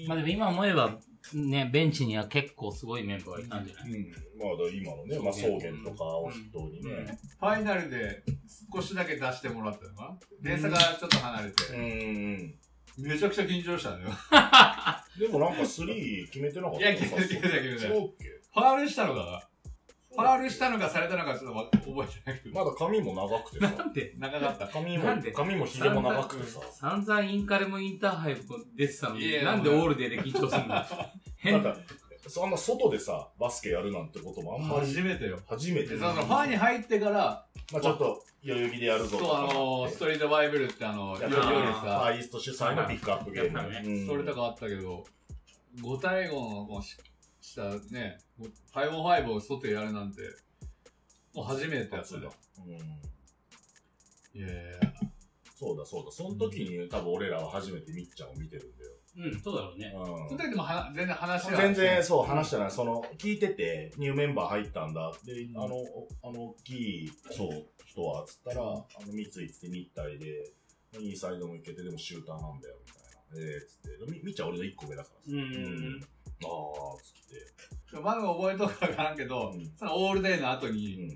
[SPEAKER 3] まあでも今思えば、ね、ベンチには結構すごいメンバーがいたんじゃない
[SPEAKER 2] うんまあ、だから今のね、まあ、草原とかを筆頭にね。
[SPEAKER 6] ファイナルで少しだけ出してもらったのかな電車がちょっと離れて。
[SPEAKER 2] うんうん。
[SPEAKER 6] めちゃくちゃ緊張したのよ。
[SPEAKER 2] でもなんかスリー決めてなかった
[SPEAKER 6] いや決めてない決めてない
[SPEAKER 2] 違うっけ
[SPEAKER 6] ファウルしたのかファールしたのかされたのかちょっとわ覚えてないけ
[SPEAKER 2] ま
[SPEAKER 6] ど。
[SPEAKER 2] だ髪も長くてさ。
[SPEAKER 3] なんで
[SPEAKER 6] 長かった。
[SPEAKER 2] 髪も
[SPEAKER 3] なんで、
[SPEAKER 2] 髪も髭も長くてさ。
[SPEAKER 3] 散々インカレもインターハイも出てたの
[SPEAKER 6] い
[SPEAKER 3] に、
[SPEAKER 6] や
[SPEAKER 3] なんでオールデーで緊張するんだ
[SPEAKER 2] なん
[SPEAKER 3] 変だ。
[SPEAKER 2] か、そんな外でさ、バスケやるなんてこともあんまり
[SPEAKER 6] 初めてよ。
[SPEAKER 2] 初めて。
[SPEAKER 6] で、そ
[SPEAKER 2] ま
[SPEAKER 6] のファーに入ってから、
[SPEAKER 2] あちょっと、代々木でやるぞ
[SPEAKER 6] そう、
[SPEAKER 2] とか
[SPEAKER 6] あのー、ストリートバイブルってあの、
[SPEAKER 2] やっ
[SPEAKER 6] 夜夜
[SPEAKER 2] たね
[SPEAKER 6] さ
[SPEAKER 2] ハ、イイースト主催のピックアップゲー
[SPEAKER 3] やった
[SPEAKER 2] ム。うん
[SPEAKER 6] それとかあったけど、5対5のこうししたね、5 on 5を外でやるなんて、もう初めてやった
[SPEAKER 2] そう
[SPEAKER 6] ね
[SPEAKER 2] だ。。うん
[SPEAKER 6] いやいやいや
[SPEAKER 2] そうだそうだ。その時に多分俺らは初めてみっちゃんを見てるんだよ。
[SPEAKER 3] うん、そうだろうね。
[SPEAKER 2] うん
[SPEAKER 6] その時でもは全然話は。
[SPEAKER 2] 全然そう話してない、その聞いてて、ニューメンバー入ったんだ、で、あの、あの大きいそう人はつったら、あの三井つって日体で、インサイドもいけて、でもシューターなんだよみたいな、ええつって、みみっちゃん俺の一個上だからさ、
[SPEAKER 3] うんうんうん
[SPEAKER 2] あーつって、
[SPEAKER 6] マグ覚えとくかわからんけど、
[SPEAKER 2] うん
[SPEAKER 6] そのオールデイの後
[SPEAKER 2] う
[SPEAKER 6] に、
[SPEAKER 2] ん、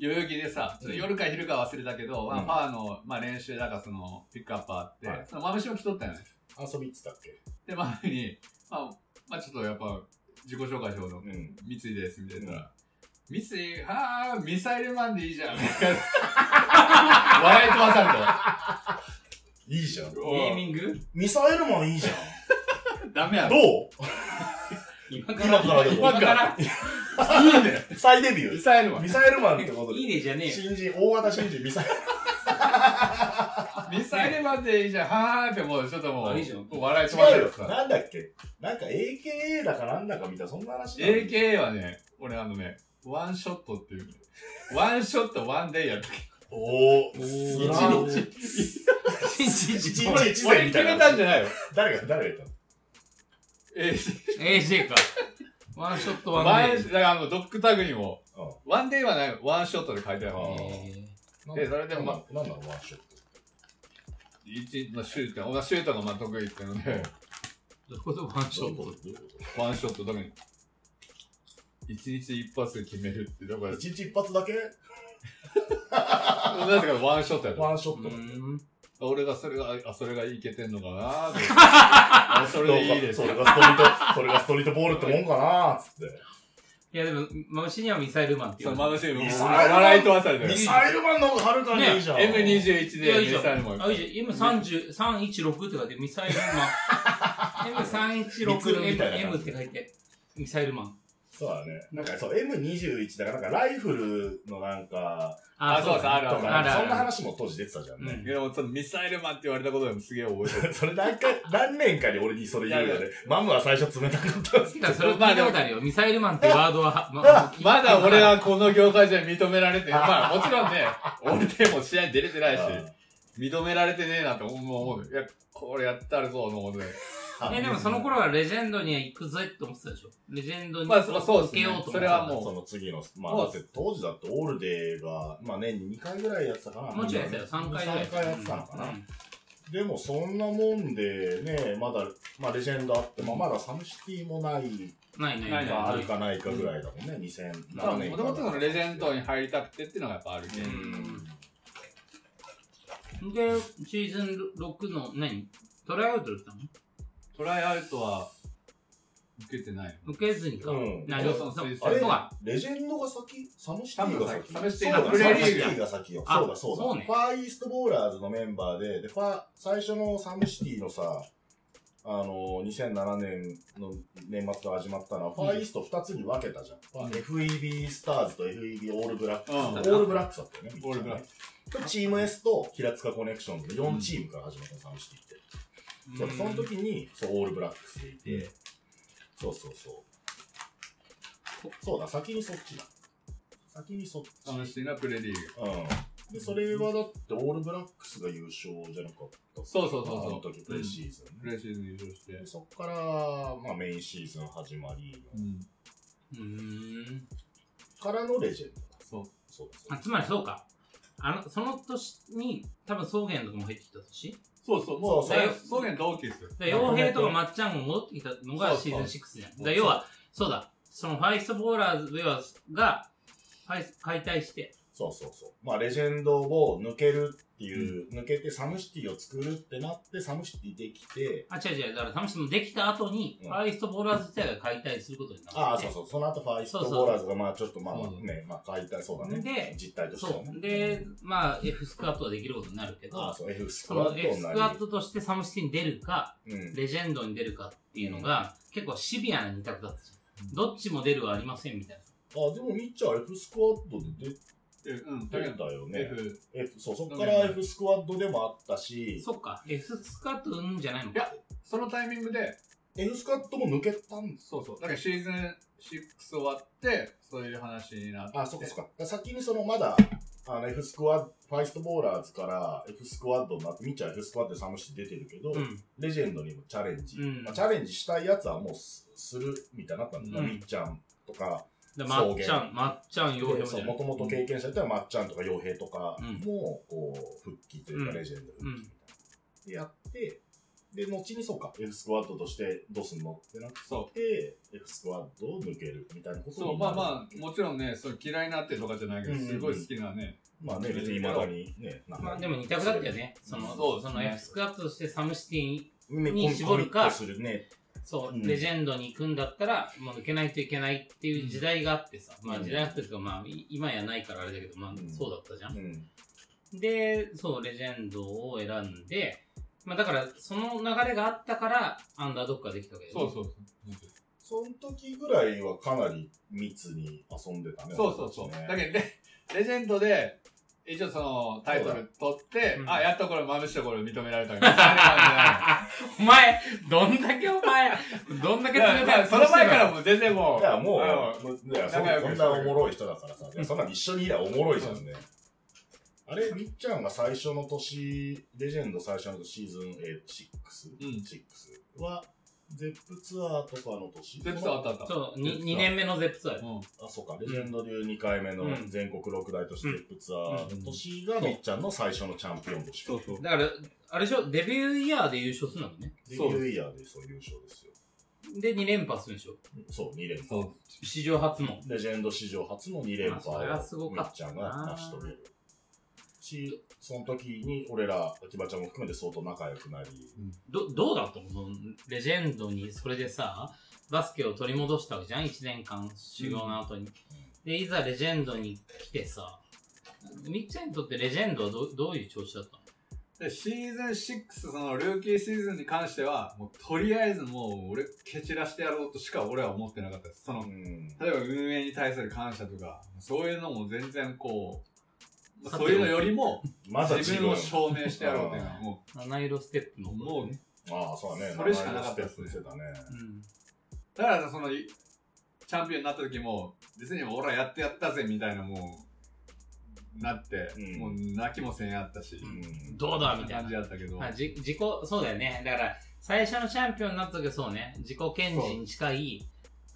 [SPEAKER 6] 代々木でさ、ちょっと夜か昼か忘れたけど、ま
[SPEAKER 2] う
[SPEAKER 6] あ、
[SPEAKER 2] ん
[SPEAKER 6] パーの、まあ、練習だからその、ピックアップあって、
[SPEAKER 2] はい
[SPEAKER 6] そのまぶしを着とったよね。
[SPEAKER 2] 遊びっつったっけ、
[SPEAKER 6] で、マムに、まあ、まあ、ちょっとやっぱ、自己紹介しようと
[SPEAKER 2] う。ん、
[SPEAKER 6] 三井です、みたいな。
[SPEAKER 2] うん
[SPEAKER 6] 三井、はあ、ミサイルマンでいいじゃん。みたいな笑い飛ばさ
[SPEAKER 2] いいじゃん
[SPEAKER 6] れ、た。
[SPEAKER 3] ゲーミング
[SPEAKER 2] ミサイルマンいいじゃん、
[SPEAKER 6] ダメや
[SPEAKER 2] ど
[SPEAKER 6] ろ。
[SPEAKER 2] う
[SPEAKER 3] 今か
[SPEAKER 2] 今
[SPEAKER 3] ら
[SPEAKER 2] からでも
[SPEAKER 3] 今、から
[SPEAKER 6] いいね。
[SPEAKER 2] 再デビ
[SPEAKER 6] ミ
[SPEAKER 2] ュ
[SPEAKER 6] サイルマ
[SPEAKER 2] ー、
[SPEAKER 6] ン
[SPEAKER 2] ミ。サイルマンってことで、
[SPEAKER 3] いいねじゃねえよ。
[SPEAKER 2] 新人、大型新人、ミサイル
[SPEAKER 6] ミサイルマンでいいじゃん。はあってもう、ちょっとも
[SPEAKER 3] あ
[SPEAKER 6] う、
[SPEAKER 3] いいじゃん
[SPEAKER 6] もう笑い飛ば
[SPEAKER 2] マ
[SPEAKER 6] さ
[SPEAKER 2] ン、
[SPEAKER 6] れ
[SPEAKER 2] 違う
[SPEAKER 6] て
[SPEAKER 2] よ、
[SPEAKER 6] た。
[SPEAKER 2] なんだっけ、なんか AKA だかなんだかみたいな、そんな話なの
[SPEAKER 6] AKA はね、俺あのね、ワンショットっていうね。ワンショットワンデイやった。
[SPEAKER 2] おお、一
[SPEAKER 3] ー
[SPEAKER 2] 日、一日
[SPEAKER 6] 俺
[SPEAKER 2] 一
[SPEAKER 6] 俺
[SPEAKER 2] 戦み
[SPEAKER 6] 決
[SPEAKER 2] たいな。
[SPEAKER 6] めたんじゃないよ。
[SPEAKER 2] 誰が、誰が言っ
[SPEAKER 6] え
[SPEAKER 3] AJ か。ワンショット
[SPEAKER 6] ワン
[SPEAKER 3] ワンデ
[SPEAKER 6] だからあの、ドッグタグにも、
[SPEAKER 2] たの
[SPEAKER 6] ワンデイはない、ワンショットで書いてある
[SPEAKER 2] あー
[SPEAKER 6] ーでそれでもま
[SPEAKER 2] あ、なんだろう、ワンショット。
[SPEAKER 6] 一のシュート、俺はシュートがまあ得意っていうので、
[SPEAKER 3] どこでワンショット
[SPEAKER 2] どういうこ
[SPEAKER 6] ワンショット特に。一日一発で決めるって、だから
[SPEAKER 2] と、一日一発だけ
[SPEAKER 6] なぜかワンショットやった。
[SPEAKER 2] ワンショット。
[SPEAKER 3] う
[SPEAKER 6] 俺がそれが、あ、それがいけてんのかなーってあそれでいいです
[SPEAKER 2] それ
[SPEAKER 6] よ。
[SPEAKER 2] がストリート、 それがストリートボールってもんかなーっつっ
[SPEAKER 3] んいやでも、マムシにはミサイルマンって
[SPEAKER 6] そ
[SPEAKER 3] 言
[SPEAKER 6] の
[SPEAKER 3] わ
[SPEAKER 6] マ
[SPEAKER 3] れて
[SPEAKER 6] ムシーム、
[SPEAKER 2] ミ
[SPEAKER 6] もう
[SPEAKER 2] サイル
[SPEAKER 6] 笑い飛ばされて
[SPEAKER 2] て。
[SPEAKER 6] る
[SPEAKER 2] ミ。サイルマンの方がはるかにいいじゃん。
[SPEAKER 6] M21
[SPEAKER 3] いやい
[SPEAKER 6] で
[SPEAKER 3] いじゃ
[SPEAKER 6] ミ
[SPEAKER 3] ん
[SPEAKER 6] サイルも
[SPEAKER 3] あ、いいじゃん。M30、316って書いて、ミサイルマン。
[SPEAKER 2] 三つ
[SPEAKER 3] M316、
[SPEAKER 2] み
[SPEAKER 3] M、
[SPEAKER 2] たいな
[SPEAKER 3] M って書いて、ミサイルマン。
[SPEAKER 2] そうだね。なんかそう、M21 だから、なんかライフルのなんか、
[SPEAKER 6] あ、そうそう、ある
[SPEAKER 2] と
[SPEAKER 6] あ
[SPEAKER 2] か、
[SPEAKER 6] る
[SPEAKER 2] な
[SPEAKER 6] あ
[SPEAKER 2] ん
[SPEAKER 6] る。
[SPEAKER 2] かそんな話も当時出てたじゃん
[SPEAKER 3] う
[SPEAKER 2] ね
[SPEAKER 3] ん。
[SPEAKER 6] いや、でもそのミサイルマンって言われたことでもすげえ覚えて る。
[SPEAKER 2] それ何回、何年かに俺にそれ言うよ
[SPEAKER 6] いや
[SPEAKER 2] ね。マムは最初冷たかったっつって
[SPEAKER 3] てか、それ聞いたことあるよ。ミサイルマンってワードは、ま
[SPEAKER 6] まだ俺、はこの業界じゃ認められて、まあもちろんね、俺でも試合出れてないし、認められてねえなって思う、思う。いや、これやったるぞ、と思って。
[SPEAKER 2] あー
[SPEAKER 3] え、でもその頃はレジェンドには行くぜって思ってたでしょ。レジェンドに
[SPEAKER 6] まあそうそうですね
[SPEAKER 3] 受けようと思ってた
[SPEAKER 6] それはもう
[SPEAKER 2] その次の、まあ、
[SPEAKER 6] も
[SPEAKER 2] だ
[SPEAKER 6] う
[SPEAKER 2] って当時だってオールデーが、まあ年に2回ぐらいやってたかな。
[SPEAKER 3] もちろんやったよ。3回ぐらい。
[SPEAKER 2] 3回やってたのかな。
[SPEAKER 3] うん
[SPEAKER 2] でもそんなもんで、ね、まだ、まあレジェンドあって、まあまだサムシティもない
[SPEAKER 3] ないない
[SPEAKER 6] ない
[SPEAKER 3] ない。
[SPEAKER 2] があるかないかぐらいだもんね、2000。
[SPEAKER 6] まあ、もともとそのレジェンドに
[SPEAKER 2] に。
[SPEAKER 6] 入りたくてっていうのがやっぱあるけ
[SPEAKER 2] う
[SPEAKER 6] ど。
[SPEAKER 2] ん。
[SPEAKER 3] で、シーズン6の、何トライアウトだったの
[SPEAKER 6] トライアウトは、受けてない。
[SPEAKER 3] 受けずにか。
[SPEAKER 2] うん
[SPEAKER 3] なるほ
[SPEAKER 6] そう
[SPEAKER 3] ど。
[SPEAKER 6] そ
[SPEAKER 3] そうう
[SPEAKER 2] あ
[SPEAKER 3] そう
[SPEAKER 2] れ
[SPEAKER 3] か。
[SPEAKER 2] レジェンドが先サムシティが先
[SPEAKER 6] サムシテ
[SPEAKER 2] そう
[SPEAKER 6] ィ
[SPEAKER 2] だ、
[SPEAKER 6] が
[SPEAKER 2] サムシ
[SPEAKER 6] 先サムシティが
[SPEAKER 2] ティが先よ。
[SPEAKER 3] あ
[SPEAKER 2] そうだ、そうだ。
[SPEAKER 3] そうね
[SPEAKER 2] ファーイーストボーラーズのメンバーで、で、ファー、最初のサムシティのさ、あの、2007年の年末から始まったのは、ファーイースト2つに分けたじゃん。
[SPEAKER 6] うん
[SPEAKER 2] FEB スターズと FEB オールブラックス。
[SPEAKER 6] うん
[SPEAKER 2] オールブラックスだったよね。
[SPEAKER 6] オールブラッ
[SPEAKER 2] クス。チーム S と平塚コネクションズの4チームから始まったのサムシティって。そうその時に、そう、オールブラックスでいて、そうそうそう。そうだ、先にそっちだ。先にそっち。
[SPEAKER 6] サムシティがプレリーグ。
[SPEAKER 2] うん。で、それはだって、オールブラックスが優勝じゃなかったっけ
[SPEAKER 6] そうそうそうそう
[SPEAKER 2] あの時、プレシーズン
[SPEAKER 6] プ
[SPEAKER 2] ね。
[SPEAKER 6] レシーズン優勝して
[SPEAKER 2] で、。そっから、まあ、メインシーズン始まり、
[SPEAKER 6] うん。
[SPEAKER 3] うーん。
[SPEAKER 2] からのレジェンド。
[SPEAKER 6] そう。
[SPEAKER 2] そうです
[SPEAKER 3] あ、つまりそうか。あの、その年に、多分草原とかも入ってきた年。
[SPEAKER 6] そうそう、もう、
[SPEAKER 2] そ
[SPEAKER 6] そう
[SPEAKER 3] そう
[SPEAKER 6] うそうやん同期ですよ。
[SPEAKER 3] だから洋平とかまっちゃんも戻ってきたのがシーズン6じゃん。だから要は、そうだ、そのファイストボーラーズウェアが、ファイス解体して、
[SPEAKER 2] そうそうそう。まあ、レジェンドを抜けるっていう、抜けてサムシティを作るってなって、サムシティできて、
[SPEAKER 3] あ、違う違う。だから、サムシティもできた後に、
[SPEAKER 2] うん
[SPEAKER 3] ファーイストボーラーズ自体が解体することになって。
[SPEAKER 2] ああ、そうそう。その後ファイストボーラーズが、まあ、ちょっとまあまあ
[SPEAKER 5] そう
[SPEAKER 2] ね、まあ、解体そうだね。
[SPEAKER 3] で
[SPEAKER 2] 実態としては
[SPEAKER 3] そ
[SPEAKER 2] ね。
[SPEAKER 3] う。で、まあ、F スクワットはできることになるけ
[SPEAKER 2] ああ、
[SPEAKER 3] ど、
[SPEAKER 2] そう、F ス
[SPEAKER 3] そ
[SPEAKER 2] クワッ
[SPEAKER 3] の
[SPEAKER 2] ト
[SPEAKER 3] F
[SPEAKER 2] に
[SPEAKER 3] ス
[SPEAKER 2] な
[SPEAKER 3] ク
[SPEAKER 2] り
[SPEAKER 3] ワットとしてサムシティに出るか、
[SPEAKER 2] うん。
[SPEAKER 3] レジェンドに出るかっていうのが、結構シビアな二択だったじゃん。どっちも出るはありませんみたい
[SPEAKER 2] あ、でも、みっちゃん F スクワットで出て
[SPEAKER 5] うん、だけど
[SPEAKER 2] たよね。
[SPEAKER 5] F、
[SPEAKER 2] F そう、そこから F スクワッドでもあった
[SPEAKER 3] な。
[SPEAKER 2] し、
[SPEAKER 3] そっか、F スクワットうんじゃないの
[SPEAKER 5] い
[SPEAKER 3] か。
[SPEAKER 5] や、そのタイミングで、
[SPEAKER 2] F スクワッドも抜けたんです。
[SPEAKER 5] そうそう。
[SPEAKER 6] だからシーズン6終わって、そういう話になって。
[SPEAKER 2] あ、そっかそっか。だから先にそのまだ、あの F スクワッド、ファイストボーラーズから F スクワッドになって、みっちゃん F スクワッドでサムシティ出てるけど、
[SPEAKER 3] うん。
[SPEAKER 2] レジェンドにもチャレンジ。
[SPEAKER 3] うん
[SPEAKER 2] まあ、チャレンジしたいやつはもうすするみたいになったんだよ、
[SPEAKER 3] うん
[SPEAKER 2] みっちゃんとか、
[SPEAKER 3] で、まっちゃ
[SPEAKER 2] 草
[SPEAKER 3] ん、まっちゃん、洋平じ
[SPEAKER 2] そう、
[SPEAKER 3] ゃ
[SPEAKER 2] も
[SPEAKER 3] ない
[SPEAKER 2] ともと経験者だったらまっちゃんとか洋平とか
[SPEAKER 3] うん
[SPEAKER 2] も、こう、復帰というか
[SPEAKER 3] うん
[SPEAKER 2] レジェンド復帰みたいな。で、やって、で、後にそうか、F スクワッドとしてどうすんのってなっ
[SPEAKER 6] そ
[SPEAKER 2] て、F スクワッドを抜けるみたいなことにな
[SPEAKER 6] そう、
[SPEAKER 2] る
[SPEAKER 6] まあまあ、もちろんね、そう嫌いになってとかじゃないけど、
[SPEAKER 2] うんうんうん
[SPEAKER 6] すごい好きなね。
[SPEAKER 2] まあね、別に未だにね、なんか
[SPEAKER 3] まあでも二択だったよね。その、
[SPEAKER 6] そう
[SPEAKER 3] その F スクワットとしてサムシティに、
[SPEAKER 2] ね
[SPEAKER 3] に絞るか
[SPEAKER 2] コミットするね。
[SPEAKER 3] そうう、
[SPEAKER 2] ん
[SPEAKER 3] レジェンドに行くんだったら、もう抜けないといけないっていう時代があってさ。まあ
[SPEAKER 2] うん
[SPEAKER 3] 時代あったというか、まあい今やないからあれだけど、まあ
[SPEAKER 2] うん
[SPEAKER 3] そうだったじゃん
[SPEAKER 2] う。ん。
[SPEAKER 3] で、そう、レジェンドを選んで、まあだから、その流れがあったから、アンダードックができたわけだよね
[SPEAKER 6] そうそうそう。
[SPEAKER 2] その時ぐらいはかなり密に遊んでたね。
[SPEAKER 6] そうそうそう。
[SPEAKER 2] 私たちね
[SPEAKER 6] だけどレ、レジェンドで、一応そのタイトル取って、
[SPEAKER 3] そうだ
[SPEAKER 6] あ、やっとこれ、まぶしとこれ認められたみたい な。
[SPEAKER 3] お前、どんだけお前、どんだけ
[SPEAKER 6] そうい
[SPEAKER 3] 冷
[SPEAKER 6] う感じだ
[SPEAKER 3] た
[SPEAKER 6] よ
[SPEAKER 3] い。
[SPEAKER 6] その前からもう全然も、
[SPEAKER 2] いうや、も
[SPEAKER 6] あ
[SPEAKER 2] う、もういやそ
[SPEAKER 6] 仲良く
[SPEAKER 2] こんなおもろい人だからさ、いやそんなの一緒にいりゃおもろいじゃんね。あれ、みっちゃんが最初の年、レジェンド最初のシーズン 6?6、
[SPEAKER 6] うん
[SPEAKER 2] 6は、ゼップツアーとかの年
[SPEAKER 6] 全部伝わったあった。
[SPEAKER 3] そう、2, 年目のゼップツアー。
[SPEAKER 2] あ、そうか、レジェンド流2回目の
[SPEAKER 3] うん
[SPEAKER 2] 全国6大都市ゼップツアーの年がみっちゃんの最初のチャンピオン年。
[SPEAKER 6] そうそう。
[SPEAKER 3] だから、あれでしょ、デビューイヤーで優勝するんだもんね。
[SPEAKER 2] デビューイヤーでそう優勝ですよ。
[SPEAKER 3] で、2連覇するんでしょ。
[SPEAKER 2] そう、2連覇。
[SPEAKER 6] そう。
[SPEAKER 3] 史上初の。
[SPEAKER 2] レジェンド史上初の2連覇
[SPEAKER 3] あそれはすご
[SPEAKER 2] をみ
[SPEAKER 3] か
[SPEAKER 2] っ
[SPEAKER 3] っ
[SPEAKER 2] ちゃ
[SPEAKER 3] たなん
[SPEAKER 2] が成し遂げる。し、その時に俺ら、秋葉ちゃんも含めて相当仲良くなり、
[SPEAKER 3] ど、どうだったのその、レジェンドに、それでさ、バスケを取り戻したわけじゃん ?1 年間修行の後に。で、いざレジェンドに来てさ、みっちゃんにとってレジェンドはどうどういう調子だったの
[SPEAKER 6] で、シーズン6、そのルーキーシーズンに関しては、もうとりあえずもう俺、蹴散らしてやろうとしか俺は思ってなかったです。その、
[SPEAKER 2] うん
[SPEAKER 6] 例えば運営に対する感謝とか、そういうのも全然こう、まあそういうのよりも、
[SPEAKER 2] まだ
[SPEAKER 6] 自
[SPEAKER 2] 自
[SPEAKER 6] 分
[SPEAKER 2] 分
[SPEAKER 6] を証明してやろうっていうのは、も
[SPEAKER 3] 七色ステップの
[SPEAKER 6] う、
[SPEAKER 3] 頃
[SPEAKER 6] もう、
[SPEAKER 2] ああ、そうだね。
[SPEAKER 6] それしかなかった
[SPEAKER 2] 名
[SPEAKER 6] で
[SPEAKER 2] 前
[SPEAKER 6] す
[SPEAKER 2] のステップしてたね。
[SPEAKER 3] うん。
[SPEAKER 6] だからその、チャンピオンになった時も、別に俺はやってやったぜみたいなもう、なって、
[SPEAKER 2] うん
[SPEAKER 6] もう泣きもせんやったし、
[SPEAKER 2] うん
[SPEAKER 3] どうだみたい
[SPEAKER 6] 感
[SPEAKER 3] な
[SPEAKER 6] じ。だったけど、
[SPEAKER 3] まあ、じ自己、そうだよね。だから、最初のチャンピオンになった時はそうね、自己検事に近い、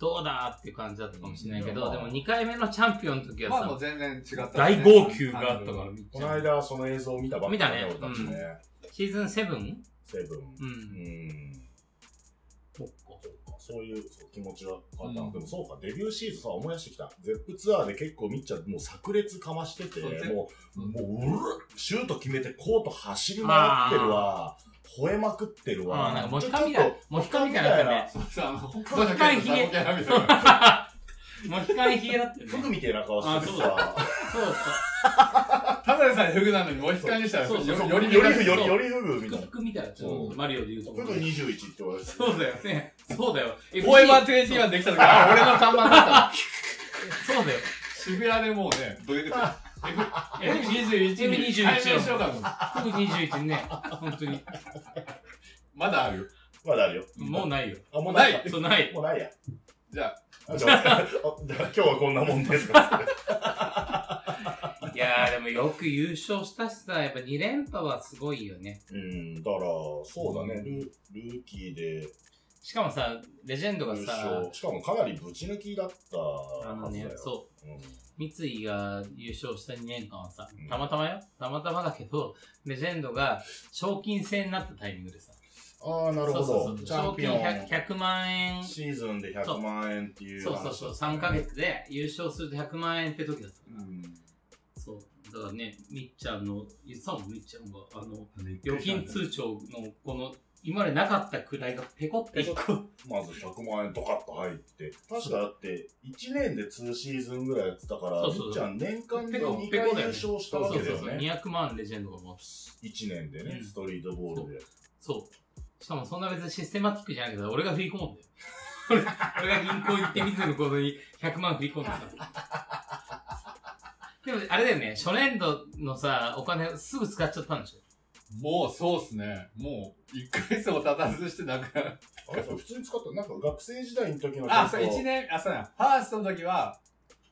[SPEAKER 3] どうだっていう感じだったかもしれないけど、
[SPEAKER 2] うん
[SPEAKER 3] でも2回目のチャンピオンの時は
[SPEAKER 6] ま
[SPEAKER 3] さ、
[SPEAKER 6] あもう全然違った、
[SPEAKER 3] 大号泣があったから、みっ
[SPEAKER 2] こ
[SPEAKER 3] ち
[SPEAKER 2] の
[SPEAKER 3] ゃん。
[SPEAKER 2] 間、その映像を見たばっかりだね、
[SPEAKER 3] 見たね
[SPEAKER 2] 俺たちね。
[SPEAKER 3] シーズン 7?
[SPEAKER 2] セブン。
[SPEAKER 3] う。
[SPEAKER 2] うんん。
[SPEAKER 3] そっか。
[SPEAKER 2] そうかそういうそう気持ちは変わったの、でもそうか、デビューシーズンさ、思い出してきた。ゼップツアーで結構みっちゃんもう炸裂かましてて、
[SPEAKER 6] そうゼッ
[SPEAKER 2] もう、もう、うるっシュート決めてコート走り回ってるわ。吠えまくってるわ。
[SPEAKER 3] あーなんかモヒ
[SPEAKER 2] ちょ
[SPEAKER 3] カンみたい
[SPEAKER 2] ちょっと
[SPEAKER 3] モヒカンみたいになってる
[SPEAKER 2] モ
[SPEAKER 3] ね
[SPEAKER 2] ヒカンみ
[SPEAKER 6] そ
[SPEAKER 3] も
[SPEAKER 6] うそう、あの、本
[SPEAKER 3] う一回ひげ
[SPEAKER 6] たいなみたいな。
[SPEAKER 3] もう悲観冷えだって
[SPEAKER 2] た
[SPEAKER 3] る
[SPEAKER 2] いな
[SPEAKER 3] ね。
[SPEAKER 2] 服みたいな顔してるさ。
[SPEAKER 3] そう
[SPEAKER 6] ただでさえフグなのにもう一回にしたら、
[SPEAKER 3] そうそう
[SPEAKER 6] よ
[SPEAKER 2] よ
[SPEAKER 6] り
[SPEAKER 2] り、
[SPEAKER 6] よ
[SPEAKER 2] よ
[SPEAKER 6] り、
[SPEAKER 2] り、より、
[SPEAKER 3] そ
[SPEAKER 2] よりフグみ
[SPEAKER 3] そう。
[SPEAKER 2] たいな
[SPEAKER 3] フッ。クみたいな、ちょっとマリオで言うと
[SPEAKER 2] フ
[SPEAKER 3] こ
[SPEAKER 2] グ
[SPEAKER 3] ろ。
[SPEAKER 2] 21って言われて
[SPEAKER 3] そうだよね。そうだよ。え
[SPEAKER 6] ポエマー21できた時、あ、俺の看板だった。
[SPEAKER 3] そうだよ。
[SPEAKER 6] 渋谷でもうね、どれくらい。
[SPEAKER 3] え
[SPEAKER 6] F21 に
[SPEAKER 3] F21
[SPEAKER 6] 改名しようかと思って
[SPEAKER 3] フグ21ね。本当に。
[SPEAKER 6] まだある
[SPEAKER 2] まだあるよ。
[SPEAKER 3] もうないよ。
[SPEAKER 2] あ、もうない
[SPEAKER 6] ない
[SPEAKER 3] そう、ない。
[SPEAKER 2] もうないや。
[SPEAKER 6] じゃあ、
[SPEAKER 2] あじゃあ、 あじゃあ今日はこんなもんですか。
[SPEAKER 3] いやー、でもよく優勝したしさ、やっぱ2連覇はすごいよね。
[SPEAKER 2] うん、だから、そうだね、ルルーキーで
[SPEAKER 3] しかもさ、レジェンドが
[SPEAKER 2] 優
[SPEAKER 3] さ、
[SPEAKER 2] 勝。しかもかなりぶち抜きだった
[SPEAKER 3] あの
[SPEAKER 2] はずだ
[SPEAKER 3] ね
[SPEAKER 2] よ。、
[SPEAKER 3] そう。
[SPEAKER 2] うん
[SPEAKER 3] 三井が優勝した2年間はさ
[SPEAKER 2] うん、
[SPEAKER 3] たまたまよ。たまたまだけど、レジェンドが賞金制になったタイミングでさ。
[SPEAKER 2] ああ、なるほ
[SPEAKER 3] そ
[SPEAKER 2] ど
[SPEAKER 3] う。そう
[SPEAKER 2] チ
[SPEAKER 3] そう
[SPEAKER 2] ャ
[SPEAKER 3] 賞
[SPEAKER 2] ンピ
[SPEAKER 3] 金
[SPEAKER 2] オン。
[SPEAKER 3] 100 100万円、そ
[SPEAKER 2] シーズンで100万円っていう
[SPEAKER 3] う
[SPEAKER 2] 話だ
[SPEAKER 3] そ
[SPEAKER 2] っ
[SPEAKER 3] う
[SPEAKER 2] た
[SPEAKER 3] そう、
[SPEAKER 2] ね
[SPEAKER 3] 3ヶ。月で優勝すると100万円って時だったか
[SPEAKER 2] うん
[SPEAKER 3] ら。そう。だからね、みっちゃんの、いつもみっちゃんが、あの、預金通帳の、この、今までなかったくらいがペコって一個。
[SPEAKER 2] まず100万円ドカッと入って。確かだって、1年で2シーズンぐらいやってたから、
[SPEAKER 3] そうそう
[SPEAKER 2] みっちゃん年間で
[SPEAKER 3] ペコ
[SPEAKER 2] 2
[SPEAKER 3] ペ
[SPEAKER 2] 回
[SPEAKER 3] コだよね
[SPEAKER 2] 優勝したわけだよね。
[SPEAKER 3] 200万レジェンドがもう。
[SPEAKER 2] 1年でね
[SPEAKER 3] う、ん
[SPEAKER 2] ストリートボールで。
[SPEAKER 3] そう。しかもそんな別にシステマティックじゃないけど、俺が振り込むんだよ。俺が銀行行って水野ことに100万振り込んでた。でも、あれだよね、初年度のさ、お金すぐ使っちゃったんでしょ
[SPEAKER 6] もうそうっすね。もう、1ヶ月も経たずしてなんか、
[SPEAKER 2] あれそれ普通に使った、なんか学生時代の時の
[SPEAKER 6] あ、
[SPEAKER 2] ち
[SPEAKER 6] そ
[SPEAKER 2] ょ
[SPEAKER 6] う、
[SPEAKER 2] っと
[SPEAKER 6] 1年、あ、そうや。ファーストの時は、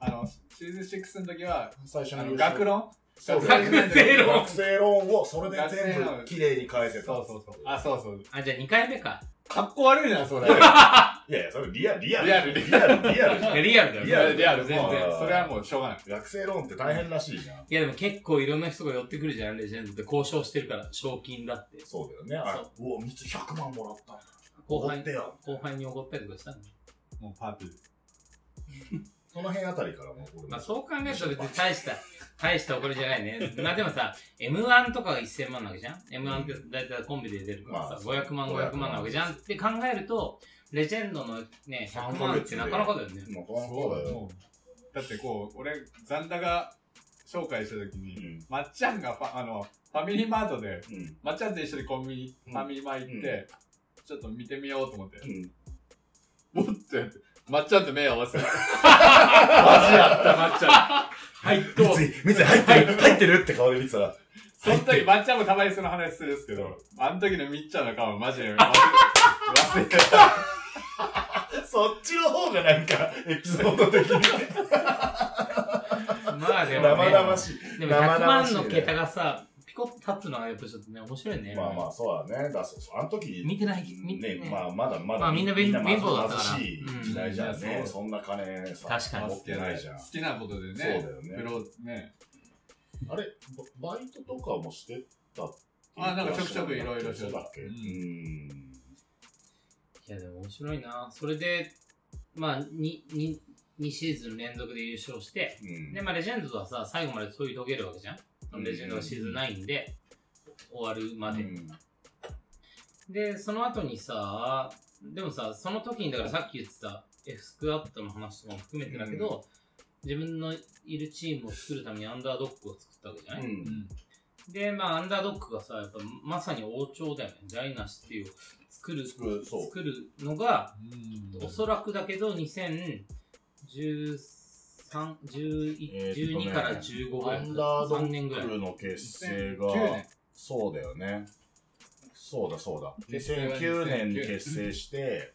[SPEAKER 6] あの、シーズン6の時は、
[SPEAKER 2] 最初
[SPEAKER 6] あ
[SPEAKER 2] の
[SPEAKER 6] の、
[SPEAKER 2] 優
[SPEAKER 6] 学
[SPEAKER 2] 勝
[SPEAKER 6] ロン
[SPEAKER 2] そう
[SPEAKER 3] 学生ロ
[SPEAKER 2] 学生ローンをそれで全
[SPEAKER 6] 学生ロー
[SPEAKER 2] 部
[SPEAKER 6] ン
[SPEAKER 2] きれいに返せた。
[SPEAKER 6] そうそうそう。あ、そうそう。
[SPEAKER 3] あ、じゃあ2回目か。
[SPEAKER 6] かっこ悪いな、それ。
[SPEAKER 2] いやいや、それリアル、リアル。
[SPEAKER 6] リアル
[SPEAKER 2] リアル、リアル
[SPEAKER 3] い。やリアルだよね。
[SPEAKER 2] リアル
[SPEAKER 6] リアル、全然
[SPEAKER 2] ま。あ
[SPEAKER 6] それはもうしょうがない。
[SPEAKER 2] 学生ローンって大変らしいじゃん。
[SPEAKER 3] いやでも結構いろんな人が寄ってくるじゃん、レジェンドって交渉してるから、賞金だって。
[SPEAKER 2] そうだよね。あれ、うわ、三つ100万もらった。
[SPEAKER 3] 後
[SPEAKER 2] お
[SPEAKER 3] 輩
[SPEAKER 2] って、よ。
[SPEAKER 3] 後輩に怒ったりとかしたの
[SPEAKER 6] もうパーティー。
[SPEAKER 2] その辺あたりからもう、俺
[SPEAKER 3] まあそう考えると別に大した、大したお金じゃないね。まあでもさ、M1 とかが1000万なわけじゃん ?M1 って大体コンビで出るから
[SPEAKER 2] まあ
[SPEAKER 3] さ、500万、500万なわけじゃんって考えると、レジェンドのね、100万ってなかなかだ よね。
[SPEAKER 2] もうこの子だよ。
[SPEAKER 6] もうだってこう、俺、ザンダが紹介した時
[SPEAKER 2] う
[SPEAKER 6] に、
[SPEAKER 2] ん。
[SPEAKER 6] まっちゃんがファあのファミリーマートで、
[SPEAKER 2] うん。
[SPEAKER 6] まっちゃんと一緒にコンビニ、
[SPEAKER 2] うん
[SPEAKER 6] ファミリーマ行って、ちょっと見てみようと思って、
[SPEAKER 2] うん。
[SPEAKER 6] もってやって、まっちゃんと目合わ せた。マジやった、まっちゃん。はい、どう
[SPEAKER 2] 三井、三井入ってる入ってるって顔で見てたら、
[SPEAKER 6] その時、まっちゃんもたまにその話するんですけど、あの時のみっちゃんの顔、マジで忘れ、忘れてた。
[SPEAKER 2] そっちの方がなんか、エピソード的に
[SPEAKER 3] まあでも
[SPEAKER 2] 生々
[SPEAKER 3] ね、
[SPEAKER 2] しい。
[SPEAKER 3] でも
[SPEAKER 2] 生
[SPEAKER 3] 100
[SPEAKER 2] 々し
[SPEAKER 3] 万
[SPEAKER 2] いね
[SPEAKER 3] の桁がさ、ピコッと立つのはやっぱちょっとね、面白いね。
[SPEAKER 2] まあまあ、そうだね。だそうそう。あの時、
[SPEAKER 3] 見てない見て
[SPEAKER 2] ね
[SPEAKER 3] ない、
[SPEAKER 2] まあ、まだまだ、
[SPEAKER 3] まあみんな貧
[SPEAKER 2] ま
[SPEAKER 3] 貧乏だったから
[SPEAKER 2] 貧しい時代じゃんね。
[SPEAKER 6] うん
[SPEAKER 2] そんな金さ、
[SPEAKER 3] 確かに
[SPEAKER 2] 持ってないじゃん。
[SPEAKER 6] 好きなことで
[SPEAKER 2] そうだ
[SPEAKER 6] ね、
[SPEAKER 2] よ
[SPEAKER 6] プ
[SPEAKER 2] ね。
[SPEAKER 6] ロ、ね。
[SPEAKER 2] あれ、ババイトとかもしてたっていう
[SPEAKER 6] あなんかちょくちょくいろいろして
[SPEAKER 2] そ
[SPEAKER 6] た
[SPEAKER 2] うだっけう
[SPEAKER 6] うん
[SPEAKER 2] ん。
[SPEAKER 3] いやでも面白いな。それで、まあ、2、2、2シーズン連続で優勝して、
[SPEAKER 2] うん
[SPEAKER 3] で、まあ、レジェンドとはさ、最後まで問い遂げるわけじゃん。
[SPEAKER 2] うん
[SPEAKER 3] レジェンドがシーズン9で終わるま
[SPEAKER 2] う
[SPEAKER 3] で。
[SPEAKER 2] ん
[SPEAKER 3] で、その後にさ、でもさ、その時に、だからさっき言ってた F スクワットの話とかも含めてだけど、自分のいるチームを作るためにアンダードッグを作ったわけじゃない、
[SPEAKER 2] うん
[SPEAKER 3] で、まあ、アンダードッグがさ、やっぱまさに王朝だよね。ダイナシティを作る、
[SPEAKER 2] 作るそう
[SPEAKER 3] 作るのが、
[SPEAKER 6] うん
[SPEAKER 3] おそらくだけど、2013、
[SPEAKER 2] えー
[SPEAKER 3] 11
[SPEAKER 2] っとね
[SPEAKER 3] 12から15ぐら
[SPEAKER 2] ア
[SPEAKER 3] い。
[SPEAKER 2] ンダード
[SPEAKER 3] 3年ぐらい
[SPEAKER 2] ッ。クの結成が、
[SPEAKER 6] 2009年
[SPEAKER 2] そうだよね。そうだそうだ。
[SPEAKER 6] 結成が
[SPEAKER 2] 2009年に結成して、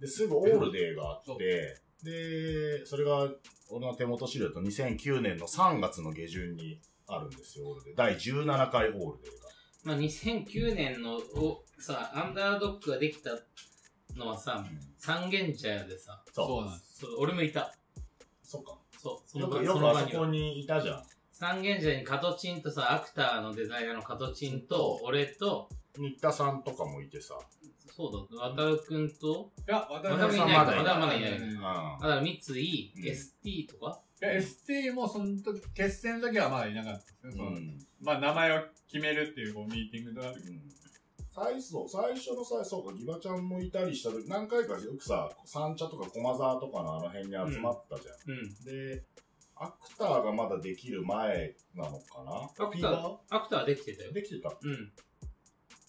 [SPEAKER 2] ですぐオールデーがあって、で、それが俺の手元資料だと2009年の3月の下旬にあるんですよ、オールデー。第17回オールデーが。
[SPEAKER 3] まあ、2009年のおさ、アンダードックができたのはさ、三軒茶屋でさ、
[SPEAKER 6] そうなんです。
[SPEAKER 3] そう俺もいた。
[SPEAKER 2] そっか。
[SPEAKER 3] そう、そ
[SPEAKER 2] よ
[SPEAKER 3] の
[SPEAKER 2] く、
[SPEAKER 3] 場
[SPEAKER 2] よ
[SPEAKER 3] そ
[SPEAKER 2] く
[SPEAKER 3] の
[SPEAKER 2] あ
[SPEAKER 3] 場
[SPEAKER 2] そ
[SPEAKER 3] に
[SPEAKER 2] こ
[SPEAKER 3] は。
[SPEAKER 2] にいたじゃん。
[SPEAKER 3] 三軒茶屋にカトチンとさ、アクターのデザイナーのカトチンと、俺と、
[SPEAKER 2] 新田さんとかもいてさ。
[SPEAKER 3] そうだ、渡るくんと、
[SPEAKER 6] いや、渡
[SPEAKER 3] 渡
[SPEAKER 6] 辺
[SPEAKER 3] るくんい
[SPEAKER 6] さ
[SPEAKER 3] なんい
[SPEAKER 2] まだいない
[SPEAKER 3] か、渡るまだいな
[SPEAKER 6] う
[SPEAKER 3] い
[SPEAKER 6] ん
[SPEAKER 2] う
[SPEAKER 3] か。
[SPEAKER 2] ん
[SPEAKER 3] だから三井、
[SPEAKER 2] うん
[SPEAKER 3] ST とか
[SPEAKER 6] いや、ST もその時、決戦の時はまだいなかったですね。その
[SPEAKER 2] ん
[SPEAKER 6] まあ、名前を決めるっていう、こう、ミーティングとか。
[SPEAKER 2] 最初、最初のさ、そうか、ギバちゃんもいたりした時、何回かよくさ、三茶とか駒沢とかのあの辺に集まったじゃん。
[SPEAKER 3] うん。
[SPEAKER 2] で、アクターがまだできる前なのかな
[SPEAKER 3] アクター、アクターはできてたよ
[SPEAKER 2] ー。できてた
[SPEAKER 3] うん。い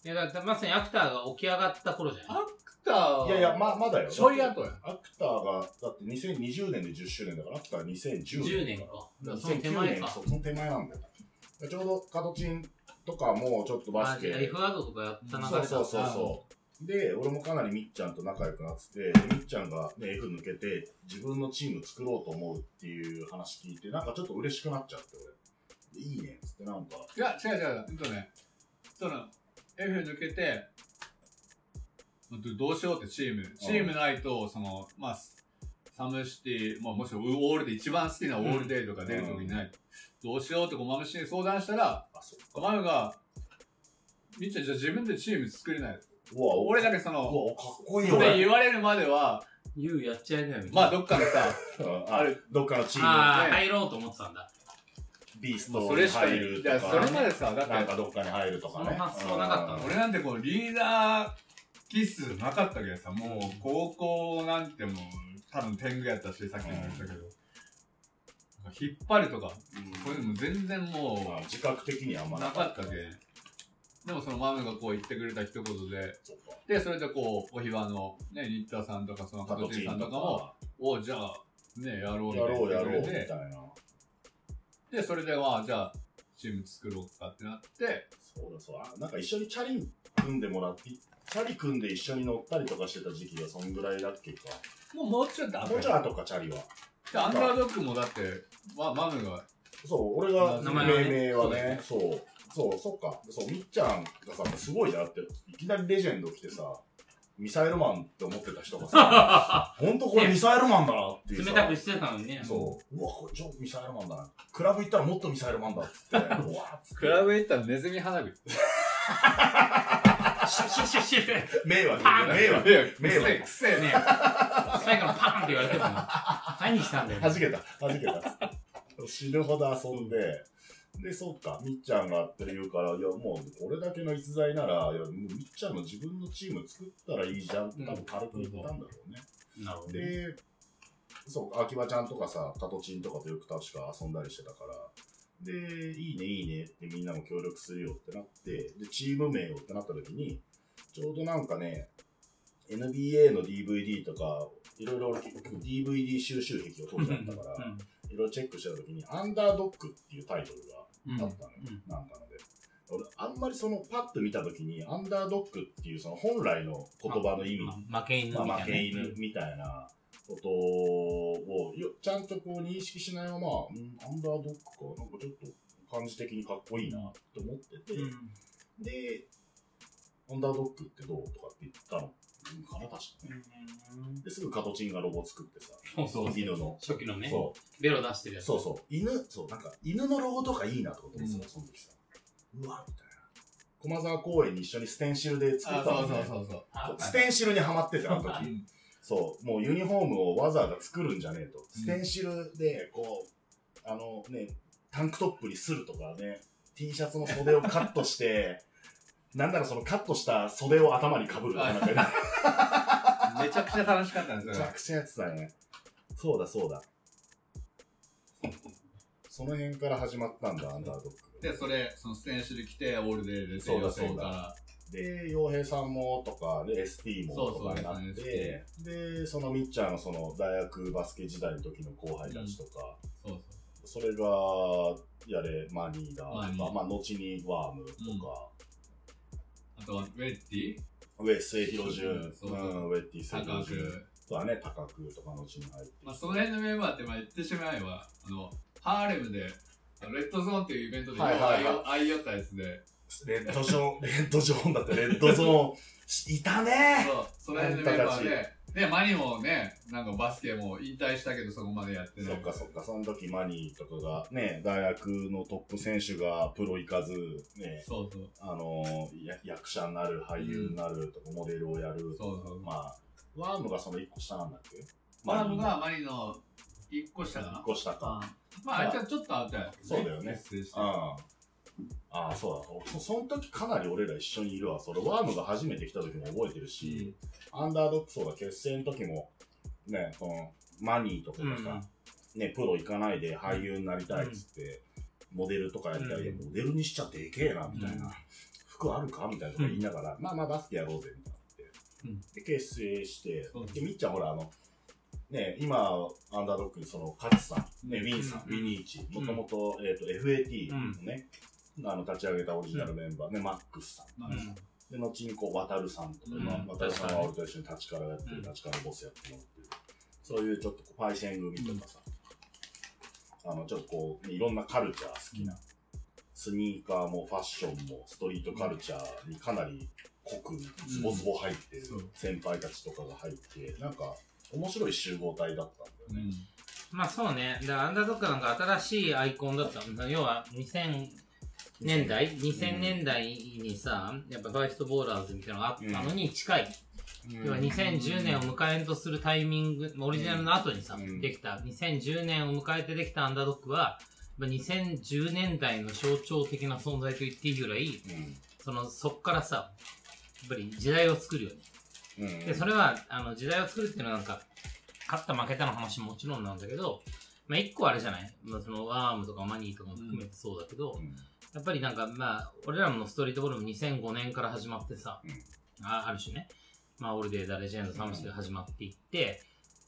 [SPEAKER 3] や、だからまさにアクターが起き上がった頃じゃない
[SPEAKER 6] アクター
[SPEAKER 2] いやいや、ま、まだよ。
[SPEAKER 6] ちょい後や。
[SPEAKER 2] アクターが、だって2020年で10周年だから、アクターは2010
[SPEAKER 3] ?10
[SPEAKER 2] 年
[SPEAKER 3] 年
[SPEAKER 2] だ
[SPEAKER 3] か
[SPEAKER 2] から。。
[SPEAKER 3] だからその手前か。
[SPEAKER 2] そうその手前なんだよ。ちょうど、カトチンとかもちょっとバ
[SPEAKER 3] あ
[SPEAKER 2] ス、ケ。
[SPEAKER 3] じゃあ F ワードとかやった流
[SPEAKER 2] そ
[SPEAKER 3] れ
[SPEAKER 2] う
[SPEAKER 3] だ
[SPEAKER 2] そうそうそう。で、俺もかなりみっちゃんと仲良くなってて、みっちゃんがね、F 抜けて、自分のチーム作ろうと思うっていう話聞いて、なんかちょっと嬉しくなっちゃって、俺。いいね、つってなんか。
[SPEAKER 6] いや、違う違う。ほんとね、その、F 抜けて、ほんとどうしようってチーム。チームないと、その、まあ、サムシティ、まあ、もしくはウオールで一番好きなオールデイとか出るときにない、どうしようってこまむしに相談したら、
[SPEAKER 2] あ、そっ
[SPEAKER 6] こ
[SPEAKER 2] か。
[SPEAKER 6] まむが、みっちゃん、じゃあ自分でチーム作れない。
[SPEAKER 2] うわ、
[SPEAKER 6] 俺だけそうの、
[SPEAKER 2] わ、かっこいい
[SPEAKER 6] それ
[SPEAKER 2] 俺。
[SPEAKER 6] 言われるまでは、
[SPEAKER 3] ユウやっちゃいなよ、みたい
[SPEAKER 6] ま
[SPEAKER 3] な。
[SPEAKER 6] あ、どっかのさ、
[SPEAKER 2] うんあれ、どっかのチーム。
[SPEAKER 3] あ
[SPEAKER 6] ね
[SPEAKER 3] ー、入ろうと思ってたんだ。
[SPEAKER 2] ビースト
[SPEAKER 6] もうそ
[SPEAKER 2] に
[SPEAKER 6] れしか
[SPEAKER 2] 入
[SPEAKER 6] い
[SPEAKER 2] る
[SPEAKER 6] や
[SPEAKER 2] と
[SPEAKER 6] それま
[SPEAKER 2] か、
[SPEAKER 6] でさだって
[SPEAKER 2] なんかどっかに入るとかね。
[SPEAKER 3] その発想なかったの
[SPEAKER 6] 俺
[SPEAKER 2] 俺
[SPEAKER 6] なんてこうリーダーキスなかったけどさもう高校なんてもう多分天狗やったしさっきも言ったけど、なんか引っ張るとかこれでも全然
[SPEAKER 2] まあ
[SPEAKER 6] も
[SPEAKER 2] 自覚的にはあん
[SPEAKER 6] う
[SPEAKER 2] ま
[SPEAKER 6] な
[SPEAKER 2] な
[SPEAKER 6] か
[SPEAKER 2] か
[SPEAKER 6] っ
[SPEAKER 2] ったた
[SPEAKER 6] け
[SPEAKER 2] け
[SPEAKER 6] んでもそのマムがこう言ってくれた一言で
[SPEAKER 2] ど。
[SPEAKER 6] でそれでこうおひわのね新田さんとかその
[SPEAKER 2] カ
[SPEAKER 6] カ
[SPEAKER 2] ト
[SPEAKER 6] ト
[SPEAKER 2] チ
[SPEAKER 6] チ
[SPEAKER 2] ン
[SPEAKER 6] ンさん
[SPEAKER 2] と
[SPEAKER 6] とか
[SPEAKER 2] か
[SPEAKER 6] も
[SPEAKER 2] も、
[SPEAKER 6] おじゃあねやろう
[SPEAKER 2] やろう
[SPEAKER 6] みた
[SPEAKER 2] や
[SPEAKER 6] いな
[SPEAKER 2] ろうみた
[SPEAKER 6] で
[SPEAKER 2] いな。
[SPEAKER 6] でそれでまあじゃあチーム作ろうかってなって
[SPEAKER 2] そうだそうだ。なんか一緒にチャリ組んでもらって、チャリ組んで一緒に乗ったりとかしてた時期がそんぐらいだっけか。
[SPEAKER 6] もうもうちょっと
[SPEAKER 2] もうちょい後か、チャリは。
[SPEAKER 6] でアンダードッグもだって、ま、マムが
[SPEAKER 2] そう、俺が、命
[SPEAKER 6] 名
[SPEAKER 3] 前はね
[SPEAKER 2] 名はね、そう、そう、そっか。そう、みっちゃんがさ、すごいなって、いきなりレジェンド来てさ、ミサイルマンって思ってた人が さ、ほんとこれミサイルマンだなっていうさ。
[SPEAKER 3] 冷たくしてたのにね。
[SPEAKER 2] そう。うわ、これ超ミサイルマンだな。クラブ行ったらもっとミサイルマンだっつ って。うわーっつって
[SPEAKER 6] クラブ行ったらネズミ花火
[SPEAKER 3] シュッシュッシュッシュッシュッ。
[SPEAKER 2] 迷 惑
[SPEAKER 3] パーン
[SPEAKER 2] 迷惑
[SPEAKER 6] く
[SPEAKER 2] 迷
[SPEAKER 6] せえ
[SPEAKER 2] 惑
[SPEAKER 6] くせえ
[SPEAKER 3] ね最後のパーンって言われても、何したんだよ。
[SPEAKER 2] 弾けた、弾けた。死ぬほど遊んで、で、そっか、みっちゃんがって言うから、いや、もう、俺だけの逸材なら、いや、もうみっちゃんの自分のチーム作ったらいいじゃんって、多分軽く言ったんだろうね。
[SPEAKER 3] なるほど。
[SPEAKER 2] で、そう、秋葉ちゃんとかさ、カトチンとかとよく確か遊んだりしてたから、で、いいね、いいねってみんなも協力するよってなって、で、チーム名をってなった時に、ちょうどなんかね、NBA の DVD とか、いろいろ俺結構 DVD 収集癖を当時あったから、いろいろチェックしてた時に、アンダードックっていうタイトル
[SPEAKER 3] うん
[SPEAKER 2] があったのよ、
[SPEAKER 3] うん
[SPEAKER 2] なんかので。俺、あんまりその、パッと見た時に、アンダードックっていうその本来の言葉の意味
[SPEAKER 3] ま負け犬みたい
[SPEAKER 2] ま
[SPEAKER 3] な
[SPEAKER 2] あ、負け犬みたいなことをよちゃんとこう認識しないまま、うんアンダードッグか、なんかちょっと感じ的にかっこいいなって思ってて、
[SPEAKER 3] うん
[SPEAKER 2] で、アンダードッグってどうとかって言ったの。うんかな、確かね。で、すぐカトチンがロゴ作ってさ、
[SPEAKER 3] そうそう。
[SPEAKER 2] 犬の。
[SPEAKER 3] 初期のね、
[SPEAKER 2] そう
[SPEAKER 3] ベロ出してるやつ。
[SPEAKER 2] そうそう。犬、そう、なんか、犬のロゴとかいいなとか思って、そのその時さ。うわ、みたいな。駒沢公園に一緒にステンシルで作
[SPEAKER 6] あ
[SPEAKER 2] った
[SPEAKER 6] そ
[SPEAKER 2] の
[SPEAKER 6] う
[SPEAKER 2] ね
[SPEAKER 6] そうそうそう
[SPEAKER 3] あ
[SPEAKER 2] ステンシルにはまってて、あの時。
[SPEAKER 6] ん
[SPEAKER 2] そう、もうユニフォームをわざわざ作るんじゃねえと。ステンシルで、こう、あのね、タンクトップにするとかね、T シャツの袖をカットして、 なんならそのカットした袖を頭にかぶるとかなんか、め
[SPEAKER 6] めちゃくちゃ楽しかったんで
[SPEAKER 2] ち
[SPEAKER 6] すよ
[SPEAKER 2] ゃくちゃやつだね。そうだそうだ。その辺から始まったんだ、アンダードッグ。
[SPEAKER 6] でそれそのステンシル来てオールデーで
[SPEAKER 2] そうだ
[SPEAKER 6] そう
[SPEAKER 2] そう
[SPEAKER 6] だ
[SPEAKER 2] だで、洋平さんもとか、で、ST もとかになっ
[SPEAKER 6] そうそう
[SPEAKER 2] て、で、そのみっちゃんのその大学バスケ時代の時の後輩たちとか、
[SPEAKER 6] そう
[SPEAKER 2] それが、やれ、マニーだ
[SPEAKER 6] マニ
[SPEAKER 2] と
[SPEAKER 6] ー
[SPEAKER 2] か、まあ、後にワームとか、
[SPEAKER 6] あとはウェッティ
[SPEAKER 2] ウェ末広潤、うん、
[SPEAKER 6] そうそう
[SPEAKER 2] ウェッティ末
[SPEAKER 6] 高
[SPEAKER 2] 広
[SPEAKER 6] く
[SPEAKER 2] 潤、そうだね、高くとか後に入ってきて
[SPEAKER 6] まあその辺のメンバーってまあ言ってしまえばあのハーレムであのレッドゾーンっていうイベントで
[SPEAKER 2] はいはいはい
[SPEAKER 6] あいよったやつで
[SPEAKER 2] レッドジョーン、 レッドジョーンだって、レッドゾーン、いたね
[SPEAKER 6] そうその辺のメンバーででマニもねなんかバスケも引退したけどそこまでやってな
[SPEAKER 2] そ
[SPEAKER 6] い
[SPEAKER 2] っかそっか、その時マニーとかが、ね、大学のトップ選手がプロ行かず、ね、
[SPEAKER 6] そうそう
[SPEAKER 2] あのや役者になる、俳優になるとか、モデルをやるとか、
[SPEAKER 6] そうそう
[SPEAKER 2] まあ、ワームがその一個下なんだっけ
[SPEAKER 6] マムがマリの1個下か
[SPEAKER 2] 一
[SPEAKER 6] な。
[SPEAKER 2] 個下か。
[SPEAKER 6] まあ、あいつはちょっとあったよ、ね。
[SPEAKER 2] そうだよね
[SPEAKER 6] 結成して
[SPEAKER 2] あああそうだそその時かなり俺ら一緒にいるわそれワームが初めて来た時も覚えてるし、アンダードック層が結成の時もねこのマニーとかがさ、ねプロ行かないで俳優になりたいっつって、モデルとかやったり、
[SPEAKER 3] う
[SPEAKER 2] モデルにしちゃでけえなみたいな、服あるかみたいなとか言いながら、まあまあバスケやろうぜみたいなって、で結成して
[SPEAKER 6] そう
[SPEAKER 2] でみっちゃんほらあのね、今、アンダードックにその、勝さん、ね、ウィンさん、
[SPEAKER 3] うん
[SPEAKER 2] ウィニーチ、もともと、えっ、と、FAT のね、あの、立ち上げたオリジナルメンバーね、マックスさん。
[SPEAKER 6] まあ
[SPEAKER 3] うん
[SPEAKER 2] で、後にこう、渡るさんとか、
[SPEAKER 3] うん
[SPEAKER 2] まあ渡るさんは
[SPEAKER 3] 確かに
[SPEAKER 2] 俺と一緒に立ちからやってる、
[SPEAKER 3] うん
[SPEAKER 2] 立ちからボスやってもらってる。そういうちょっとこうパイセン組とかさ、あの、ちょっとこう、いろんなカルチャー好きな、スニーカーもファッションもストリートカルチャーにかなり濃く、ズボズボ入ってる
[SPEAKER 6] そう
[SPEAKER 2] 先輩たちとかが入って、なんか、面白い集合体だったんだよね。
[SPEAKER 6] うん
[SPEAKER 3] まあそうね。だからアンダードッグなんか新しいアイコンだったの。要は2000年代 ?2000 年代にさ、やっぱバイストボーラーズみたいなのがあったのに近い。要は2010年を迎えんとするタイミング、オリジナルの後にさ、
[SPEAKER 2] うん
[SPEAKER 3] できた、2010年を迎えてできたアンダードッグは、まあ2010年代の象徴的な存在と言っていいぐらい、その、そっからさ、やっぱり時代を作るよね。
[SPEAKER 2] うん。
[SPEAKER 3] で、それは、あの、時代を作るっていうのはなんか、勝った負けたの話ももちろんなんだけど、まあ、一個あれじゃないまあ、その、ワームとかマニーとかも含めてそうだけど、
[SPEAKER 2] ん
[SPEAKER 3] やっぱりなんか、まあ、俺らのストリートボールも2005年から始まってさ、あある種ね、まあ、オールデーザ・レジェンド・サムシで始まっていって、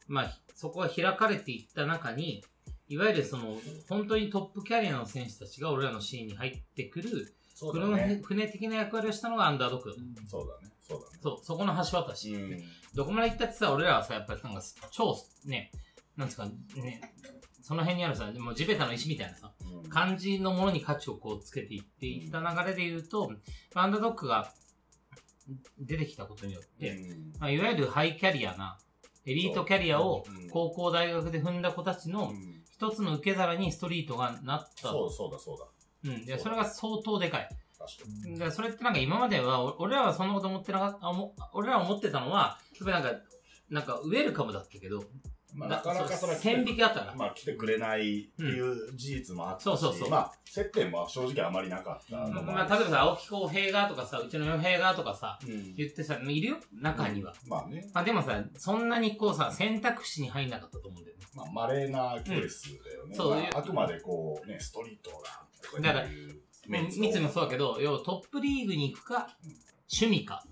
[SPEAKER 3] まあ、そこは開かれていった中に、いわゆるその、本当にトップキャリアの選手たちが俺らのシーンに入ってくる、
[SPEAKER 2] そうだ
[SPEAKER 3] 車
[SPEAKER 2] ね。
[SPEAKER 3] 船的な役割をしたのがアンダードックだと
[SPEAKER 2] そうだね。そうだね。
[SPEAKER 3] そう、そこの橋渡し。
[SPEAKER 2] うん
[SPEAKER 3] どこまで行ったってさ、俺らはさ、やっぱりなんか、超、ね、なんつうか、ね、その辺にあるさ、もう地べたの石みたいなさ、
[SPEAKER 2] うん
[SPEAKER 3] 感じのものに価値をこうつけていっていった流れで言うと、アンダードックが出てきたことによって、
[SPEAKER 2] うん
[SPEAKER 3] まあ、いわゆるハイキャリアな、エリートキャリアを
[SPEAKER 2] そううん
[SPEAKER 3] 高校大学で踏んだ子たちの
[SPEAKER 2] うん
[SPEAKER 3] 一つの受け皿にストリートがなった。
[SPEAKER 2] そうそうだそう
[SPEAKER 3] うん。で、それが相当でかい。
[SPEAKER 2] だ。確かに。
[SPEAKER 3] だからそれってなんか今までは、お俺らはそんなこと思ってなかった、あも俺ら思ってたのは、やっぱりなんか、なんかウェルカムだったけど、
[SPEAKER 2] まあなかなかそれ
[SPEAKER 3] だ線引きあったから。
[SPEAKER 2] まあ来てくれないっていう事実もあったし、
[SPEAKER 3] うんそうそうそう
[SPEAKER 2] まあ接点も正直あまりなかったのも
[SPEAKER 3] まあ、例えばさ、青木公平がとかさ、うちの洋平がとかさ、
[SPEAKER 2] うん
[SPEAKER 3] 言ってさ、いるよ中には。
[SPEAKER 2] まあね、
[SPEAKER 3] まあでもさ、そんなにこうさ、選択肢に入んなかったと思うんだよね。
[SPEAKER 2] まあ稀なケースだよね。
[SPEAKER 3] うんそう
[SPEAKER 2] まあ、あくまでこうね、ストリートだとか
[SPEAKER 3] だから
[SPEAKER 2] いう
[SPEAKER 3] 三つもそうだけ
[SPEAKER 2] ど、
[SPEAKER 3] ど、要はトップリーグに行くか、趣味か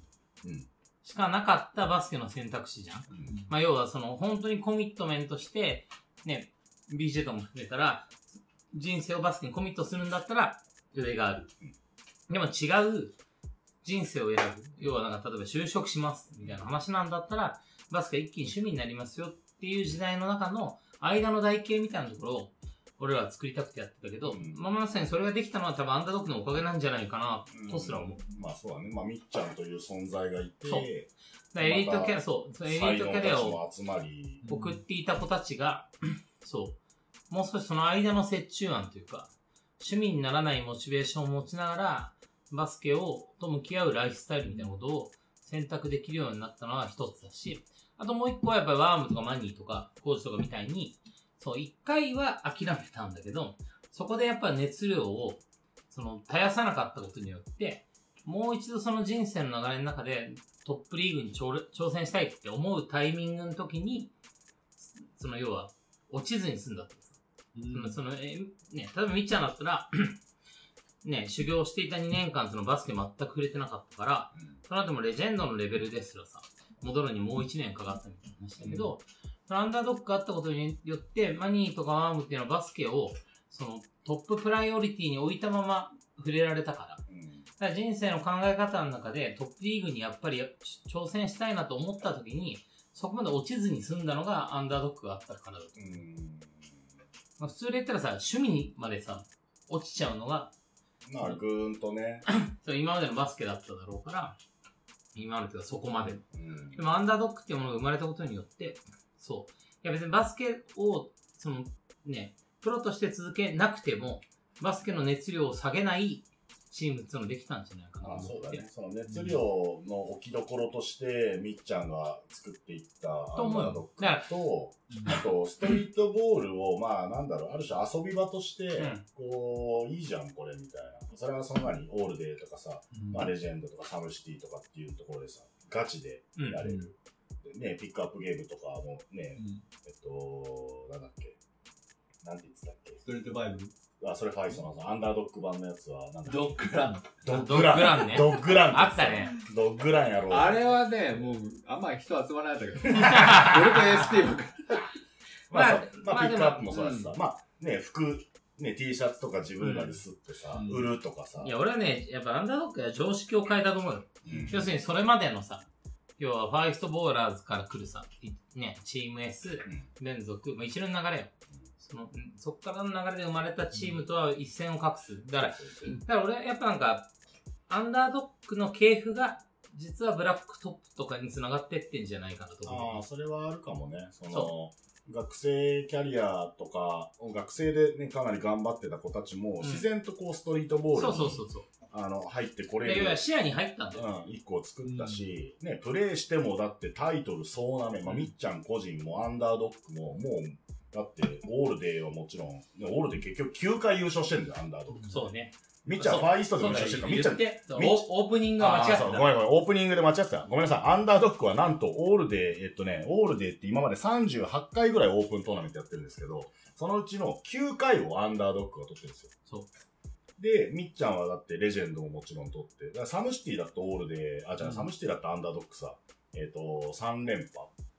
[SPEAKER 2] うん、
[SPEAKER 3] しかなかったバスケの選択肢じゃん。
[SPEAKER 2] うん
[SPEAKER 3] まあ要はその、本当にコミットメントして、ね、BJ とかも含めたら、人生をバスケにコミットするんだったら、上がある。でも違う人生を選ぶ。要はなんか、例えば就職します、みたいな話なんだったら、バスケ一気に趣味になりますよっていう時代の中の、間の台形みたいなところを、俺らは作りたくてやってたけど、
[SPEAKER 2] うん
[SPEAKER 3] まあまさにそれができたのは多分アンダードックのおかげなんじゃないかな、とすら思う。
[SPEAKER 2] まあそうだね、まあみっちゃんという存在がい
[SPEAKER 3] そう
[SPEAKER 2] て、
[SPEAKER 3] だからエリートキャ
[SPEAKER 2] ま
[SPEAKER 3] ラ、
[SPEAKER 2] た
[SPEAKER 3] そう、そのエリ
[SPEAKER 2] 才
[SPEAKER 3] ー
[SPEAKER 2] 能
[SPEAKER 3] トキャ
[SPEAKER 2] た
[SPEAKER 3] リア
[SPEAKER 2] ち
[SPEAKER 3] を
[SPEAKER 2] も集まり、
[SPEAKER 3] 送っていた子たちが、 そう、もう少しその間の折衷案というか、趣味にならないモチベーションを持ちながら、バスケを、と向き合うライフスタイルみたいなことを選択できるようになったのは一つだし、あともう一個はやっぱりワームとかマニーとか、コーチとかみたいに、そう、一回は諦めたんだけど、そこでやっぱ熱量を、その、絶やさなかったことによって、もう一度その人生の流れの中で、トップリーグに挑挑戦したいって思うタイミングの時に、その要は、落ちずに済んだってことです、その、えーね、例えばみっちゃんだったら、 ね、修行していた2年間そのバスケ全く触れてなかったから、その後もレジェンドのレベルですらさ、戻るにもう1年かかったみたいな話だけど、そのアンダードックがあったことによって、マニーとかワームっていうのはバスケを、そのトッププライオリティに置いたまま触れられたから、
[SPEAKER 2] うん
[SPEAKER 3] だから人生の考え方の中でトップリーグにやっぱり挑戦したいなと思った時に、そこまで落ちずに済んだのがアンダードックがあったからだと。
[SPEAKER 2] うん
[SPEAKER 3] まあ、普通で言ったらさ、趣味にまでさ、落ちちゃうのが、
[SPEAKER 2] まあぐーんとね、
[SPEAKER 3] その今までのバスケだっただろうから、今までというかそこまで。
[SPEAKER 2] うん
[SPEAKER 3] でもアンダードックっていうものが生まれたことによって、そう。いや別にバスケを、そのね、プロとして続けなくても、バスケの熱量を下げないチームっていうのができたんじゃないかなと
[SPEAKER 2] あ
[SPEAKER 3] 思って。
[SPEAKER 2] そうだね。その熱量の置きどころとして、みっちゃんが作っていった
[SPEAKER 3] と
[SPEAKER 2] アン
[SPEAKER 3] 思う
[SPEAKER 2] ダードックと、あと、ストリートボールを、まあ、なんだろう、ある種遊び場として、
[SPEAKER 3] ん
[SPEAKER 2] こう、いいじゃん、これ、みたいな。それはそのなに、オールデーとかさ、まあ、レジェンドとかサムシティとかっていうところでさ、ガチで
[SPEAKER 3] うん
[SPEAKER 2] やれる。でね、ピックアップゲームとかもね、えっと、なんだっけ、なんて言ってたっけ。
[SPEAKER 6] ストリートバイブル
[SPEAKER 2] あ、それファイソンのアンダードック版のやつは、なんだ
[SPEAKER 6] ドッグラン
[SPEAKER 2] ド
[SPEAKER 3] ッグランね
[SPEAKER 2] ドッグラン。
[SPEAKER 3] あったね。
[SPEAKER 2] ドッグランやろう。
[SPEAKER 5] あれはね、もう、あんまり人集まらなかった けど。俺と ST ばっか
[SPEAKER 2] まあそう、
[SPEAKER 3] まあ
[SPEAKER 2] まあ、
[SPEAKER 3] まあ
[SPEAKER 2] ピックアップもそうだしさ、まあ、ね、服、ね、T シャツとか自分らで吸ってさ、
[SPEAKER 6] うん
[SPEAKER 2] 売るとかさ、
[SPEAKER 3] いや、俺はね、やっぱアンダードックは常識を変えたと思うよ。
[SPEAKER 2] うん
[SPEAKER 3] 要するに、それまでのさ、要は、ファーストボーラーズから来るさ、いね、チーム S
[SPEAKER 2] ん、
[SPEAKER 3] 連続、まあ、一連の流れよ。その、うんそっからの流れで生まれたチームとは一線を画す。だから、だから俺はやっぱなんか、アンダードックの系譜が、実はブラックトップとかに繋がってってんじゃないかなと
[SPEAKER 2] あ
[SPEAKER 3] 思
[SPEAKER 2] あ、それはあるかもね。その
[SPEAKER 3] そ
[SPEAKER 2] 学生キャリアとか、学生でね、かなり頑張ってた子たちも、
[SPEAKER 3] ん
[SPEAKER 2] 自然とこう、ストリートボ
[SPEAKER 3] う。
[SPEAKER 2] ール
[SPEAKER 3] そう
[SPEAKER 2] に
[SPEAKER 3] そうそうそう。
[SPEAKER 2] あの、入ってこれ
[SPEAKER 3] で、
[SPEAKER 2] る
[SPEAKER 3] 要は、視野に入ったんだよ。
[SPEAKER 2] うん、一個を作ったし、ね、プレイしてもだってタイトル総なめ、まあ、みっちゃん個人もアンダードックも、もう、だって、オールデーはもちろん、でオールデー結局9回優勝してんだよ、アンダードッグ。
[SPEAKER 3] そうね。
[SPEAKER 2] みっちゃん、ファーイーストで優勝してるから、みっちゃ
[SPEAKER 3] 言っ
[SPEAKER 2] ん、
[SPEAKER 3] て、そう
[SPEAKER 2] みっちゃん
[SPEAKER 3] オープニングが
[SPEAKER 2] あ
[SPEAKER 3] 間違
[SPEAKER 2] ー
[SPEAKER 3] っ
[SPEAKER 2] そ
[SPEAKER 3] た
[SPEAKER 2] う。ごめんごめん、オープニングで間違ってた。ごめんなさい、アンダードッグはなんと、オールデー、えっとね、オールデーって今まで38回ぐらいオープントーナメントやってるんですけど、そのうちの9回をアンダードッグが取ってるんですよ。
[SPEAKER 3] そう
[SPEAKER 2] で、みっちゃんはだってレジェンドももちろん取って、だからサムシティだとオールデー、あ、じゃあ、サムシティだとアンダードッグさ、えっ、と、3連覇。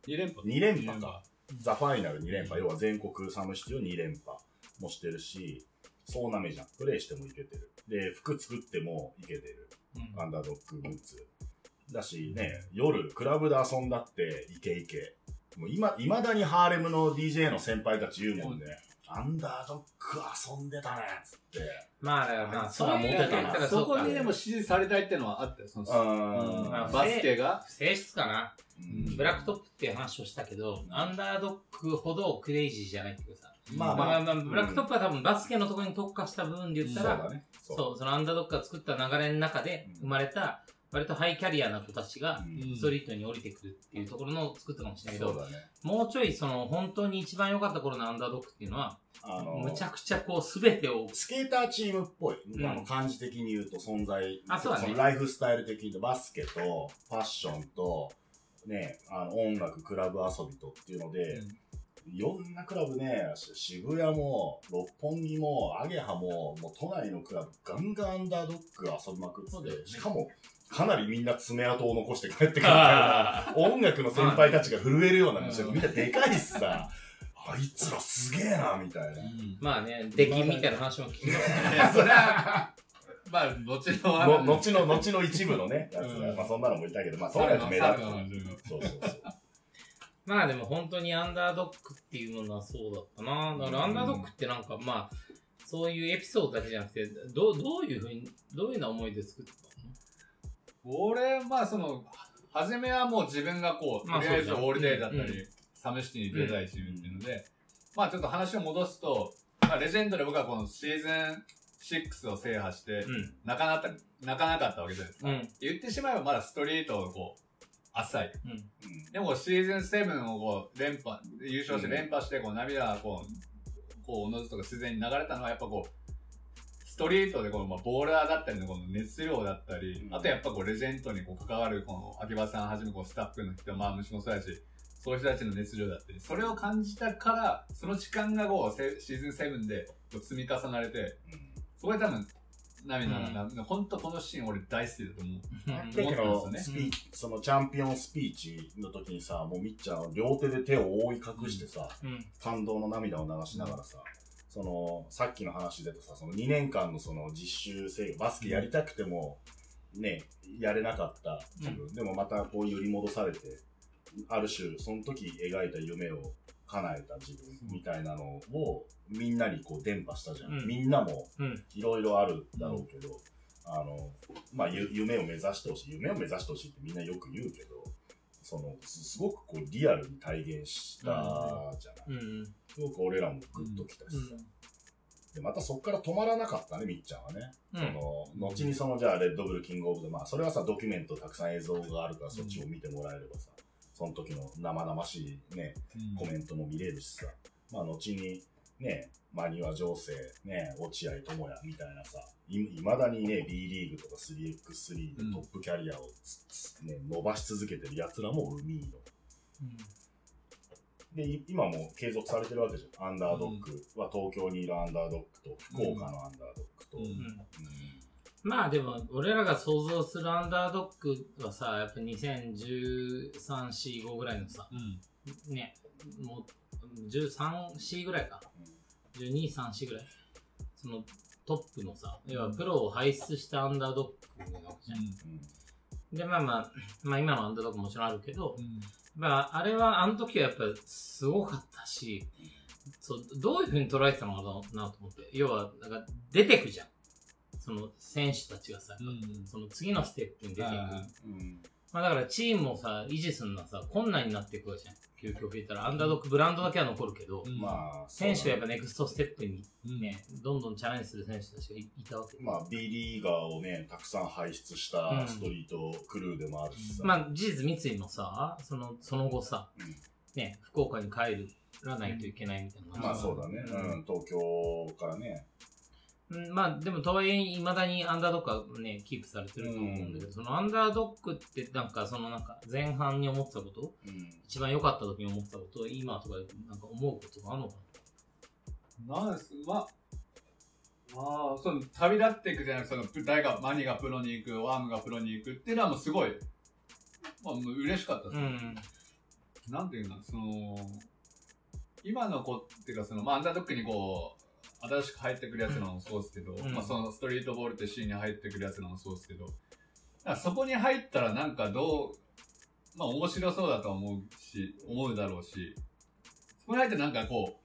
[SPEAKER 6] 2連覇。
[SPEAKER 2] 2連覇か。ザ・ファイナル2連覇。要は全国サムシティを2連覇もしてるし、そうなめじゃん。プレイしてもいけてる。で、服作ってもいけてる。
[SPEAKER 3] うん
[SPEAKER 2] アンダードッググッズ。だしね、夜、クラブで遊んだって、イケイケ。もう今、未だにハーレムの DJ の先輩たち言うもんね。アンダードッグ遊んでたね、つって。
[SPEAKER 3] まあ、だからま
[SPEAKER 2] あ
[SPEAKER 3] あ、
[SPEAKER 2] そ
[SPEAKER 3] そうれはモ
[SPEAKER 2] いう
[SPEAKER 3] テ
[SPEAKER 2] のが
[SPEAKER 3] たな。
[SPEAKER 6] そこ
[SPEAKER 3] うか
[SPEAKER 6] にでも支持されたいってのはあったよ、その、
[SPEAKER 2] うん
[SPEAKER 6] まあバスケが。
[SPEAKER 3] 性質かな。
[SPEAKER 2] うん
[SPEAKER 3] ブラックトップっていう話をしたけど、アンダードッグほどクレイジーじゃないっていうかさ。
[SPEAKER 2] まあま
[SPEAKER 3] まあ
[SPEAKER 2] あ、
[SPEAKER 3] まあ、ブラックトップは多分バスケのところに特化した部分で言った
[SPEAKER 2] そうだ
[SPEAKER 3] ら、
[SPEAKER 2] ね。そ
[SPEAKER 3] そう、そのアンダードッグが作った流れの中で
[SPEAKER 2] うん
[SPEAKER 3] 生まれた、割とハイキャリアな子たちが
[SPEAKER 2] う、ん
[SPEAKER 6] うん
[SPEAKER 3] ストリートに降りてくるっていうところの作ったかもしれないけ
[SPEAKER 2] そう
[SPEAKER 3] ど、
[SPEAKER 2] だね。
[SPEAKER 3] もうちょいその本当に一番良かった頃のアンダードッグっていうのは、
[SPEAKER 2] あの、
[SPEAKER 3] むちゃくちゃこう全てを、
[SPEAKER 2] スケーターチームっぽい。
[SPEAKER 3] ん
[SPEAKER 2] あの、感じ的に言うと存在。
[SPEAKER 3] あそうだね
[SPEAKER 2] のライフスタイル的に言うと、バスケと、ファッションと、ね、あの、音楽、クラブ遊びとっていうので、いろんなクラブね、し渋谷も、六本木も、アゲハも、もう都内のクラブ、ガンガンアンダードッグ遊びまく
[SPEAKER 3] そうだよ
[SPEAKER 2] って
[SPEAKER 3] ね
[SPEAKER 2] て、しかも、かなりみんな爪痕を残して帰ってくるから、音楽の先輩たちが震えるような店、みんなでかいしさ、あいつらすげえな、みたいな。
[SPEAKER 3] まあね、出禁みたいな話も聞きました
[SPEAKER 6] いや、それは、まあ、後の話
[SPEAKER 2] の、後の、後の一部のね、やつが、
[SPEAKER 6] うん
[SPEAKER 2] まあそんなのもいたけど、まあそ
[SPEAKER 6] そうう
[SPEAKER 2] いう
[SPEAKER 6] だ
[SPEAKER 2] の
[SPEAKER 6] よ
[SPEAKER 2] 目
[SPEAKER 6] ね
[SPEAKER 2] 立
[SPEAKER 6] そうだよね
[SPEAKER 2] つ。そうそうそう。
[SPEAKER 3] まあでも本当にアンダードックっていうものはそうだったな。だからアンダードックってなんかまあ、そういうエピソードだけじゃなくて、どうどういうふうに、どういうような思いで作った
[SPEAKER 6] 俺、まあその、初めはもう自分がこう、
[SPEAKER 3] まあ
[SPEAKER 6] とりあえず
[SPEAKER 3] そう
[SPEAKER 6] オ
[SPEAKER 3] だね
[SPEAKER 6] ールデイだったり、
[SPEAKER 3] うん
[SPEAKER 6] サムシティに出たいチームっていうので、まあちょっと話を戻すと、まあレジェンドで僕はこのシーズン6を制覇して、
[SPEAKER 3] の
[SPEAKER 6] なかなか、なかなかったわけじゃないですか。
[SPEAKER 3] うん。うん。
[SPEAKER 6] 言ってしまえばまだストリートをこう、浅い。
[SPEAKER 3] うん。
[SPEAKER 6] でもシーズン7をこう、連覇、優勝して連覇して、こう涙がこう、こう、おのずとか自然に流れたのはやっぱこう、ストリートでこの、まあ、ボーラーだったりのこの熱量だったり、
[SPEAKER 2] うん
[SPEAKER 6] あとやっぱこう、レジェンドにこう関わるこの、秋葉さんはじめこう、スタッフの人、まあ、虫もそうだし、そういう人たちの熱量だったり、それを感じたから、その時間がこう、せシーズン7でこう積み重なれて、そこで多分、涙が、なほんとこのシーン俺大好きだと思う。
[SPEAKER 2] だけど、
[SPEAKER 6] うん
[SPEAKER 2] スピーチ、そのチャンピオンスピーチの時にさ、もうみっちゃんは両手で手を覆い隠してさ、
[SPEAKER 3] うん。
[SPEAKER 2] 感動の涙を流しながらさ、その、さっきの話出たさ、その2年間のその実習制御、バスケやりたくても、ね、やれなかった自分、でもまたこう揺り戻されて、ある種、その時描いた夢を叶えた自分みたいなのを、みんなにこう伝播したじゃん。
[SPEAKER 3] うん
[SPEAKER 2] みんなも、
[SPEAKER 3] うん。
[SPEAKER 2] いろいろあるだろうけど、あの、まあ、ゆ夢を目指してほしい。夢を目指してほしいってみんなよく言うけど、その、すすごくこう、リアルに体現したじゃない。
[SPEAKER 3] うん。うん。
[SPEAKER 2] すごく俺らもグッときたしさ、で、またそっから止まらなかったね、みっちゃんはね。
[SPEAKER 3] う
[SPEAKER 2] そ
[SPEAKER 3] ん。
[SPEAKER 2] の、後にその、じゃあ、レッドブルキングオブで、まあ、それはさ、ドキュメントたくさん映像があるから、そっちを見てもらえればさ、その時の生々しいね、コメントも見れるしさ、まあ、後に、ね、マニュア情勢、ね、落合智也みたいなさ、いまだにね、B リーグとか 3X3 でトップキャリアをつ、つね、伸ばし続けてる奴らも海の。で、い今も継続されてるわけじゃん。アンダードッグは東京にいるアンダードッグと、福岡のアンダードッグと。
[SPEAKER 6] うん
[SPEAKER 3] うんまあでも、俺らが想像するアンダードックはさ、やっぱ2013、4、5ぐらいのさ、
[SPEAKER 6] うん。
[SPEAKER 3] ね、もう、13、4ぐらいか。12、3、4ぐらい。その、トップのさ、要はプロを輩出したアンダードッグなわけじゃん。で、まあまあ、まあ今のアンダードッグももちろんあるけど、まあ、あれは、あの時はやっぱすごかったし、そう、どういう風に捉えてたのかなと思って。要は、なんか出てくじゃん。その選手たちがさ、
[SPEAKER 6] うん
[SPEAKER 3] その次のステップに出ていく。
[SPEAKER 2] うんうん
[SPEAKER 3] まあだからチームをさ、維持するのはさ、困難になっていくわけじゃん。究極言ったら、アンダードッグブランドだけは残るけど、
[SPEAKER 6] あ、
[SPEAKER 2] まあ、
[SPEAKER 3] 選手はやっ
[SPEAKER 2] ぱ
[SPEAKER 3] ぱネクストステップにね、どんどんチャレンジする選手たちがいいたわけ。
[SPEAKER 2] まあ、B リーガーをね、たくさん輩出したストリートクルーでもあるしさ。
[SPEAKER 3] まあ、事実三井もさ、その、その後さ
[SPEAKER 2] うん、
[SPEAKER 3] ね、福岡に帰るらないといけないみたいな
[SPEAKER 2] まあ
[SPEAKER 3] 感じ
[SPEAKER 2] そうだね。うん、東京からね。
[SPEAKER 3] うんまあでも、とはいえ、未だにアンダードックはね、キープされてると思うんだけど、そのアンダードックって、なんか、そのなんか、前半に思ってたこと、
[SPEAKER 2] うん。
[SPEAKER 3] 一番良かった時に思ってたこと、今とか、なんか思うことがあるのか
[SPEAKER 5] なんですまあ、
[SPEAKER 6] ああ、その旅立っていくじゃなくて、そのプ大が、マニがプロに行く、ワームがプロに行くっていうのはもうすごい、まあもう嬉しかったで
[SPEAKER 3] なうん。
[SPEAKER 6] す。なんていうの、その、今の子っていうか、その、まあアンダードックにこう、新しく入ってくるやつらもそうですけど、
[SPEAKER 3] ん
[SPEAKER 6] まあそのストリートボールってシーンに入ってくるやつらもそうですけど、なんかそこに入ったらなんかどう、まあ面白そうだとは思うし、思うだろうし、そこに入ってなんかこ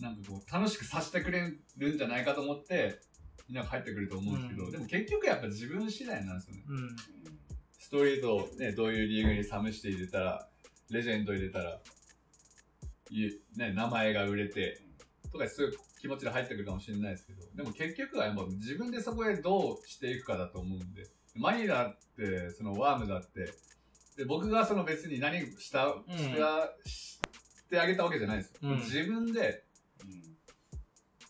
[SPEAKER 6] う、なんかこう、楽しくさせてくれるんじゃないかと思って、みんなが入ってくると思うんですけど、
[SPEAKER 3] うん
[SPEAKER 6] でも結局やっぱ自分次第なんですよね。
[SPEAKER 3] うん。
[SPEAKER 6] ストリートをね、どういうリーグにサムして入れたら、レジェンド入れたら、いうね、名前が売れて、とかそういう気持ちで入ってくるかもしれないですけど、でも結局はやっぱ自分でそこへどうしていくかだと思うんで、マニラって、そのワームだって、で、僕がその別に何した、
[SPEAKER 3] うん
[SPEAKER 6] した、してあげたわけじゃないです。
[SPEAKER 3] うん
[SPEAKER 6] 自分で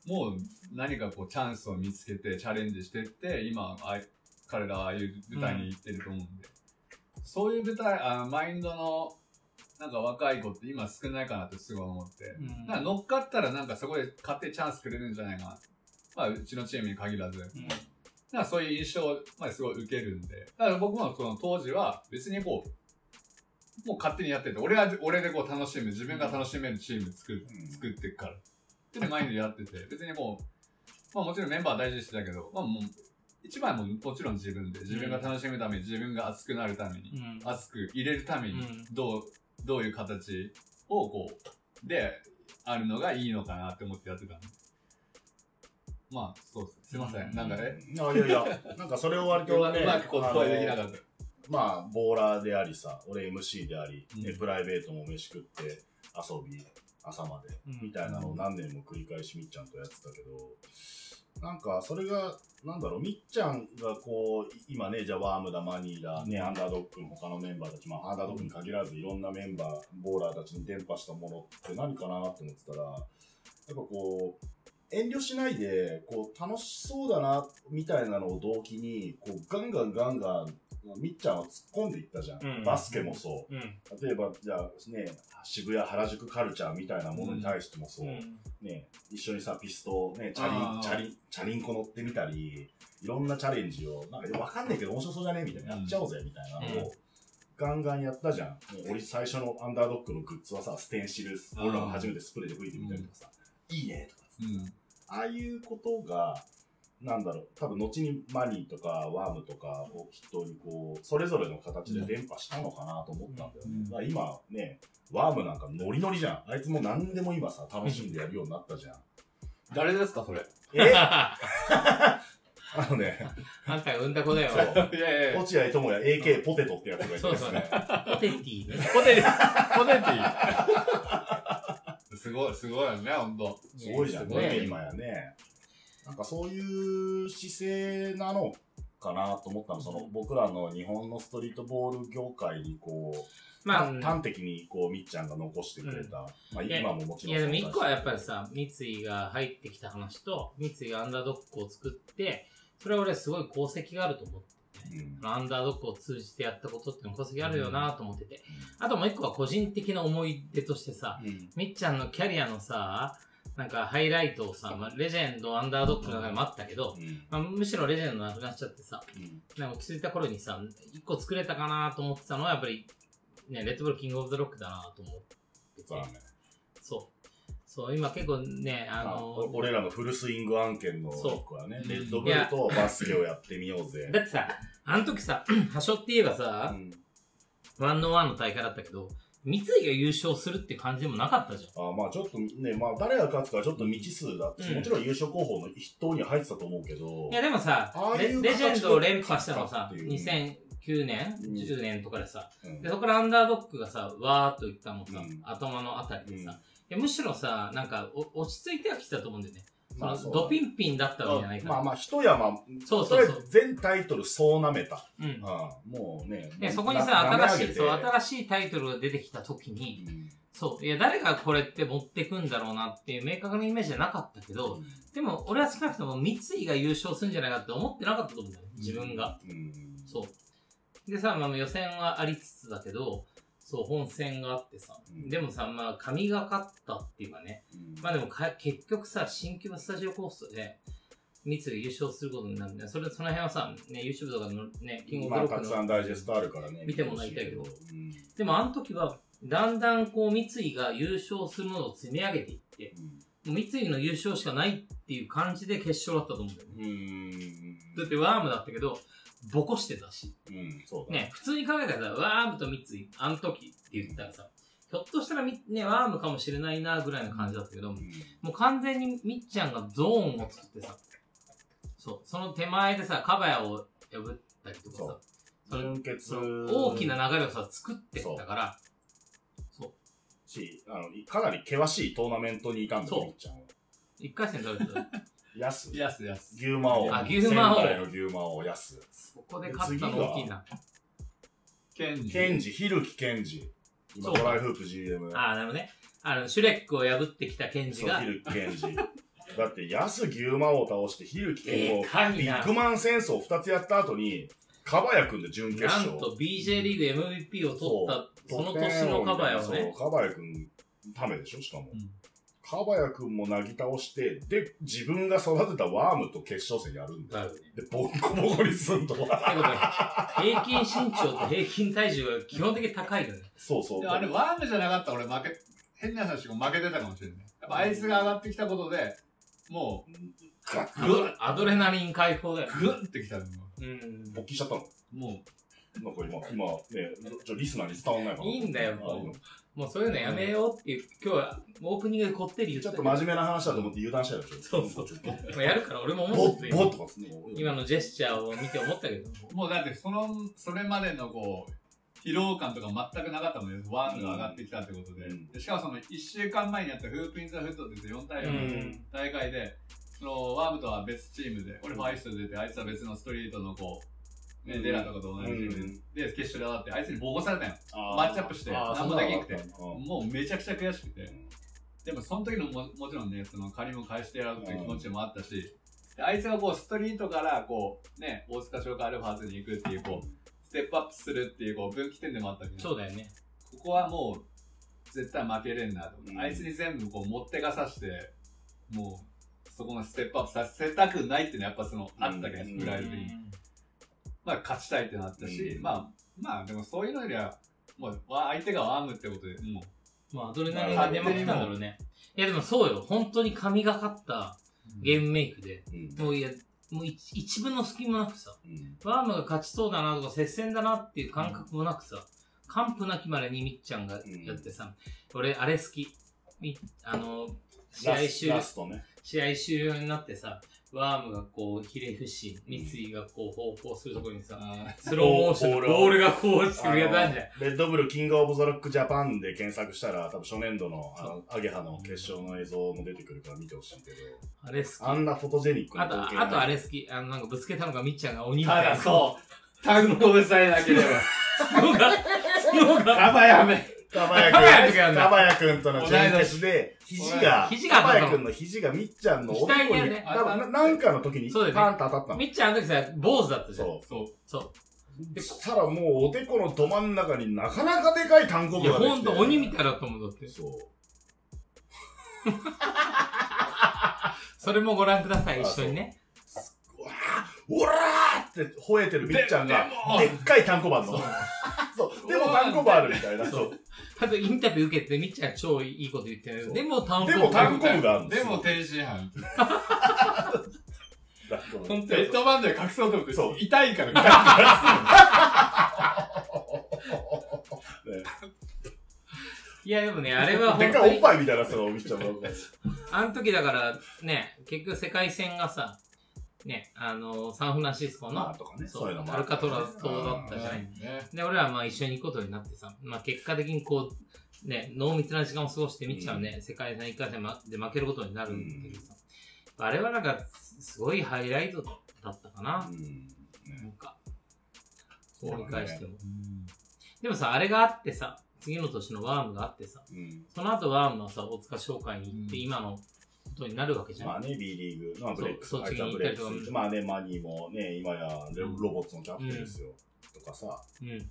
[SPEAKER 2] うん
[SPEAKER 6] もう何かこうチャンスを見つけてチャレンジしてって、今、あい彼らああいう舞台に行ってると思うんで、そういう舞台、あマインドの、なんか若い子って今少ないかなってすごい思って、
[SPEAKER 3] うん
[SPEAKER 6] なんか乗っかったらなんかそこで勝手にチャンスくれるんじゃないかな。まあ、うちのチームに限らず。なんかそういう印象を、まあ、すごい受けるんで。だから僕もその当時は別にこう、もう勝手にやってて、俺は、俺でこう楽しむ、自分が楽しめるチーム作る、
[SPEAKER 2] うん
[SPEAKER 6] 作っていくから。っていうのを前にやってて、別にこう、まあもちろんメンバーは大事にしてたけど、まあもう、一番はもうもちろん自分で、自分が楽しむために、自分が熱くなるために、
[SPEAKER 3] うん。
[SPEAKER 6] 熱く入れるために
[SPEAKER 3] うん、
[SPEAKER 6] どう、どういう形をこう、で、あるのがいいのかなって思ってやってたんで。まあ、そうです。すいません。なんか ね、
[SPEAKER 2] あいやいや、なんかそれを割とね、
[SPEAKER 6] う まくこう、声できな
[SPEAKER 2] あ
[SPEAKER 6] か
[SPEAKER 2] の
[SPEAKER 6] った。
[SPEAKER 2] まあ、ボーラーでありさ、俺 MC であり、
[SPEAKER 6] うん
[SPEAKER 2] でプライベートも飯食って、遊び、朝まで、
[SPEAKER 3] うん
[SPEAKER 2] みたいなのを何年も繰り返しみっちゃんとやってたけど、なんか、それが、なんだろう、みっちゃんがこう、今ね、じゃあワームだ、マニーだ、ね、アンダードックの他のメンバーたち、まあ、アンダードックに限らず、いろんなメンバー、ボーラーたちに伝播したものって何かなって思ってたら、やっぱこう、遠慮しないで、こう、楽しそうだな、みたいなのを動機に、こう、ガンガンガンガン、みっちゃんは突っ込んでいったじゃん。
[SPEAKER 3] うん
[SPEAKER 2] バスケもそう。
[SPEAKER 3] うん。
[SPEAKER 2] 例えば、じゃあね、渋谷、原宿カルチャーみたいなものに対してもそう。
[SPEAKER 3] うん。
[SPEAKER 2] ね、一緒にさ、ピスト、ね、チャリ
[SPEAKER 6] あー
[SPEAKER 2] ン、チャリン、チャリンコ乗ってみたり、いろんなチャレンジを、なんかわかんないけど面白そうじゃねみたいな、
[SPEAKER 6] うん
[SPEAKER 2] やっちゃおうぜ、みたいなのを、ガンガンやったじゃん。ね俺最初のアンダードッグのグッズはさ、ステンシル、
[SPEAKER 6] あー
[SPEAKER 2] 俺らも初めてスプレーで吹いてみたりとかさ、いいね、とかさ、
[SPEAKER 6] うん。
[SPEAKER 2] ああいうことが、なんだろう、多分後にマニーとかワームとかをきっとにこう、それぞれの形で伝播したのかなと思ったんだよね。
[SPEAKER 6] うん
[SPEAKER 2] だから今ね、ワームなんかノリノリじゃん。あいつも何でも今さ、楽しんでやるようになったじゃん。
[SPEAKER 6] 誰ですか、それ。
[SPEAKER 2] えあのね、
[SPEAKER 3] あんたが産んだ子だよ。
[SPEAKER 6] いやいや、
[SPEAKER 2] 落合智也 AK ポテトってやつがいて
[SPEAKER 3] そう
[SPEAKER 2] で
[SPEAKER 3] そ
[SPEAKER 2] す
[SPEAKER 3] うね
[SPEAKER 2] ね。。
[SPEAKER 3] ポテティね。
[SPEAKER 6] ポテ、ポテティ。すごい、す ごいよね、ほんと。
[SPEAKER 2] すごいじゃん
[SPEAKER 3] すごい
[SPEAKER 2] ね、
[SPEAKER 3] ね
[SPEAKER 2] 今やね。なんかそういう姿勢なのかなと思ったの。その僕らの日本のストリートボール業界にこう、
[SPEAKER 3] まあ、
[SPEAKER 2] 端的にこうみっちゃんが残してくれた、まあ、
[SPEAKER 3] いや
[SPEAKER 2] 今ももち
[SPEAKER 3] い
[SPEAKER 2] ろん
[SPEAKER 3] やで
[SPEAKER 2] 存
[SPEAKER 3] も
[SPEAKER 2] 在
[SPEAKER 3] 一個はやっぱりさ、三井が入ってきた話と、三井がアンダードックを作って、それは俺はすごい功績があると思って、
[SPEAKER 2] うん
[SPEAKER 3] アンダードックを通じてやったことっていうの功績あるよなと思ってて、あともう一個は個人的な思い出としてさ、
[SPEAKER 2] うん
[SPEAKER 3] みっちゃんのキャリアのさ、なんかハイライトをさ、まあ、レジェンド、アンダードックの中にもあったけど、
[SPEAKER 2] うん
[SPEAKER 3] まあ、むしろレジェンドなくなっちゃってさ、
[SPEAKER 2] うん
[SPEAKER 3] なんか落ち着いた頃にさ、一個作れたかなと思ってたのはやっぱり、ね、レッドブルキングオブザロックだなと思ってて
[SPEAKER 2] そうだね
[SPEAKER 3] そう。そう、今結構ね、あ
[SPEAKER 2] まあ
[SPEAKER 3] の
[SPEAKER 2] お俺らのフルスイング案件の
[SPEAKER 3] そう
[SPEAKER 2] 僕はね、レッドブルとバスケをやってみようぜ
[SPEAKER 3] だ。ってさ、あの時さ、 端折って言えば
[SPEAKER 2] う
[SPEAKER 3] さ、
[SPEAKER 2] ん
[SPEAKER 3] ワンのワンの大会だったけど、三井が優勝するって感じでもなかったじゃん。
[SPEAKER 2] あまあちょっとね、まあ誰が勝つかはちょっと未知数だって、
[SPEAKER 3] うん
[SPEAKER 2] もちろん優勝候補の筆頭には入ってたと思うけど
[SPEAKER 3] い、やでもさ
[SPEAKER 2] ああい
[SPEAKER 3] レ、
[SPEAKER 2] う
[SPEAKER 3] レジェンドを連覇
[SPEAKER 2] 形
[SPEAKER 3] し
[SPEAKER 2] で
[SPEAKER 3] たのさ、
[SPEAKER 2] 勝つって
[SPEAKER 3] 2009年、
[SPEAKER 2] うん
[SPEAKER 3] ?10 年とかでさ、
[SPEAKER 2] うん
[SPEAKER 3] で、そこからアンダードックがさ、わーっといったのさ、
[SPEAKER 2] うん
[SPEAKER 3] 頭のあたりで
[SPEAKER 2] うん
[SPEAKER 3] さ、いやむしろさ、なんかお、落ち着いてはきてたと思うんだよね。
[SPEAKER 2] まあ
[SPEAKER 3] そ
[SPEAKER 2] そ
[SPEAKER 3] の
[SPEAKER 2] う
[SPEAKER 3] ドピンピンだったわけじゃないから。
[SPEAKER 2] まあまあ一山、
[SPEAKER 3] そうそうそ
[SPEAKER 2] れ
[SPEAKER 3] う
[SPEAKER 2] 全タイトル総なめた。
[SPEAKER 3] うん。
[SPEAKER 2] ああもうね。
[SPEAKER 3] で、
[SPEAKER 2] もう
[SPEAKER 3] そこにさ、
[SPEAKER 2] な舐め
[SPEAKER 3] 新
[SPEAKER 2] 上
[SPEAKER 3] し
[SPEAKER 2] げ
[SPEAKER 3] い、
[SPEAKER 2] て
[SPEAKER 3] そう、新しいタイトルが出てきた時に、
[SPEAKER 2] うん
[SPEAKER 3] そう。いや、誰がこれって持ってくんだろうなっていう明確なイメージじゃなかったけど、でも俺は少なくとも三井が優勝するんじゃないかって思ってなかったと思うんだよ。自分が。
[SPEAKER 2] うん。
[SPEAKER 3] そう。でさ、まあ予選はありつつだけど、そう、本戦があってさ。でもさ、まあ神がかったっていうかね。まあでもか結局さ、新規スタジオコースで、三井が優勝することになるんだよ。それ、その辺はさ、ね、YouTube とかのね、キングオブ
[SPEAKER 2] ま
[SPEAKER 3] ロ
[SPEAKER 2] あ、
[SPEAKER 3] ッ
[SPEAKER 2] た
[SPEAKER 3] ク
[SPEAKER 2] く
[SPEAKER 3] の
[SPEAKER 2] さんダイジェストあるからね。
[SPEAKER 3] 見てもらいたいけど
[SPEAKER 2] うん
[SPEAKER 3] でもあの時は、だんだんこう三井が優勝するものを積み上げていって、もう三井の優勝しかないっていう感じで決勝だったと思うんだよね。
[SPEAKER 2] うん。
[SPEAKER 3] だってワームだったけど、ボコしてたし。
[SPEAKER 2] うん、そうだ。
[SPEAKER 3] ね、普通に考えたらさ、ワームと三井、あの時って言ったらさ、ひょっとしたらみ、ね、ワームかもしれないなぐらいの感じだったけど、
[SPEAKER 2] うん。
[SPEAKER 3] もう完全にみっちゃんがゾーンを作ってさ、そう、その手前でさ、カバヤを破ったりとかさ、その
[SPEAKER 2] 純潔。
[SPEAKER 3] 大きな流れをさ、作ってったから、
[SPEAKER 2] し、あの、かなり険しいトーナメントにいたんだ
[SPEAKER 3] そう
[SPEAKER 2] よ、みっちゃんは。
[SPEAKER 3] 一回戦取れてた。
[SPEAKER 2] やす。
[SPEAKER 6] やすやす。
[SPEAKER 2] 牛魔王。
[SPEAKER 3] あ牛魔王
[SPEAKER 2] 仙台の牛魔王、やす。
[SPEAKER 3] そこで勝ったの大きいな。
[SPEAKER 6] ケンジ。
[SPEAKER 2] ケンジ、ひるきケンジ。今、
[SPEAKER 3] そう
[SPEAKER 2] トライフープ GM。
[SPEAKER 3] ああ、なるほどね。あの、シュレックを破ってきたケンジ
[SPEAKER 2] そう、
[SPEAKER 3] が
[SPEAKER 2] ひ、るきケンジ。だって、やす牛魔王を倒して、ひるきケン
[SPEAKER 3] で
[SPEAKER 2] を、
[SPEAKER 3] かい
[SPEAKER 2] ビ
[SPEAKER 3] な
[SPEAKER 2] ッグ。マン戦争2つやった後に、かばやくんで準決
[SPEAKER 3] な
[SPEAKER 2] 勝。
[SPEAKER 3] んと BJ リーグ MVP を取った、その年のカバヤをね。
[SPEAKER 2] そう、かばやくん、ためでしょ、しかも。
[SPEAKER 6] うん
[SPEAKER 2] かばやくんもなぎ倒して、で、自分が育てたワームと決勝戦やるんだ。
[SPEAKER 3] だよね。
[SPEAKER 2] で、ボッコボコにすんと。
[SPEAKER 3] ってことは平均身長と平均体重が基本的に高いよね。
[SPEAKER 2] そうそう。
[SPEAKER 6] でもあれ、ワームじゃなかったら俺負け、変な話、負けてたかもしれない。やっぱあいつが上がってきたことで、も
[SPEAKER 2] ガッ
[SPEAKER 3] アドアドレナリン解放だよ。
[SPEAKER 6] う、グッてきたのが。
[SPEAKER 3] うん。
[SPEAKER 2] 勃起しちゃったの
[SPEAKER 6] も
[SPEAKER 2] なんか今、今、ね、ちょ、リスナーに伝わんないかな。
[SPEAKER 3] いいんだよ
[SPEAKER 2] あ
[SPEAKER 3] もうそういうのやめようっていう、今日はオープニングでこってり言
[SPEAKER 2] ちょ
[SPEAKER 3] っ
[SPEAKER 2] ってと真面目な話だと思って油断したでしょ。
[SPEAKER 3] そうそう
[SPEAKER 2] ちょっとぼ。
[SPEAKER 3] まあやるから俺も思
[SPEAKER 2] ぼ
[SPEAKER 3] って
[SPEAKER 2] ぼ
[SPEAKER 3] た
[SPEAKER 2] っとかですね。
[SPEAKER 3] 今のジェスチャーを見て思ったけど。
[SPEAKER 6] う、もうだってその、それまでのこう、疲労感とか全くなかったもんね。ワームが上がってきたってことで。
[SPEAKER 2] うん
[SPEAKER 6] でしかもその、1週間前にやったフープインザフットって4対
[SPEAKER 3] う
[SPEAKER 6] 4の
[SPEAKER 3] ん
[SPEAKER 6] 大会で、その、ワームとは別チームで、俺もアイスと出て、あいつは別のストリートのこう、ね、デラとかと同じチームで、で、決勝で当たって、あいつにボコされたよ。マッチアップしてなんもできんくてもうめちゃくちゃ悔しくて。でもその時のも、もちろんね、その借りも返してやろうという気持ちもあったし、であいつがこうストリートからこう、ね、大塚商会アルファーズに行くっていうこう、ステップアップするっていうこう分岐点でもあったけど、
[SPEAKER 3] そう
[SPEAKER 6] こ
[SPEAKER 3] だよね。
[SPEAKER 6] こはもう絶対負けれんなと思って、
[SPEAKER 2] うん
[SPEAKER 6] あいつに全部こう持ってかさして、もうそこのステップアップさせたくないっていうのはやっぱその、あったけど、
[SPEAKER 2] うん
[SPEAKER 6] プライドに。まあ、勝ちたいってなったし、
[SPEAKER 2] うん
[SPEAKER 6] まあ、まあ、でもそういうのよりは、もう、わ相手がワームってことで、も
[SPEAKER 3] まあ、アドレナリンが出まくったんだろうね。いや、でもそうよ。本当に神がかった
[SPEAKER 6] う、
[SPEAKER 3] ゲームメイクで、
[SPEAKER 2] うん
[SPEAKER 3] もういや、もう一一分の隙もなくさ、ワームが勝ちそうだなとか接戦だなっていう感覚もなくさ、完膚なきまでにみっちゃんがやってさ、俺、あれ好き。みあの、試合
[SPEAKER 2] ラス
[SPEAKER 3] 終
[SPEAKER 2] ラ
[SPEAKER 3] 了、
[SPEAKER 2] ストね。
[SPEAKER 3] 試合終了になってさ、ワームがこう、ひれ伏し、三井がこう、方向するところにさ、
[SPEAKER 6] あ
[SPEAKER 3] スローモーションでボールがこう、作りやったんじゃん。
[SPEAKER 2] レッドブルキングオブザロックジャパンで検索したら、多分初年度の、あの、アゲハの決勝の映像も出てくるから見てほしいけど、
[SPEAKER 3] あれ好き。
[SPEAKER 2] あんなフォトジェニックな
[SPEAKER 3] あと、あとあれ好き。あの、なんかぶつけたのがみっちゃんが鬼み
[SPEAKER 6] た
[SPEAKER 3] たいな。
[SPEAKER 6] だそう、単語ぶさえなければ、
[SPEAKER 3] 角が、角が、
[SPEAKER 6] やばいやべ。
[SPEAKER 2] かば
[SPEAKER 3] ば
[SPEAKER 2] や
[SPEAKER 3] や
[SPEAKER 2] く
[SPEAKER 3] く
[SPEAKER 2] ん
[SPEAKER 3] ん
[SPEAKER 2] かばやくんとの準決で、肘が、
[SPEAKER 3] 肘が
[SPEAKER 2] かばやくんの肘がみっちゃんのおでこ
[SPEAKER 3] 額に
[SPEAKER 2] に、
[SPEAKER 3] ね
[SPEAKER 2] 多分ななんかの時に
[SPEAKER 3] そうだよね
[SPEAKER 2] パンと当たったの。
[SPEAKER 3] みっちゃんあの時さ、坊主だったじゃん。
[SPEAKER 2] そう。
[SPEAKER 6] そう。
[SPEAKER 2] そしたらもうおでこのど真ん中になかなかでかい単語
[SPEAKER 3] い
[SPEAKER 2] 部
[SPEAKER 3] や、
[SPEAKER 2] ができて。
[SPEAKER 3] ほんと鬼みたいだと思うだって。
[SPEAKER 2] そう。
[SPEAKER 3] それもご覧ください、一緒にね。
[SPEAKER 2] うわあおらーって吠えてるみっちゃんが
[SPEAKER 6] でで、も
[SPEAKER 2] でっかい単語版の。 そう。でも単語版あるみたいな。そう。
[SPEAKER 3] あとインタビュー受けて、みっちゃん超いいこと言ってる。でも、単語。
[SPEAKER 2] でも単語部があるんで
[SPEAKER 6] です
[SPEAKER 2] よ
[SPEAKER 6] も、天津飯。
[SPEAKER 2] 本
[SPEAKER 6] ベッドバンドで隠そうと思って、
[SPEAKER 2] そう
[SPEAKER 6] 痛いから痛
[SPEAKER 3] いや、でもね、あれは
[SPEAKER 2] で
[SPEAKER 3] 本
[SPEAKER 2] っ
[SPEAKER 3] 当
[SPEAKER 2] かいおっ
[SPEAKER 3] に、
[SPEAKER 2] ぱいみたいな、そのみっちゃんの。
[SPEAKER 3] あの時だから、ね、結局世界戦がさ、ね、あの、サンフランシスコ
[SPEAKER 2] まあ
[SPEAKER 3] の、
[SPEAKER 2] とかね。
[SPEAKER 3] そ
[SPEAKER 2] そういうの
[SPEAKER 3] う、
[SPEAKER 2] もあ
[SPEAKER 3] ア
[SPEAKER 2] る
[SPEAKER 3] ルカトラス島だった
[SPEAKER 6] い
[SPEAKER 3] じゃない。
[SPEAKER 6] ね。
[SPEAKER 3] で、俺らはまあ一緒に行くことになってさ、まあ結果的にこう、ね、濃密な時間を過ごしてみっちゃんはね、世界戦一回戦まで負けることになるんだけどさ、あれはなんか、すごいハイライトだったかな、
[SPEAKER 2] うん
[SPEAKER 3] なんか、
[SPEAKER 2] そうだね
[SPEAKER 3] 思い返しても。でもさ、あれがあってさ、次の年のワームがあってさ、
[SPEAKER 2] うん。
[SPEAKER 3] その後ワームはさ、大塚商会に行って、今のことになるわけじゃん。
[SPEAKER 2] まあね、B リーグ、まあ、ブレックス、
[SPEAKER 3] そう
[SPEAKER 2] アイちゃんブレック
[SPEAKER 3] そっちに行ったり
[SPEAKER 2] ス、
[SPEAKER 3] とか
[SPEAKER 2] まあね、マニーもね、今やロロボットのキャプテンですよ、とかさ、
[SPEAKER 3] うん。
[SPEAKER 2] ね、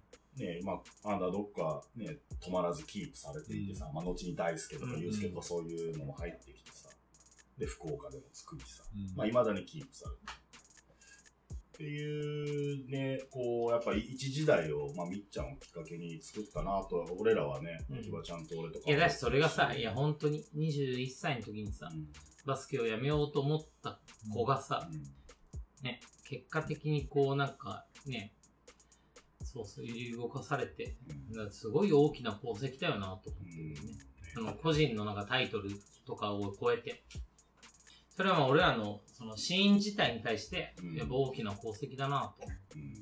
[SPEAKER 2] まあ、アンダードックはね、止まらずキープされていてさ、まあ、後に大輔とか
[SPEAKER 3] うん
[SPEAKER 2] 祐介とかそういうのも入ってきてさ、で、福岡でも作りさ、
[SPEAKER 9] うん
[SPEAKER 2] まあ、未だにキープされてる。っていうね、こう、やっぱ一時代を、まあ、みっちゃんをきっかけに作ったなと、俺らはね、
[SPEAKER 3] うん
[SPEAKER 2] 秋葉ちゃんと俺とか。
[SPEAKER 3] いや、だしそれがさ、いや、本当に21歳の時にさ
[SPEAKER 2] う、ん
[SPEAKER 3] バスケをやめようと思った子がさ、結果的にこうなんかね、そうそう、揺り動かされて、
[SPEAKER 2] うん
[SPEAKER 3] なんかすごい大きな功績だよなと思
[SPEAKER 2] う
[SPEAKER 3] ってる
[SPEAKER 2] ん
[SPEAKER 3] よね。その個人のなんかタイトルとかを超えて、それはまあ俺らのそのシーン自体に対して
[SPEAKER 2] うん、
[SPEAKER 3] やっぱ大きな功績だなと。
[SPEAKER 2] うん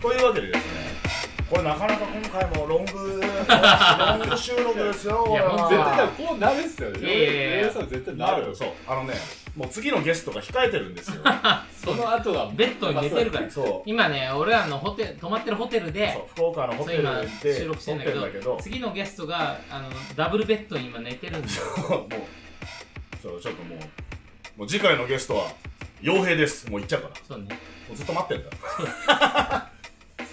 [SPEAKER 2] というわけでですね、これなかなか今回もロング、ロング収録ですよ。
[SPEAKER 3] いや
[SPEAKER 2] これは
[SPEAKER 3] 本当
[SPEAKER 6] 絶対だからこうなるっすよね。
[SPEAKER 3] いやいやいや
[SPEAKER 6] レイヤーさん絶対なる。
[SPEAKER 2] そう。あのね、もう次のゲストが控えてるんです よ。
[SPEAKER 6] その後は、
[SPEAKER 3] ベッドに寝てるから。
[SPEAKER 2] そ
[SPEAKER 3] 今ね、俺らのホテル、泊まってるホテル
[SPEAKER 2] う。そう
[SPEAKER 3] で、
[SPEAKER 2] 福岡のホ
[SPEAKER 3] そう
[SPEAKER 2] テルで
[SPEAKER 3] 今収録してんだけ
[SPEAKER 2] 撮
[SPEAKER 3] ど
[SPEAKER 2] っるんだけど
[SPEAKER 3] 次のゲストが、あの、ダブルベッドに今寝てるんだよ。
[SPEAKER 2] もう、そう、ちょっともう、もう次回のゲストは、傭兵です。もう行っちゃうから。
[SPEAKER 3] そうね。
[SPEAKER 2] もうずっと待ってるから。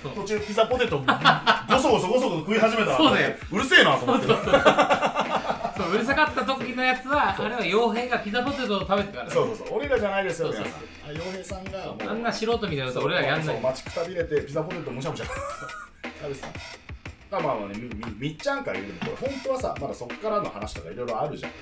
[SPEAKER 3] そう。
[SPEAKER 2] 途中ピザポテト、ごそごそごそごそ食い始めたら
[SPEAKER 3] そうだよ。
[SPEAKER 2] うるせえなと思って。
[SPEAKER 3] そう、うるさかった時のやつは、あれは傭兵がピザポテトを食べてからね。
[SPEAKER 2] そうそうそう。俺らじゃないですよ、
[SPEAKER 3] そう
[SPEAKER 2] 皆
[SPEAKER 3] そう
[SPEAKER 2] さん。あ傭兵さんが、もう。
[SPEAKER 3] あんな素人みたいなこと俺らやんな
[SPEAKER 2] そう
[SPEAKER 3] い。
[SPEAKER 2] 待ちくたびれてピザポテトむしゃむしゃ食べてたまあまあまあねみみみっちゃんから言うてもこれ本当はさまだそっからの話とかいろいろあるじゃん
[SPEAKER 3] う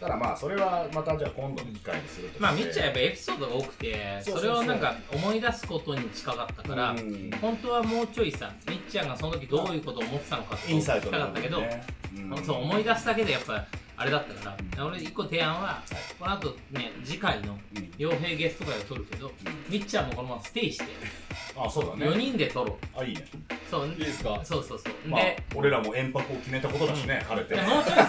[SPEAKER 2] ただまあそれはまたじゃあ今度の機会にすると
[SPEAKER 3] ん。まあ、みっちゃんや
[SPEAKER 2] ん
[SPEAKER 3] っぱエピソードが多くて、
[SPEAKER 2] そうそうそう
[SPEAKER 3] それをなんか思い出すことに近かったから、本当はもうちょいさ、みっちゃんがその時どういうことを思ってたのかって
[SPEAKER 2] イ
[SPEAKER 3] 聞
[SPEAKER 2] ン
[SPEAKER 3] き
[SPEAKER 2] サ
[SPEAKER 3] た
[SPEAKER 2] イト
[SPEAKER 3] かったけど、
[SPEAKER 2] うん
[SPEAKER 3] そう思い出すだけでやっぱあれだったから、俺一個提案は、この後ね、次回の
[SPEAKER 2] うん
[SPEAKER 3] 傭兵ゲスト会を撮るけど、みっちゃんもこのままステイして、
[SPEAKER 2] あそうだ
[SPEAKER 3] 4
[SPEAKER 2] ね
[SPEAKER 3] 人で撮ろ
[SPEAKER 2] あいいね
[SPEAKER 3] う。そう、
[SPEAKER 6] いいですか
[SPEAKER 3] そうそうそう。
[SPEAKER 2] まあ
[SPEAKER 3] で、
[SPEAKER 2] 俺らも遠泊を決めたことだしね晴れて
[SPEAKER 3] でもうちょいさ、なん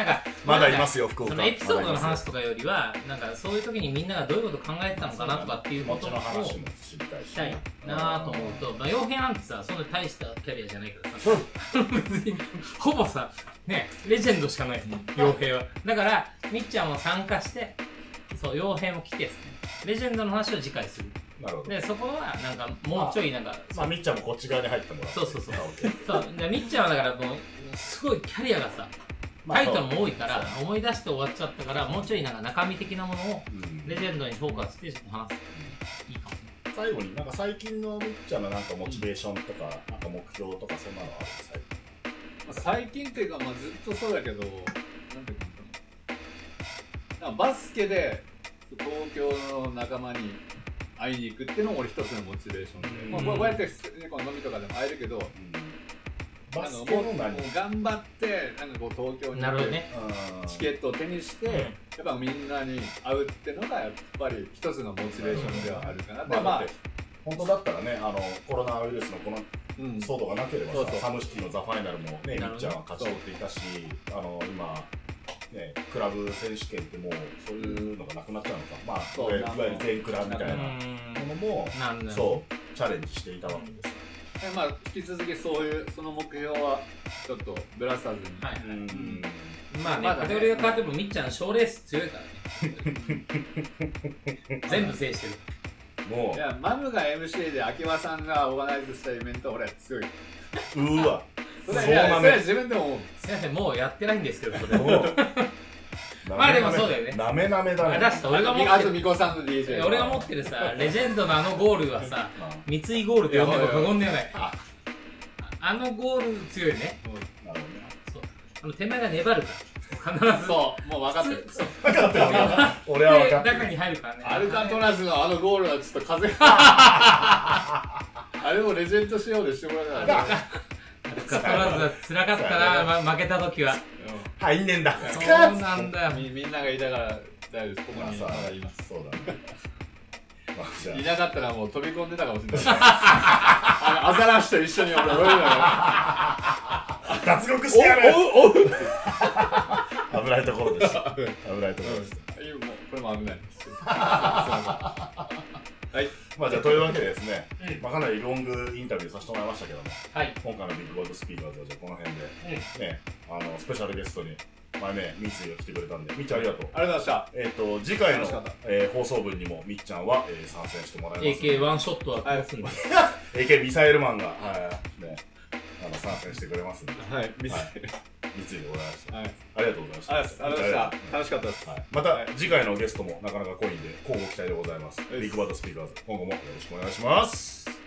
[SPEAKER 3] か、
[SPEAKER 2] まだいますよ福岡
[SPEAKER 3] そのエピソードの話
[SPEAKER 2] と
[SPEAKER 3] とかよりは、なんかそういう時にみんながどういうこと考えてたのかなとかっていう
[SPEAKER 2] 持
[SPEAKER 3] こ
[SPEAKER 2] ち
[SPEAKER 3] とを
[SPEAKER 2] の話
[SPEAKER 3] 聞
[SPEAKER 2] も知りたいし
[SPEAKER 3] きたいなぁと思うと、まあ、傭兵なんてさ、そんな大したキャリアじゃないからさ、 別に、ほぼさ、ね、レジェンドしかない、傭兵は。だから、みっちゃんも参加して、そう、傭兵も来てさ、レジェンドの話を次回する。
[SPEAKER 2] なるほど
[SPEAKER 3] で、そこは、なんか、もうちょい、なんか、
[SPEAKER 2] まあみっちゃんもこっち側に入ってもら
[SPEAKER 3] そうそうそう。そう、でみっちゃんはだから、もう、すごいキャリアがさ、
[SPEAKER 2] まあ
[SPEAKER 3] タイトルも多いから
[SPEAKER 2] そ、
[SPEAKER 3] 思い出して終わっちゃったから、もうちょいなんか中身的なものを、
[SPEAKER 2] ううん
[SPEAKER 3] レジェンドにフォーカスしてちょっと話す。いいかもね。
[SPEAKER 2] 最後になんか最近のみっちゃんのなんかモチベーションとか、なんか目標とかそんなのある最近
[SPEAKER 6] まあ最近っていうか、まあ、ずっとそうだけど、なんていうのかな。なんかバスケで、東京の仲間に会いに行くっていうのも俺一つのモチベーションで。
[SPEAKER 2] うん
[SPEAKER 6] まあ、これ割と、ね、この飲みとかでも会えるけど、
[SPEAKER 2] バ
[SPEAKER 6] あの
[SPEAKER 2] スケ
[SPEAKER 6] もう
[SPEAKER 2] の何
[SPEAKER 6] もう頑張って、なんかこう東京に
[SPEAKER 3] なる
[SPEAKER 6] 行っ
[SPEAKER 3] ほ
[SPEAKER 6] て
[SPEAKER 3] どね。
[SPEAKER 6] チケットを手にして、
[SPEAKER 3] うん
[SPEAKER 6] やっぱみんなに会うってのが、やっぱり一つのモチベーションではあるかな。で、
[SPEAKER 2] まあ、
[SPEAKER 6] まあ、
[SPEAKER 2] 本当だったらねあのコロナウイルスのこの
[SPEAKER 6] うん、
[SPEAKER 2] 騒動がなければさ
[SPEAKER 6] そうそう
[SPEAKER 2] サムシティのザ・ファイナルもねみ
[SPEAKER 3] なるほど
[SPEAKER 2] っちゃんは勝ち取っていたしあの今ね、クラブ選手権ってもうそういうのがなくなっちゃうのか、まあ
[SPEAKER 6] そう
[SPEAKER 2] いわゆる全クラみたいうな
[SPEAKER 6] う
[SPEAKER 2] も
[SPEAKER 3] ん。
[SPEAKER 2] のも、
[SPEAKER 3] なんだろ
[SPEAKER 2] そうチャレンジしていたわけですよ
[SPEAKER 6] でまあ、引き続きそういう、その目標は、ちょっとぶらさずに。
[SPEAKER 3] う。はい。
[SPEAKER 2] うん
[SPEAKER 3] まあね、
[SPEAKER 6] まだ
[SPEAKER 3] カ
[SPEAKER 6] ね
[SPEAKER 3] テゴリーが変わっても、みっちゃんの賞レース強いから ね。全部制してる。
[SPEAKER 2] も
[SPEAKER 6] いや、マムが MC で、秋葉さんがオーガナイズしたイベントは俺は強い。
[SPEAKER 2] ううーわ
[SPEAKER 6] それは
[SPEAKER 2] そう
[SPEAKER 6] いや
[SPEAKER 2] な
[SPEAKER 6] そ
[SPEAKER 2] の
[SPEAKER 6] れは自分でも思う。
[SPEAKER 3] すいません、もうやってないんですけど、それ。
[SPEAKER 2] ま
[SPEAKER 3] まあでもそうだよね
[SPEAKER 2] なめなめだ
[SPEAKER 3] あ
[SPEAKER 2] ね。
[SPEAKER 3] だしさ、俺が持
[SPEAKER 6] あ
[SPEAKER 3] っ
[SPEAKER 6] と、
[SPEAKER 3] て
[SPEAKER 6] ミコさんの DJ。
[SPEAKER 3] る、俺が持ってるさ、レジェンドのあのゴールはさ、
[SPEAKER 2] まあ
[SPEAKER 3] 三井ゴールって呼んでも過言ではない。
[SPEAKER 2] あ
[SPEAKER 3] あのゴール強いね。
[SPEAKER 2] なるほどね
[SPEAKER 3] そう。あの手前が粘るから。必ず。
[SPEAKER 6] そう、もう分かってる。
[SPEAKER 3] そう。
[SPEAKER 2] 分かってる俺は俺は分
[SPEAKER 3] で
[SPEAKER 2] かってる。
[SPEAKER 3] 中に入るからね。
[SPEAKER 6] アルカトラズのあのゴールはちょっと 風が。あれもレジェンド仕様でしてもらえたからね。
[SPEAKER 3] カトラズは辛かったな、ま、負けた時は。
[SPEAKER 2] 入んねんだ。
[SPEAKER 3] そうなんだよ
[SPEAKER 6] うん。みみんながいたから、大丈夫です。ここ
[SPEAKER 2] まあ
[SPEAKER 6] に
[SPEAKER 2] さ
[SPEAKER 6] まだいます。
[SPEAKER 2] そうだね。まあじゃ
[SPEAKER 6] いなかったらもう飛び込んでたかもしれない。あの、アザラシと一緒に俺泳いだ
[SPEAKER 2] あ脱獄してやる
[SPEAKER 6] おおお
[SPEAKER 2] 危ないところです危ないところです
[SPEAKER 6] もうこれも危ない です。
[SPEAKER 2] まあじゃあというわけでですね、まあ、かなりロングインタビューさせてもらいましたけども
[SPEAKER 3] はい。
[SPEAKER 2] 今回のビッグバードスピーカーズはじゃあこの辺で、ね、あのスペシャルゲストに前ね三井が来てくれたんで三井ありがとう
[SPEAKER 6] ありがとうございました。
[SPEAKER 2] えっ、と次回の
[SPEAKER 6] 楽しかった、
[SPEAKER 2] えー放送分にもみっちゃんは、えー参戦してもらいますんで
[SPEAKER 3] AK ワンショットは殺すんで。
[SPEAKER 2] AK ミサイルマンが、はいね、あの参戦してくれますんで
[SPEAKER 6] はい、ミス。
[SPEAKER 2] は
[SPEAKER 6] はいい、
[SPEAKER 2] 三井でございました
[SPEAKER 6] あり
[SPEAKER 2] ありがとうございました
[SPEAKER 6] がとうございました。楽しかったです。
[SPEAKER 2] はい、また次回のゲストもなかなか濃いんで、今後期待でございます。
[SPEAKER 6] い
[SPEAKER 2] ビッグバードスピーカーズ、今後もよろしくお願いします。